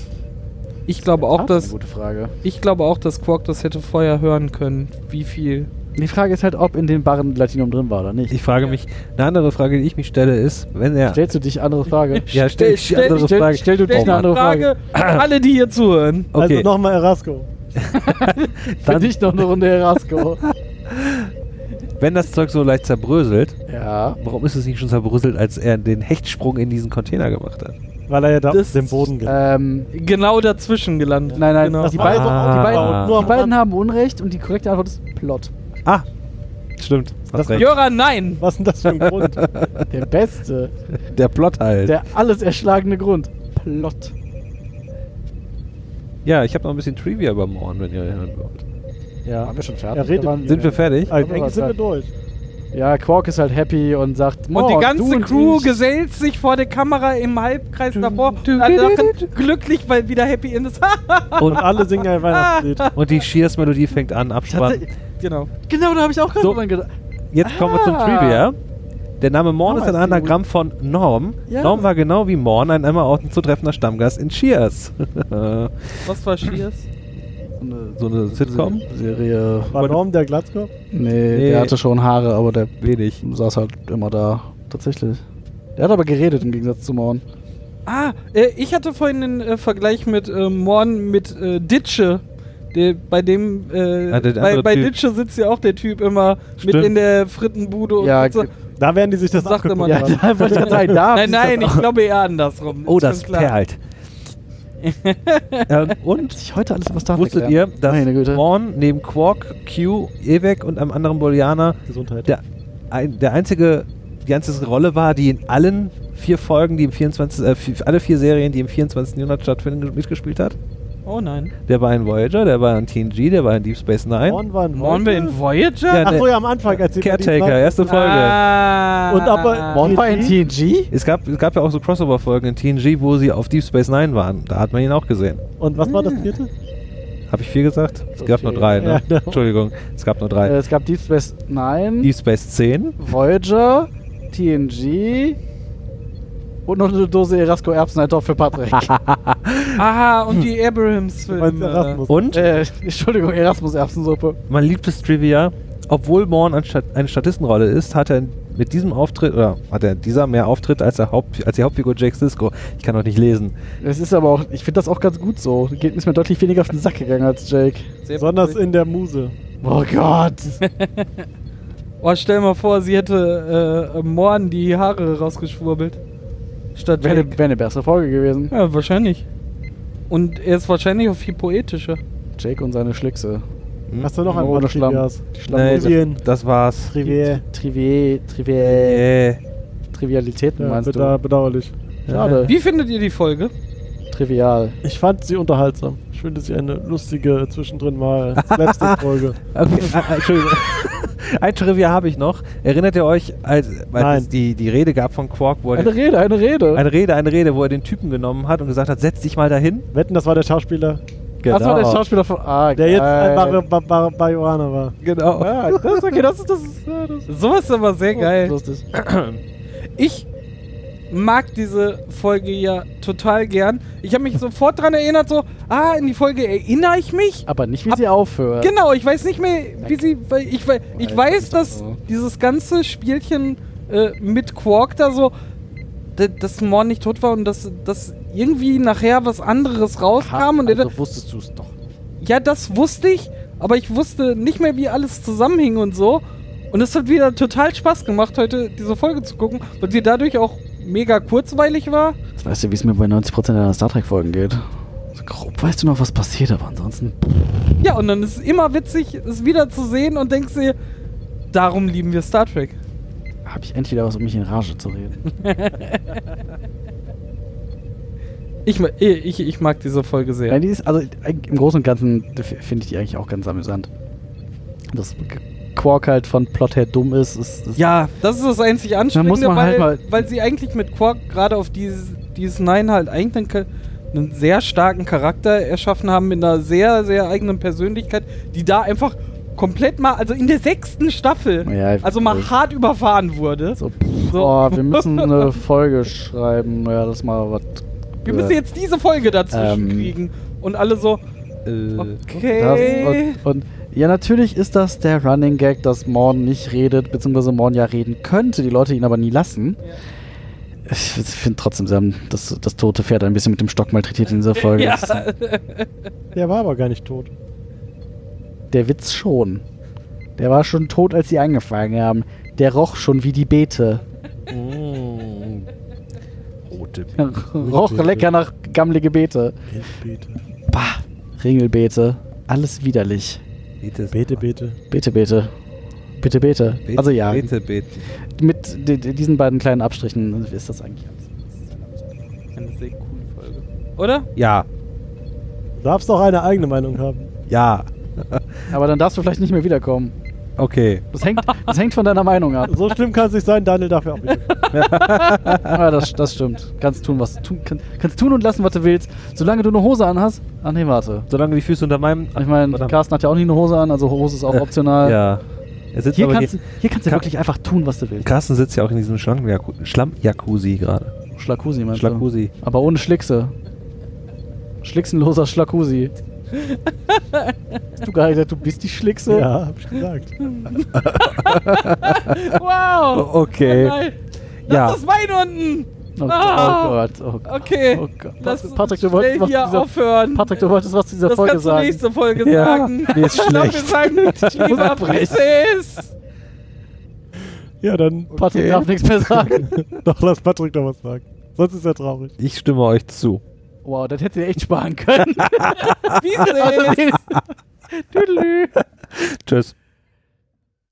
B: Ich glaube auch,
E: das ist
B: dass
E: eine gute Frage.
B: ich glaube auch, dass Quark das hätte vorher hören können, wie viel.
E: Die Frage ist halt, ob in den Barren Latinum drin war oder nicht.
F: Ich frage mich, eine andere Frage, die ich mich stelle, ist, wenn er.
E: Stellst du dich andere Frage?
F: ja, stell, ich die
B: stell-
F: andere
E: stell-
F: Frage.
E: stell du dich
F: oh,
E: eine
F: Mann.
E: andere Frage.
B: alle, die hier zuhören.
D: Also
F: Okay,
D: nochmal Erasco.
E: Für dich noch eine Runde Erasco.
F: wenn das Zeug so leicht zerbröselt,
E: ja.
F: warum ist es nicht schon zerbröselt, als er den Hechtsprung in diesen Container gemacht hat?
D: Weil er ja da
B: Das-
D: auf den Boden geht.
E: Ähm,
B: Genau dazwischen gelandet.
E: nein, nein,
B: Genau.
E: die,
D: war
E: beiden,
D: also
E: die,
D: auch gebaut,
E: beiden,
D: nur am
E: die beiden
D: Rand.
E: haben Unrecht und die korrekte Antwort ist Plot.
F: Ah, stimmt. hast
D: Das-
F: recht.
B: Jöran, nein!
D: Was ist denn das für ein Grund?
E: Der beste,
F: Der Plot halt.
E: der alles erschlagene Grund. Plot.
F: ja, ich habe noch ein bisschen Trivia über Morn, wenn ihr hören wollt.
E: Waren wir schon fertig?
D: Er redet
E: Da waren-
D: viel.
F: Sind wir fertig?
D: Ah, Eigentlich sind wir durch.
E: Ja, Quark ist halt happy und
B: Und
E: sagt,
B: die
E: "Morg, du
B: ganze
E: und
B: Crew
E: ich."
B: gesellt sich vor der Kamera im Halbkreis davor. Alle lachen glücklich, weil wieder Happy End ist.
D: Und alle singen ein Weihnachtslied.
F: Und die Shears-Melodie fängt an, Abspann.
E: Tatsächlich-
B: genau.
E: Genau, da habe ich auch gerade
F: So.
E: dran gedacht.
F: Jetzt kommen wir zum
E: Ah.
F: Trivia. Der Name Morn
E: Nochmal
F: ist ein
E: ist die
F: Anagramm von Norm.
E: Ja.
F: Norm war genau wie Morn ein immer orten zu treffender Stammgast in Cheers.
B: Was war Schiers?
F: so eine Sitcom?
E: Serie.
D: War Norm der Glatzkopf?
E: Nee,
F: Nee.
E: der hatte schon Haare, aber der
F: Wenig.
E: saß halt immer da. Tatsächlich. Der hat aber geredet im Gegensatz zu Morn.
B: Ah, äh, ich hatte vorhin den äh, Vergleich mit äh, Morn mit äh, Ditsche. Der, bei dem, äh,
F: Ah, der
B: bei,
F: andere
B: bei
F: Typ.
B: Ditsche sitzt ja auch der Typ immer mit
F: Stimmt.
B: in der Frittenbude und
E: Ja,
F: also,
B: so.
E: ge-
D: Da werden die sich das
B: Sagt er mal
D: abgeguckt
B: Ja,
D: haben.
E: da wollte ich gerade sagen, da
B: Nein, nein, ich glaube eher andersrum.
F: Oh,
B: Ist
F: das
B: schon klar.
F: perlt. ähm, und
E: Ich heute alles was da
F: wusstet ihr, dass
E: Meine Güte.
F: Morn neben Quark, Q, Ewek und einem anderen Bolianer
D: Gesundheit.
F: der, ein, der einzige, die einzige Rolle war, die in allen vier Folgen, die im 24, äh, vi- alle vier Serien, die im 24. Jahrhundert stattfinden, ge- mitgespielt hat?
B: Oh nein.
F: Der war in Voyager, der war in TNG, der war in Deep Space Nine.
D: Morn war ein
B: Morn
D: Wolke.
B: wir in Voyager?
F: Ja,
D: Ach so, ja, am Anfang erzählt er die
F: Caretaker,
D: Zeit.
F: erste Folge.
B: Ah.
D: Und aber-
E: Morn war in TNG?
F: Es gab, es gab ja auch so Crossover-Folgen in TNG, wo sie auf Deep Space Nine waren. Da hat man ihn auch gesehen.
D: Und was war das
E: Hm.
D: vierte?
F: Habe ich vier gesagt? Es gab nur
E: Okay.
F: drei, ne?
D: Ja.
F: Entschuldigung, es gab nur
E: Äh,
F: drei.
E: es gab Deep Space Nine,
F: Deep Space 10.
E: Voyager, TNG und noch eine Dose Erasco Erbseneintopf für Patrick.
B: Ah, und die
D: Du meinst
B: Abrahams-Filme.
D: Erasmus.
F: Und
E: äh, Entschuldigung, Erasmus Erbsensuppe.
F: mein liebstes Trivia, obwohl Morn ein Stat- eine Statistenrolle ist, hat er mit diesem Auftritt, oder hat er dieser mehr Auftritt als, der Haupt, als die Hauptfigur Jake Sisko. Ich kann doch nicht lesen.
E: Es ist aber auch, ich finde das auch ganz gut so. Geht ist mir deutlich weniger auf den Sack gegangen als Jake.
B: Sehr
D: Besonders in der Muse.
E: Oh Gott.
B: Oh, stell mal vor, sie hätte äh, äh, Morn die Haare rausgeschwurbelt. Statt
E: Wäre
B: Jake.
E: eine, wär eine bessere Folge gewesen.
B: Ja, wahrscheinlich. Und er ist wahrscheinlich auch viel poetischer.
E: Jake und seine Schlickse.
D: Hast du noch ein
E: Oh,
D: Wort,
E: der Schlamm.
D: Trivias?
E: Die
F: Nee,
E: Schlammhose.
D: Trivien.
F: das, das war's.
D: Trivier.
E: Trivial, Trivial,
F: Äh,
E: Trivialitäten
D: Ja,
E: meinst
D: beda bedauerlich.
E: du? Schade.
B: Wie findet ihr die Folge?
E: Trivial.
D: Ich fand sie unterhaltsam. Ich finde sie eine lustige, zwischendrin mal Slapstick-Folge.
F: Okay, äh, äh, Entschuldigung. Ein Trivia habe ich noch. Erinnert ihr euch, als, als
D: Nein.
F: es die, die Rede gab von Quark, wo er
E: Eine
F: den,
E: Rede, eine Rede.
F: eine Rede, eine Rede, wo er den Typen genommen hat und gesagt hat, setz dich mal dahin.
D: Wetten, das war der Schauspieler,
F: Genau.
E: Das war der Schauspieler von. Ah,
D: der jetzt
E: geil.
D: ein Bar Bar Bar Bajoraner war.
F: Genau.
E: Ah, das ist okay, das ist. Das ist, ja, das ist
B: Sowas Oh. ist aber sehr geil.
E: Lustig.
B: Ich mag diese Folge ja total gern. Ich habe mich sofort dran erinnert, so, ah, in die Folge erinnere ich mich.
E: Aber nicht, wie
B: Ab-
E: sie aufhört.
B: Genau, ich weiß nicht mehr, wie sie. Weil ich, wei- ich weiß, dass dieses ganze Spielchen äh, mit Quark da so. d- Dass Morn nicht tot war und dass, dass irgendwie nachher was anderes rauskam.
E: Ha,
B: und er da-
E: also wusstest du es doch.
B: ja, das wusste ich, aber ich wusste nicht mehr, wie alles zusammenhing und so. Und es hat wieder total Spaß gemacht, heute diese Folge zu gucken, weil wir dadurch auch mega kurzweilig war.
E: Jetzt weißt du, wie es mir bei 90% der Star Trek-Folgen geht. So grob weißt du noch, was passiert, aber ansonsten.
B: Ja, und dann ist es immer witzig, es wieder zu sehen und denkst dir, darum lieben wir Star Trek.
E: Habe ich endlich wieder was, um mich in Rage zu reden.
B: Ich, ma- ich, ich mag diese Folge sehr.
E: Nein, die ist, also eig- im Großen und Ganzen f- finde ich die eigentlich auch ganz amüsant. Dass Qu- Quark halt von Plot her dumm ist, ist, ist
B: Ja, das ist das einzig
E: Dann
B: Anstrengende,
E: muss man
B: weil,
E: halt mal-
B: weil sie eigentlich mit Quark gerade auf dieses, dieses Nein halt eigenen, Cha- einen sehr starken Charakter erschaffen haben, mit einer sehr, sehr eigenen Persönlichkeit, die da einfach komplett mal, also in der sechsten Staffel,
E: Ja, ich-
B: also mal
E: ich-
B: hart überfahren wurde.
E: so, pff,
B: So.
E: Oh, wir müssen eine Folge schreiben. Ja, das mal was.
B: Wir müssen jetzt diese Folge dazwischen
E: äh, Ähm.
B: kriegen. Und alle so,
F: Äh,
E: Das,
B: okay.
E: und, und ja, natürlich ist das der Running Gag, dass Morn nicht redet, beziehungsweise Morn ja reden könnte, die Leute ihn aber nie lassen. Ich finde trotzdem, sie haben das, das tote Pferd ein bisschen mit dem Stock malträtiert in dieser Folge.
B: Ja.
E: Das-
D: Der war aber gar nicht tot.
E: Der Witz schon. Der war schon tot, als sie angefangen haben. Der roch schon wie die Beete.
F: mm. Rote Beete.
E: roch lecker nach gammelige Beete.
D: Bete,
E: Bah, Ringelbeete. Alles widerlich.
F: ist-
D: bete. bete.
E: Bete, Beete. Bitte, Beete.
F: Beete-
E: Also ja,
F: Beete, Beete.
E: mit di- di- diesen beiden kleinen Abstrichen ist das eigentlich alles.
B: Eine sehr coole Folge. Oder?
F: Ja,
D: Du darfst auch eine eigene Meinung haben.
F: ja,
E: Aber dann darfst du vielleicht nicht mehr wiederkommen.
F: okay.
E: Das hängt, das hängt von deiner Meinung ab.
D: So schlimm kann es nicht sein, Daniel darf ja auch nicht.
E: Ah, das, das stimmt. Kannst tun, was du tun kannst. Kannst tun und lassen, was du willst. Solange du eine Hose anhast. Ah nee, warte.
F: Solange die Füße unter meinem.
E: Ich meine,
F: Verdammt.
E: Carsten hat ja auch nie eine Hose an, also Hose ist auch optional.
F: Ja. Er sitzt
E: Hier
F: aber
E: kannst, hier kannst du
F: Ka-
E: wirklich einfach tun, was du willst.
F: Carsten sitzt ja auch in diesem Schlamm-Jaku- Schlamm-Jacuzzi gerade.
E: Schlakusi meinst
F: Schlakusi.
E: du? Aber ohne Schlickse. Schlicksenloser Schlakusi. Hast du gerade gesagt, du bist die Schlickse?
D: Ja, hab ich gesagt.
B: Wow!
F: Okay.
B: Nein, das
F: Ja.
B: ist mein unten!
E: Oh,
B: Ah.
E: Gott, oh Gott, oh Gott.
B: Okay.
E: Oh Gott.
B: Lass
E: Patrick,
B: uns
E: Patrick, du
B: schnell
E: wolltest was zu
B: hier
E: dieser,
B: aufhören.
E: Patrick, du wolltest was zu dieser
B: Das
E: Folge
B: kannst du
E: sagen.
B: nächste Folge
F: Ja,
B: sagen.
F: die ist
B: Dafür
F: schlecht.
B: sagen ich lieber
E: abbrechen.
B: Princess.
D: Ja, dann
E: Patrick darf nichts mehr sagen.
D: doch, lass Patrick noch was sagen. Sonst ist er traurig.
F: Ich stimme euch zu.
E: Wow, das hätte ihr echt sparen können.
B: Princess.
E: Tüdelü.
F: Tschüss.